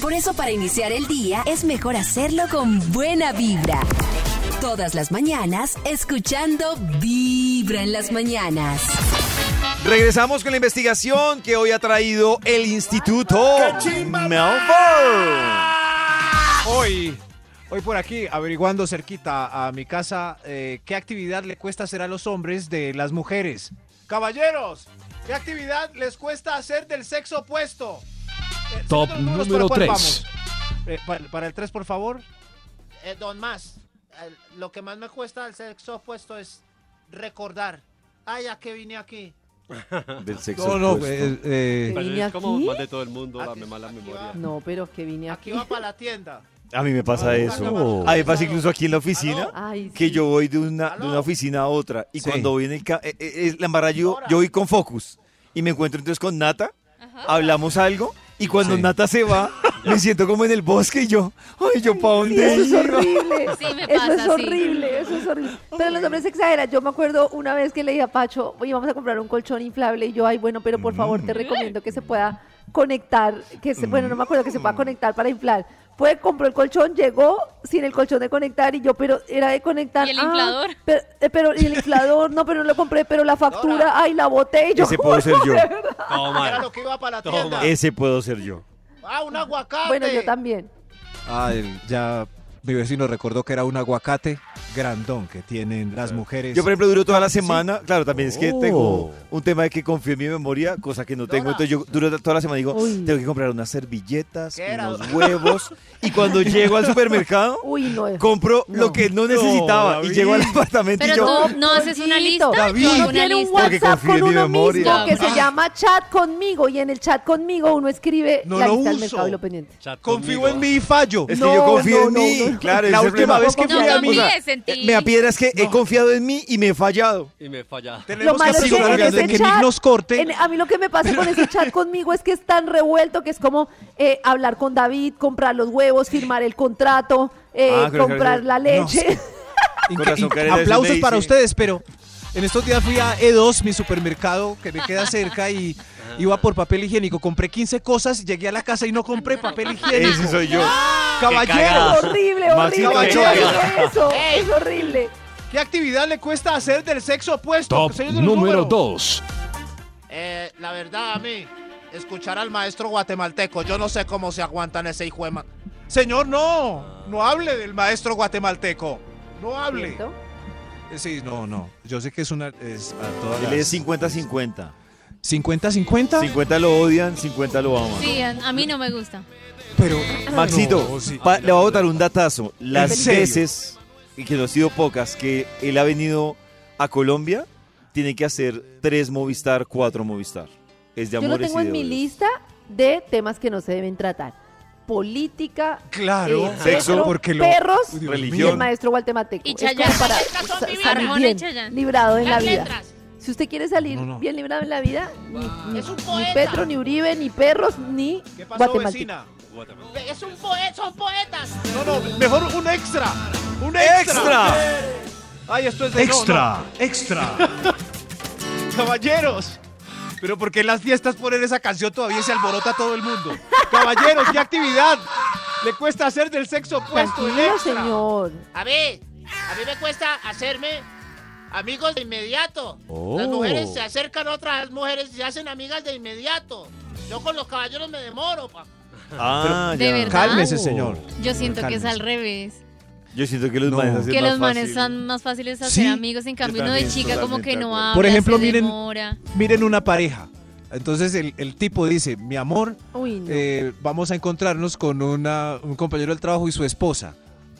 [SPEAKER 6] Por eso para iniciar el día es mejor hacerlo con buena vibra. Todas las mañanas escuchando Vibra en las mañanas.
[SPEAKER 14] Regresamos con la investigación que hoy ha traído el Instituto Melbourne.
[SPEAKER 5] Hoy, hoy por aquí, averiguando cerquita a mi casa, eh, ¿qué actividad le cuesta hacer a los hombres de las mujeres? Caballeros, ¿qué actividad les cuesta hacer del sexo opuesto? Eh,
[SPEAKER 15] Top
[SPEAKER 5] señor, ¿por
[SPEAKER 15] número
[SPEAKER 5] cuál
[SPEAKER 15] tres.
[SPEAKER 5] vamos? Eh, pa- para, el 3, por favor.
[SPEAKER 7] Eh, don Más, eh, lo que más me cuesta del sexo opuesto es recordar. Ay, ¿a qué vine aquí?
[SPEAKER 1] Del
[SPEAKER 16] No, no,
[SPEAKER 1] pues,
[SPEAKER 16] eh,
[SPEAKER 3] Pero
[SPEAKER 16] eh,
[SPEAKER 4] ¿Vine
[SPEAKER 3] es como
[SPEAKER 4] aquí?
[SPEAKER 3] más de todo el mundo, la mala memoria.
[SPEAKER 4] No, pero que vine
[SPEAKER 7] Aquí
[SPEAKER 4] aquí.
[SPEAKER 7] va para la tienda.
[SPEAKER 1] A mí me pasa eso. A mí me pasa incluso aquí en la oficina.
[SPEAKER 4] Ay,
[SPEAKER 1] Que yo voy de una, de una oficina a otra. Y cuando voy en el... ca- eh, eh, eh, la embarra yo, yo voy con Focus. Y me encuentro entonces con Nata. Hablamos algo. Y cuando Nata se va, me siento como en el bosque. Y yo, ay, ¿yo para
[SPEAKER 4] Sí,
[SPEAKER 1] dónde
[SPEAKER 4] eso es
[SPEAKER 1] iba?".
[SPEAKER 4] horrible.
[SPEAKER 2] Sí, me
[SPEAKER 4] eso es
[SPEAKER 2] pasa, sí.
[SPEAKER 4] horrible, eso es horrible. Pero los hombres se exageran. Yo me acuerdo una vez que le dije a Pacho, oye, vamos a comprar un colchón inflable. Y yo, ay, bueno, pero por favor, te recomiendo que se pueda conectar, que se, bueno, no me acuerdo, que se pueda conectar para inflar. Pues compró el colchón, llegó sin el colchón de conectar y yo, pero era de conectar.
[SPEAKER 2] ¿Y el
[SPEAKER 4] Ah,
[SPEAKER 2] inflador?
[SPEAKER 4] pero, eh, pero- y el inflador, no, pero no lo compré, pero la factura, ay, la boté y yo.
[SPEAKER 1] Ese puedo ser yo.
[SPEAKER 7] Era lo que iba para la tienda.
[SPEAKER 1] Ese puedo ser yo.
[SPEAKER 7] Ah, un aguacate.
[SPEAKER 4] Bueno, yo también.
[SPEAKER 16] ah, el- ya mi vecino recordó que era un aguacate grandón que tienen las mujeres.
[SPEAKER 14] Yo, por ejemplo, duro toda la semana. Claro, también es que tengo un tema de que confío en mi memoria, cosa que no tengo. Entonces, yo duro toda la semana digo, tengo que comprar unas servilletas, unos huevos. Y cuando llego al supermercado,
[SPEAKER 4] Uy, no.
[SPEAKER 14] compro lo que no necesitaba. y
[SPEAKER 1] David.
[SPEAKER 14] llego al apartamento y
[SPEAKER 2] Pero
[SPEAKER 14] yo...
[SPEAKER 2] tú no haces una lista.
[SPEAKER 14] David.
[SPEAKER 2] Yo hago
[SPEAKER 4] Uno
[SPEAKER 2] una
[SPEAKER 4] tiene un
[SPEAKER 2] lista.
[SPEAKER 14] Porque
[SPEAKER 4] WhatsApp
[SPEAKER 14] confío en
[SPEAKER 4] con
[SPEAKER 14] mi
[SPEAKER 4] uno
[SPEAKER 14] memoria.
[SPEAKER 4] mismo que se
[SPEAKER 2] Jamás.
[SPEAKER 4] llama chat conmigo y en el chat conmigo uno escribe
[SPEAKER 5] No
[SPEAKER 4] la
[SPEAKER 5] lo
[SPEAKER 4] lista del
[SPEAKER 5] uso.
[SPEAKER 4] mercado y lo pendiente.
[SPEAKER 5] Confío en mí y fallo.
[SPEAKER 14] Es que yo confío en mí. Claro, ese
[SPEAKER 5] la
[SPEAKER 14] es el
[SPEAKER 5] última
[SPEAKER 14] problema.
[SPEAKER 5] vez que
[SPEAKER 2] No
[SPEAKER 5] fui a mí.
[SPEAKER 2] confíes
[SPEAKER 5] O sea,
[SPEAKER 2] en ti.
[SPEAKER 14] eh, Me da piedra es que he confiado en mí y me he fallado.
[SPEAKER 3] Y me falla.
[SPEAKER 5] Tenemos
[SPEAKER 4] malo
[SPEAKER 5] que
[SPEAKER 4] es que en
[SPEAKER 5] asegurar
[SPEAKER 4] ese
[SPEAKER 5] de que
[SPEAKER 4] chat-
[SPEAKER 5] Nick nos corte.
[SPEAKER 4] en- a mí lo que me pasa con ese chat conmigo es que es tan revuelto que es como eh, hablar con David, comprar los huevos, firmar el contrato, eh,
[SPEAKER 14] Ah, creo que ahora
[SPEAKER 4] comprar
[SPEAKER 14] sí.
[SPEAKER 4] la leche.
[SPEAKER 5] Inca-
[SPEAKER 14] Corazón,
[SPEAKER 5] inca-
[SPEAKER 14] Karen,
[SPEAKER 5] aplausos
[SPEAKER 14] Daisy.
[SPEAKER 5] para ustedes, pero en estos días fui a E2, mi supermercado que me queda cerca y iba por papel higiénico. Compré 15 cosas, llegué a la casa y no compré papel higiénico.
[SPEAKER 14] Ese soy yo.
[SPEAKER 4] es
[SPEAKER 5] Caballero,
[SPEAKER 4] horrible, horrible.
[SPEAKER 5] Máximo
[SPEAKER 4] horrible
[SPEAKER 5] Cachoeira.
[SPEAKER 4] eso, es horrible.
[SPEAKER 5] ¿qué actividad le cuesta hacer del sexo opuesto?
[SPEAKER 15] Top
[SPEAKER 5] Señor de los
[SPEAKER 15] número
[SPEAKER 5] números.
[SPEAKER 15] 2.
[SPEAKER 7] Eh, la verdad, a mí, escuchar al maestro guatemalteco, yo no sé cómo se aguantan ese hijo de ma-
[SPEAKER 5] Señor, no, no hable del maestro guatemalteco. No hable.
[SPEAKER 4] ¿Cierto?
[SPEAKER 5] Eh, Sí, no, no. Yo sé que es una. Es a todas
[SPEAKER 14] Él
[SPEAKER 5] las-
[SPEAKER 14] es 50-50. Ah.
[SPEAKER 5] ¿50-50?
[SPEAKER 1] 50 lo odian, 50 lo aman.
[SPEAKER 2] Sí, a, a mí no me gusta.
[SPEAKER 5] Pero,
[SPEAKER 1] Maxito,
[SPEAKER 5] No, sí.
[SPEAKER 1] pa- le voy a botar un datazo. Las
[SPEAKER 5] serio?
[SPEAKER 1] veces, y que no han sido pocas, que él ha venido a Colombia, tiene que hacer tres Movistar, cuatro Movistar. Es de
[SPEAKER 4] Yo lo
[SPEAKER 1] amores
[SPEAKER 4] tengo
[SPEAKER 1] y de
[SPEAKER 4] en mi
[SPEAKER 1] odios.
[SPEAKER 4] lista de temas que no se deben tratar. Política,
[SPEAKER 5] Claro,
[SPEAKER 4] eh,
[SPEAKER 1] Sexo,
[SPEAKER 4] retro,
[SPEAKER 1] porque lo-
[SPEAKER 4] perros
[SPEAKER 1] Dios
[SPEAKER 4] y el
[SPEAKER 1] religión.
[SPEAKER 4] maestro guatemalteco.
[SPEAKER 2] Y
[SPEAKER 4] Es como
[SPEAKER 2] Chayanne.
[SPEAKER 4] para
[SPEAKER 2] Estas son
[SPEAKER 4] sa-
[SPEAKER 2] mi vida.
[SPEAKER 4] salir
[SPEAKER 2] Arjona y
[SPEAKER 4] bien,
[SPEAKER 2] Chayanne.
[SPEAKER 4] librado en la
[SPEAKER 2] Las
[SPEAKER 4] vida.
[SPEAKER 2] letras.
[SPEAKER 4] Si usted quiere salir
[SPEAKER 5] No, no.
[SPEAKER 4] bien librado en la vida, ni, ni-
[SPEAKER 7] Es un
[SPEAKER 4] ni
[SPEAKER 7] poeta.
[SPEAKER 4] Petro, ni Uribe, ni perros, ni
[SPEAKER 17] ¿Qué pasó,
[SPEAKER 4] guatemalteco.
[SPEAKER 17] vecina?
[SPEAKER 7] Es un poeta, son poetas.
[SPEAKER 17] No, no, mejor un extra. ¡Un extra!
[SPEAKER 1] ¡Extra!
[SPEAKER 17] ¡Ay, esto es de no,
[SPEAKER 5] Extra, extra.
[SPEAKER 17] no. ¡Caballeros! Pero ¿por qué en las fiestas ponen esa canción todavía y se alborota todo el mundo? ¡Caballeros, qué actividad! Le cuesta hacer del sexo opuesto el
[SPEAKER 4] Tranquilo,
[SPEAKER 17] extra.
[SPEAKER 4] señor.
[SPEAKER 7] A mí, a mí me cuesta hacerme amigos de inmediato.
[SPEAKER 17] Oh.
[SPEAKER 7] Las mujeres se acercan a otras mujeres y se hacen amigas de inmediato. Yo con los caballeros me demoro, pa.
[SPEAKER 1] Ah,
[SPEAKER 2] Pero, ¿de
[SPEAKER 1] ya.
[SPEAKER 2] verdad?
[SPEAKER 5] Cálmese, señor.
[SPEAKER 2] Yo siento que es
[SPEAKER 5] Cálmese.
[SPEAKER 2] al revés.
[SPEAKER 1] Yo siento que los manes hacen
[SPEAKER 2] Que
[SPEAKER 1] más
[SPEAKER 2] los manes
[SPEAKER 1] fácil.
[SPEAKER 2] son más fáciles de hacer
[SPEAKER 5] Sí.
[SPEAKER 2] amigos, en cambio uno de
[SPEAKER 1] también,
[SPEAKER 2] chica como
[SPEAKER 1] totalmente
[SPEAKER 2] que
[SPEAKER 1] de
[SPEAKER 2] no
[SPEAKER 1] acuerdo.
[SPEAKER 2] habla,
[SPEAKER 5] Por ejemplo,
[SPEAKER 2] se
[SPEAKER 5] miren-
[SPEAKER 2] demora.
[SPEAKER 5] Miren una pareja. Entonces el, el tipo dice, mi amor,
[SPEAKER 4] Uy, no.
[SPEAKER 5] eh, vamos a encontrarnos con una- un compañero del trabajo y su esposa.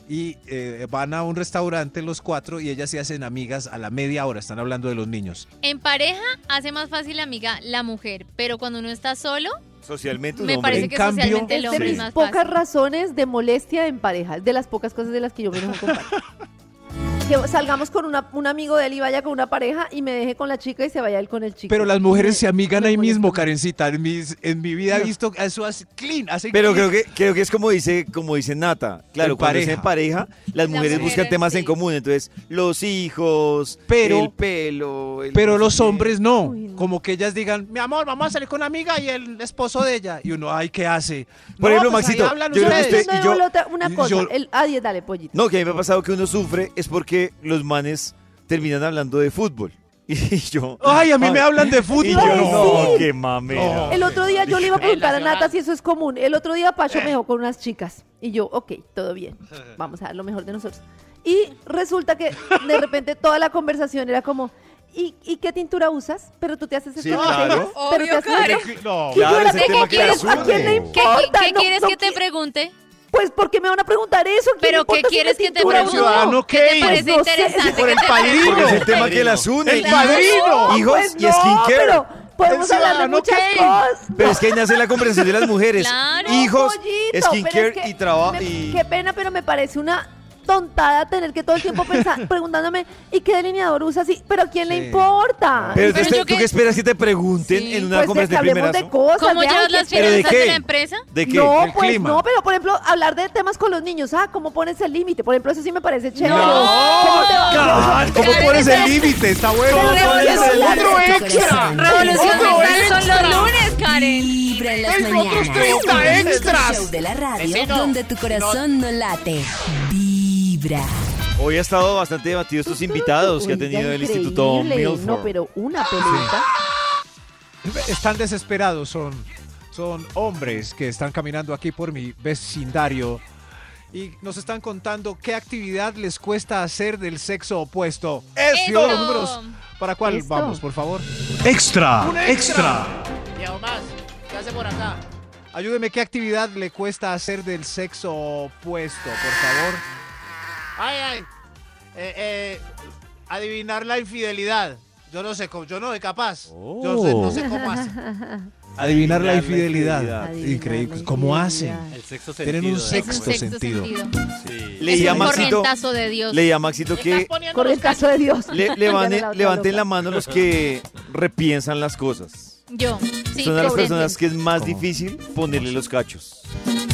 [SPEAKER 5] Y eh, van a un restaurante los cuatro y ellas se hacen amigas a la media hora, están hablando de los niños.
[SPEAKER 2] En pareja hace más fácil la amiga la mujer, pero cuando uno está solo,
[SPEAKER 1] Socialmente un
[SPEAKER 2] me
[SPEAKER 1] hombre.
[SPEAKER 2] parece
[SPEAKER 5] En
[SPEAKER 2] que
[SPEAKER 5] cambio-
[SPEAKER 2] socialmente el
[SPEAKER 4] es de
[SPEAKER 2] hombre es
[SPEAKER 4] mis
[SPEAKER 2] más
[SPEAKER 4] pocas
[SPEAKER 2] fácil.
[SPEAKER 4] razones de molestia en pareja, es de las pocas cosas de las que yo me enojo con pareja. Que salgamos con una- un amigo de él y vaya con una pareja y me deje con la chica y se vaya él con el chico.
[SPEAKER 5] Pero las mujeres se amigan
[SPEAKER 4] me
[SPEAKER 5] ahí
[SPEAKER 4] molesta
[SPEAKER 5] mismo,
[SPEAKER 4] mucho.
[SPEAKER 5] Karencita. En, mis- en mi vida he visto eso hace clean, hace
[SPEAKER 1] Pero creo
[SPEAKER 5] clean.
[SPEAKER 1] que, creo que es como dice, como dice Nata. Claro,
[SPEAKER 5] En
[SPEAKER 1] cuando es en pareja, las mujeres
[SPEAKER 2] mujeres,
[SPEAKER 1] buscan temas
[SPEAKER 2] sí.
[SPEAKER 1] en común. Entonces, los hijos,
[SPEAKER 5] Pero-
[SPEAKER 1] el pelo. el
[SPEAKER 5] Pero
[SPEAKER 1] no sé
[SPEAKER 5] los
[SPEAKER 1] qué.
[SPEAKER 5] hombres no.
[SPEAKER 4] Uy, no.
[SPEAKER 5] Como que ellas digan,
[SPEAKER 17] Mi amor, vamos a salir con una amiga y el esposo de ella.
[SPEAKER 5] y uno, ay, ¿qué hace?
[SPEAKER 1] Por
[SPEAKER 17] No,
[SPEAKER 1] ejemplo,
[SPEAKER 17] pues ahí
[SPEAKER 1] Maxito,
[SPEAKER 17] hablan
[SPEAKER 1] yo creo que
[SPEAKER 17] ustedes.
[SPEAKER 1] usted y
[SPEAKER 4] No,
[SPEAKER 1] yo,
[SPEAKER 4] la otra- una
[SPEAKER 5] y
[SPEAKER 4] cosa,
[SPEAKER 5] yo-
[SPEAKER 4] el, ah, diez, dale, pollito.
[SPEAKER 1] No, que a mí me ha pasado que uno sufre es porque los manes terminan hablando de fútbol. Y yo.
[SPEAKER 5] Ay, a mí me hablan de
[SPEAKER 1] Y
[SPEAKER 5] fútbol.
[SPEAKER 1] yo,
[SPEAKER 4] Ay,
[SPEAKER 1] no,
[SPEAKER 4] sí.
[SPEAKER 1] qué mamera.
[SPEAKER 5] No.
[SPEAKER 4] El otro día yo le iba a
[SPEAKER 7] Ay, la
[SPEAKER 4] preguntar a Nata
[SPEAKER 7] llorada.
[SPEAKER 4] si eso es común. El otro día
[SPEAKER 2] Eh.
[SPEAKER 4] Pacho me dejó con unas chicas. Y yo, ok, todo bien. Vamos a dar lo mejor de nosotros. Y resulta que de repente toda la conversación era como, ¿y, y qué tintura usas? Pero tú te haces esto.
[SPEAKER 1] Sí,
[SPEAKER 4] ¿no?
[SPEAKER 1] claro.
[SPEAKER 4] Pero te
[SPEAKER 2] Obvio,
[SPEAKER 4] haces
[SPEAKER 2] claro.
[SPEAKER 4] esto.
[SPEAKER 17] No.
[SPEAKER 4] Y yo
[SPEAKER 1] Claro,
[SPEAKER 4] era
[SPEAKER 1] ese
[SPEAKER 4] como,
[SPEAKER 1] tema
[SPEAKER 4] ¿qué quieres?
[SPEAKER 1] que
[SPEAKER 4] ¿A quién le
[SPEAKER 1] asume.
[SPEAKER 2] ¿Qué,
[SPEAKER 4] importa?
[SPEAKER 2] qué
[SPEAKER 4] No-
[SPEAKER 2] quieres
[SPEAKER 4] no
[SPEAKER 2] que te
[SPEAKER 4] qui-
[SPEAKER 2] pregunte?
[SPEAKER 4] Pues porque me van a preguntar eso. ¿Quién le
[SPEAKER 2] ¿Pero qué
[SPEAKER 4] importa si
[SPEAKER 2] quieres que te
[SPEAKER 4] tintura
[SPEAKER 2] pregunte?
[SPEAKER 5] un ciudadano,
[SPEAKER 4] uso?
[SPEAKER 5] ¿qué?
[SPEAKER 2] ¿Qué te
[SPEAKER 5] Pues
[SPEAKER 2] parece
[SPEAKER 4] no sé,
[SPEAKER 2] interesante?
[SPEAKER 5] por
[SPEAKER 2] ¿Qué
[SPEAKER 5] el
[SPEAKER 2] te parece?
[SPEAKER 5] padrino.
[SPEAKER 1] Porque es el
[SPEAKER 5] El
[SPEAKER 1] tema que las une.
[SPEAKER 17] El padrino.
[SPEAKER 4] No,
[SPEAKER 1] Hijos
[SPEAKER 4] pues
[SPEAKER 1] y
[SPEAKER 4] no,
[SPEAKER 1] skincare.
[SPEAKER 4] Pero podemos
[SPEAKER 17] El
[SPEAKER 4] hablar de
[SPEAKER 17] ciudadano
[SPEAKER 4] muchas
[SPEAKER 17] Kane.
[SPEAKER 4] cosas.
[SPEAKER 1] Pero es que ahí nace la comprensión de las mujeres.
[SPEAKER 2] Claro.
[SPEAKER 1] Hijos,
[SPEAKER 4] Pollito, pero
[SPEAKER 1] skincare
[SPEAKER 4] es que
[SPEAKER 1] y trabajo.
[SPEAKER 4] me- Qué pena, pero me parece una tontada tener que todo el tiempo pensar, preguntándome, ¿y qué delineador usas? Sí, pero ¿a quién le
[SPEAKER 5] Sí.
[SPEAKER 4] importa?
[SPEAKER 1] Pero,
[SPEAKER 2] Pero
[SPEAKER 1] usted-
[SPEAKER 2] yo
[SPEAKER 1] ¿tú
[SPEAKER 2] que-
[SPEAKER 1] qué esperas que te pregunten
[SPEAKER 2] Sí.
[SPEAKER 1] en una
[SPEAKER 4] pues es que
[SPEAKER 1] conversación de
[SPEAKER 4] hablemos de
[SPEAKER 1] primerazo?
[SPEAKER 4] cosas.
[SPEAKER 2] ¿Cómo
[SPEAKER 4] vean
[SPEAKER 2] llevas
[SPEAKER 4] que-
[SPEAKER 2] las
[SPEAKER 1] ¿Pero de
[SPEAKER 2] finanzas de,
[SPEAKER 1] qué?
[SPEAKER 2] la empresa?
[SPEAKER 1] ¿De qué?
[SPEAKER 4] No,
[SPEAKER 5] El
[SPEAKER 4] pues
[SPEAKER 5] clima.
[SPEAKER 4] no, pero por ejemplo, hablar de temas con los niños, ah, ¿cómo pones el límite? Por ejemplo, eso sí me parece chévere. ¿Cómo te vas?
[SPEAKER 5] Ay, ¿Cómo
[SPEAKER 2] Claro,
[SPEAKER 5] pones el
[SPEAKER 2] entonces-
[SPEAKER 5] límite? Está bueno.
[SPEAKER 4] Pero
[SPEAKER 5] ¿Cómo pones
[SPEAKER 4] revolución-
[SPEAKER 5] el-
[SPEAKER 4] otro
[SPEAKER 6] extra!
[SPEAKER 2] Revolución
[SPEAKER 4] Otro
[SPEAKER 2] mental son los lunes, Karen.
[SPEAKER 6] Vibra en las
[SPEAKER 17] Tengo
[SPEAKER 6] mañanas. Este
[SPEAKER 17] otros 30
[SPEAKER 6] El único
[SPEAKER 17] extras.
[SPEAKER 6] show de la radio
[SPEAKER 7] Ese no.
[SPEAKER 6] donde tu corazón no late. Vibra.
[SPEAKER 1] Hoy ha estado bastante debatido estos invitados que ha tenido el
[SPEAKER 4] Oiga,
[SPEAKER 1] Instituto
[SPEAKER 4] increíble.
[SPEAKER 1] Milford.
[SPEAKER 4] No, pero una pelota.
[SPEAKER 5] Están desesperados, son, son hombres que están caminando aquí por mi vecindario y nos están contando qué actividad les cuesta hacer del sexo opuesto.
[SPEAKER 2] Eso.
[SPEAKER 5] Los números, ¿Para cuál
[SPEAKER 4] Esto.
[SPEAKER 5] vamos, por favor?
[SPEAKER 18] Extra,
[SPEAKER 7] Y aún más, ¿qué hace por acá?
[SPEAKER 5] Ayúdeme, ¿qué actividad le cuesta hacer del sexo opuesto, por favor?
[SPEAKER 17] Ay, ay. Eh, eh, adivinar la infidelidad. Yo no sé cómo, yo no soy capaz. Yo sé- no sé cómo hace.
[SPEAKER 5] Oh. Adivinar la
[SPEAKER 1] la
[SPEAKER 5] infidelidad.
[SPEAKER 1] infidelidad.
[SPEAKER 5] Increíble.
[SPEAKER 4] Adivinar la
[SPEAKER 5] ¿Cómo hacen?
[SPEAKER 4] infidelidad.
[SPEAKER 3] El sexto sentido.
[SPEAKER 5] Tienen un
[SPEAKER 3] de
[SPEAKER 2] Es un
[SPEAKER 5] sexto
[SPEAKER 3] alguna
[SPEAKER 2] sexto
[SPEAKER 5] sentido.
[SPEAKER 2] sentido.
[SPEAKER 3] manera. Sí.
[SPEAKER 1] Leí
[SPEAKER 2] es
[SPEAKER 1] a
[SPEAKER 2] un
[SPEAKER 1] Maxito,
[SPEAKER 2] corrientazo de Dios.
[SPEAKER 1] leí a Maxito
[SPEAKER 7] Estás
[SPEAKER 1] que
[SPEAKER 7] poniendo
[SPEAKER 4] Con
[SPEAKER 7] los
[SPEAKER 4] el
[SPEAKER 7] cachos.
[SPEAKER 4] caso de Dios.
[SPEAKER 1] le-
[SPEAKER 4] Dígale a la
[SPEAKER 1] levane-
[SPEAKER 4] otra
[SPEAKER 1] levanten
[SPEAKER 4] loca.
[SPEAKER 1] la mano los que repiensan las cosas.
[SPEAKER 2] Yo. Sí,
[SPEAKER 1] Son a las
[SPEAKER 2] pobre
[SPEAKER 1] personas
[SPEAKER 2] sí.
[SPEAKER 1] que es más
[SPEAKER 5] ¿Cómo?
[SPEAKER 1] difícil ponerle los cachos.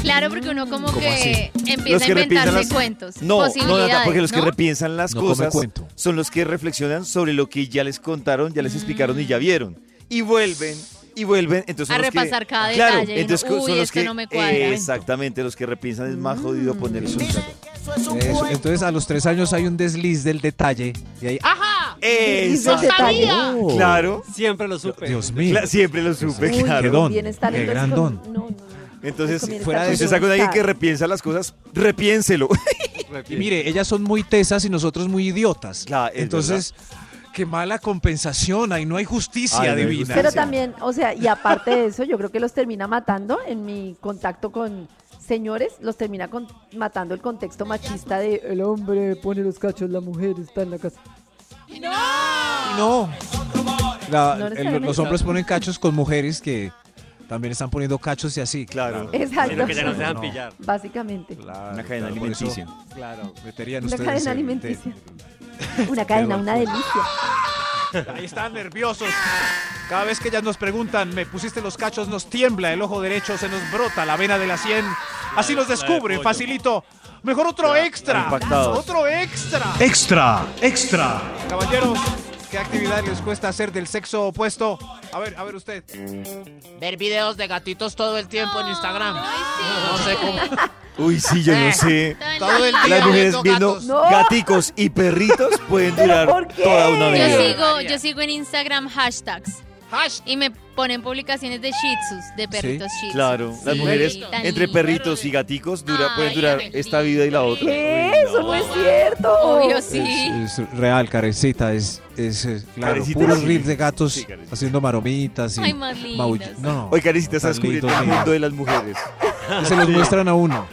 [SPEAKER 2] Claro, porque uno como
[SPEAKER 5] ¿Cómo
[SPEAKER 2] que
[SPEAKER 1] Los
[SPEAKER 2] empieza a
[SPEAKER 1] que
[SPEAKER 2] inventarse
[SPEAKER 1] repiensan las
[SPEAKER 2] cuentos.
[SPEAKER 1] No, no,
[SPEAKER 2] posibilidades,
[SPEAKER 1] Nata, porque los que
[SPEAKER 2] ¿no?
[SPEAKER 1] repiensan las
[SPEAKER 5] No come
[SPEAKER 1] cosas
[SPEAKER 5] cuento.
[SPEAKER 1] son los que reflexionan sobre lo que ya les contaron, ya les explicaron y ya vieron. Y vuelven, y vuelven. Entonces son
[SPEAKER 2] Mm. A
[SPEAKER 1] los que-
[SPEAKER 2] repasar cada
[SPEAKER 1] Claro,
[SPEAKER 2] detalle y uno,
[SPEAKER 1] entonces
[SPEAKER 2] "Uy,
[SPEAKER 1] son los
[SPEAKER 2] esto
[SPEAKER 1] que. eh,
[SPEAKER 2] no me cuadra". Mm.
[SPEAKER 1] exactamente, los que repiensan es más jodido ponerle sus cachos.
[SPEAKER 5] Eso, Entonces a los tres años hay un desliz del detalle y ahí, ¡ah!
[SPEAKER 7] ¡Ajá!
[SPEAKER 4] Desliz del
[SPEAKER 1] Exacto.
[SPEAKER 4] detalle.
[SPEAKER 1] Claro.
[SPEAKER 3] Siempre lo supe.
[SPEAKER 5] Dios mío.
[SPEAKER 1] Cla- siempre lo supe,
[SPEAKER 4] Uy,
[SPEAKER 1] claro.
[SPEAKER 5] qué don,
[SPEAKER 4] bienestar,
[SPEAKER 5] qué
[SPEAKER 4] entonces,
[SPEAKER 5] gran
[SPEAKER 4] con-
[SPEAKER 5] don.
[SPEAKER 4] no, pues no,
[SPEAKER 1] Entonces,
[SPEAKER 4] Con bienestar,
[SPEAKER 5] fuera de
[SPEAKER 1] si
[SPEAKER 4] con
[SPEAKER 1] usted está con alguien que
[SPEAKER 4] bienestar.
[SPEAKER 1] repiensa las cosas, repiénselo.
[SPEAKER 5] Y mire, ellas son muy tesas y nosotros muy idiotas.
[SPEAKER 1] Claro, es
[SPEAKER 5] Entonces, Qué mala compensación, ahí no hay justicia
[SPEAKER 1] Ay, no hay
[SPEAKER 5] divina.
[SPEAKER 4] Pero también, o sea, y aparte de eso, yo creo que los termina matando en mi contacto con señores, los termina con- matando el contexto machista de el hombre pone los cachos, la mujer está en la casa.
[SPEAKER 5] No. La-
[SPEAKER 4] No
[SPEAKER 5] el-
[SPEAKER 4] necesariamente.
[SPEAKER 5] los hombres ponen cachos con mujeres que también están poniendo cachos y así. Claro.
[SPEAKER 4] Exacto.
[SPEAKER 3] Pero que ya no se dejan
[SPEAKER 5] No.
[SPEAKER 3] pillar.
[SPEAKER 4] Básicamente.
[SPEAKER 5] Claro,
[SPEAKER 1] Una cadena
[SPEAKER 5] claro, por eso
[SPEAKER 1] alimenticia.
[SPEAKER 3] Claro.
[SPEAKER 5] meterían
[SPEAKER 4] Una
[SPEAKER 5] ustedes
[SPEAKER 4] cadena
[SPEAKER 5] el-
[SPEAKER 4] alimenticia. Una cadena, una delicia.
[SPEAKER 5] Ahí están nerviosos. Cada vez que ellas nos preguntan, me pusiste los cachos, nos tiembla el ojo derecho, se nos brota la vena de la sien. Así nos
[SPEAKER 19] la de
[SPEAKER 5] descubre,
[SPEAKER 19] pollo.
[SPEAKER 5] facilito. Mejor otro extra.
[SPEAKER 19] impactados.
[SPEAKER 5] Otro extra.
[SPEAKER 19] Extra, extra.
[SPEAKER 5] Caballeros, ¿qué actividad les cuesta hacer del sexo opuesto? A ver, a ver usted.
[SPEAKER 7] Ver videos de gatitos todo el tiempo en Instagram. No sé cómo.
[SPEAKER 1] Uy, sí, yo
[SPEAKER 2] Ah.
[SPEAKER 1] no sé.
[SPEAKER 7] Todo el día
[SPEAKER 1] Las mujeres
[SPEAKER 7] viendo
[SPEAKER 1] viendo
[SPEAKER 7] gatos. No.
[SPEAKER 1] gaticos y perritos pueden durar
[SPEAKER 2] qué?
[SPEAKER 1] toda una vida.
[SPEAKER 2] Yo sigo, yo sigo en Instagram hashtags. Y me ponen publicaciones de shih tzus, de perritos
[SPEAKER 1] Sí,
[SPEAKER 2] shih tzus.
[SPEAKER 1] Claro, las
[SPEAKER 2] Sí,
[SPEAKER 1] mujeres
[SPEAKER 2] tan
[SPEAKER 1] entre
[SPEAKER 2] lindo. Ah,
[SPEAKER 1] perritos y gaticos dura, pueden
[SPEAKER 2] Ay,
[SPEAKER 1] durar
[SPEAKER 2] tan
[SPEAKER 1] esta vida y la otra.
[SPEAKER 4] ¿Qué? Eso no es cierto.
[SPEAKER 2] Obvio, sí.
[SPEAKER 5] Es, es real, carecita, es, es, es, claro,
[SPEAKER 1] Carecita,
[SPEAKER 5] puro
[SPEAKER 1] sí.
[SPEAKER 5] reel de gatos haciendo maromitas y
[SPEAKER 2] Ay, más lindas.
[SPEAKER 5] maull- No,
[SPEAKER 1] Hoy Carecita está
[SPEAKER 5] tan
[SPEAKER 1] descubriendo
[SPEAKER 5] lindos,
[SPEAKER 1] el
[SPEAKER 5] mira.
[SPEAKER 1] mundo de las mujeres.
[SPEAKER 5] Que se los muestran a uno.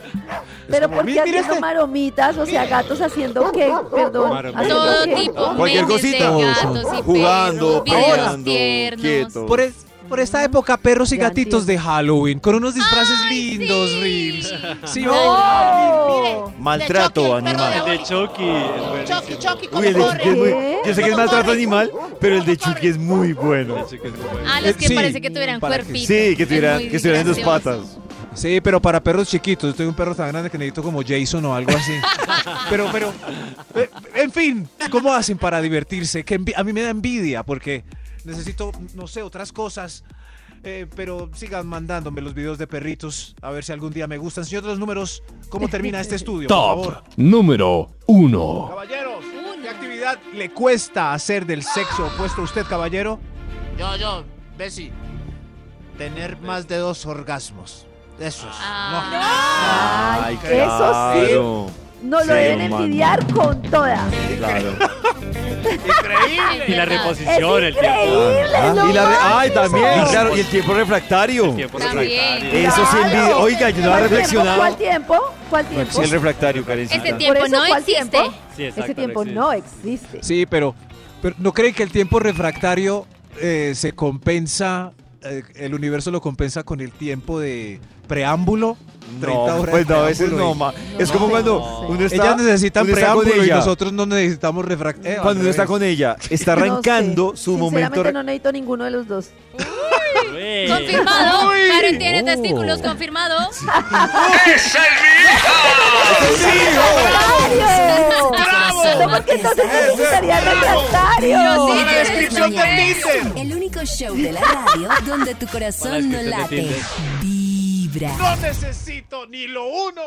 [SPEAKER 4] Pero ¿por qué haciendo maromitas? O sea, gatos haciendo qué, perdón.
[SPEAKER 5] Maromitas.
[SPEAKER 4] ¿haciendo
[SPEAKER 2] Todo
[SPEAKER 4] qué?
[SPEAKER 2] tipo,
[SPEAKER 1] Cualquier
[SPEAKER 2] memes de
[SPEAKER 1] cosita.
[SPEAKER 2] gatos y
[SPEAKER 1] Jugando,
[SPEAKER 2] perros, videos
[SPEAKER 1] peleando,
[SPEAKER 2] tiernos.
[SPEAKER 1] quieto.
[SPEAKER 5] Por, es- por esta época, perros y gatitos de Halloween, con unos disfraces lindos, reels. Sí,
[SPEAKER 4] Oh.
[SPEAKER 1] Maltrato
[SPEAKER 3] El
[SPEAKER 1] animal.
[SPEAKER 3] de Chucky. es buenísimo.
[SPEAKER 7] Chucky, Chucky,
[SPEAKER 1] Uy,
[SPEAKER 7] ¿cómo
[SPEAKER 1] el de Chucky es muy-
[SPEAKER 7] corre?
[SPEAKER 1] yo sé que es maltrato animal, pero el de Chucky es muy bueno.
[SPEAKER 2] Ah, los que
[SPEAKER 5] Sí,
[SPEAKER 2] parece que tuvieran
[SPEAKER 5] para que-
[SPEAKER 2] cuerpito.
[SPEAKER 1] Sí, que tuvieran,
[SPEAKER 2] muy
[SPEAKER 1] que estuvieran en dos
[SPEAKER 2] gracioso.
[SPEAKER 1] patas.
[SPEAKER 5] Sí, pero para perros chiquitos. Yo tengo un perro tan grande que necesito como Jason o algo así. pero, pero, eh, en fin, ¿cómo hacen para divertirse? Que envi- a mí me da envidia porque necesito, no sé, otras cosas. Eh, pero sigan mandándome los videos de perritos a ver si algún día me gustan. Señor de los números, ¿cómo termina este estudio? Por
[SPEAKER 20] Top
[SPEAKER 5] favor.
[SPEAKER 20] número 1.
[SPEAKER 5] Caballeros, ¿qué actividad le cuesta hacer del sexo opuesto a usted, caballero?
[SPEAKER 7] Yo, yo, Bessie. Tener más de dos orgasmos. Eso es.
[SPEAKER 2] Ah.
[SPEAKER 4] Ay, eso sí. No lo
[SPEAKER 7] Sí,
[SPEAKER 4] deben
[SPEAKER 7] humano.
[SPEAKER 4] envidiar con toda.
[SPEAKER 1] Claro.
[SPEAKER 7] Increíble.
[SPEAKER 3] Y la reposición, el tiempo.
[SPEAKER 1] Ah, y la re- ay, también.
[SPEAKER 3] Exacto.
[SPEAKER 1] claro, y el tiempo refractario.
[SPEAKER 3] También.
[SPEAKER 1] Eso sí envidia. Oiga, yo no había
[SPEAKER 4] ¿Cuál tiempo? ¿Cuál
[SPEAKER 1] reflexionado.
[SPEAKER 4] tiempo? ¿Cuál
[SPEAKER 1] No
[SPEAKER 4] tiempo?
[SPEAKER 1] existe el refractario, Karencita.
[SPEAKER 2] Ese tiempo
[SPEAKER 4] Por eso,
[SPEAKER 2] no
[SPEAKER 4] ¿cuál
[SPEAKER 2] existe.
[SPEAKER 4] tiempo?
[SPEAKER 1] Sí, exacto,
[SPEAKER 4] Ese
[SPEAKER 1] no
[SPEAKER 4] tiempo
[SPEAKER 1] existe.
[SPEAKER 4] no existe.
[SPEAKER 5] Sí, pero, pero ¿no creen que el tiempo refractario eh, se compensa, eh, el universo lo compensa con el tiempo de preámbulo? 30
[SPEAKER 1] No,
[SPEAKER 5] horas
[SPEAKER 1] pues
[SPEAKER 5] de
[SPEAKER 1] no, a veces
[SPEAKER 5] preámbulo
[SPEAKER 1] no,
[SPEAKER 5] y-
[SPEAKER 1] ma. Es como cuando uno está.
[SPEAKER 5] Ellas necesitan
[SPEAKER 1] uno está con
[SPEAKER 5] preámbulo y
[SPEAKER 1] ella.
[SPEAKER 5] nosotros no necesitamos refractario.
[SPEAKER 1] Cuando uno está con ella, está arrancando
[SPEAKER 4] ¿eh? No sé.
[SPEAKER 1] su momento.
[SPEAKER 4] Sinceramente
[SPEAKER 1] re-
[SPEAKER 4] no necesito ninguno de los dos.
[SPEAKER 2] Confirmado.
[SPEAKER 4] Uy.
[SPEAKER 2] Karen tiene
[SPEAKER 4] Oh.
[SPEAKER 2] testículos, confirmado.
[SPEAKER 21] ¡Es
[SPEAKER 4] ¡Refractario!
[SPEAKER 21] ¡Bravo!
[SPEAKER 4] No, porque entonces
[SPEAKER 21] Ese
[SPEAKER 4] no necesitaría
[SPEAKER 21] es bravo.
[SPEAKER 4] refractario.
[SPEAKER 6] Los
[SPEAKER 21] Una
[SPEAKER 6] líderes
[SPEAKER 21] descripción
[SPEAKER 6] de la
[SPEAKER 21] de
[SPEAKER 6] mañana.
[SPEAKER 21] Tinder.
[SPEAKER 6] El único show de la radio donde tu corazón no late. Vibra.
[SPEAKER 19] No necesito ni lo uno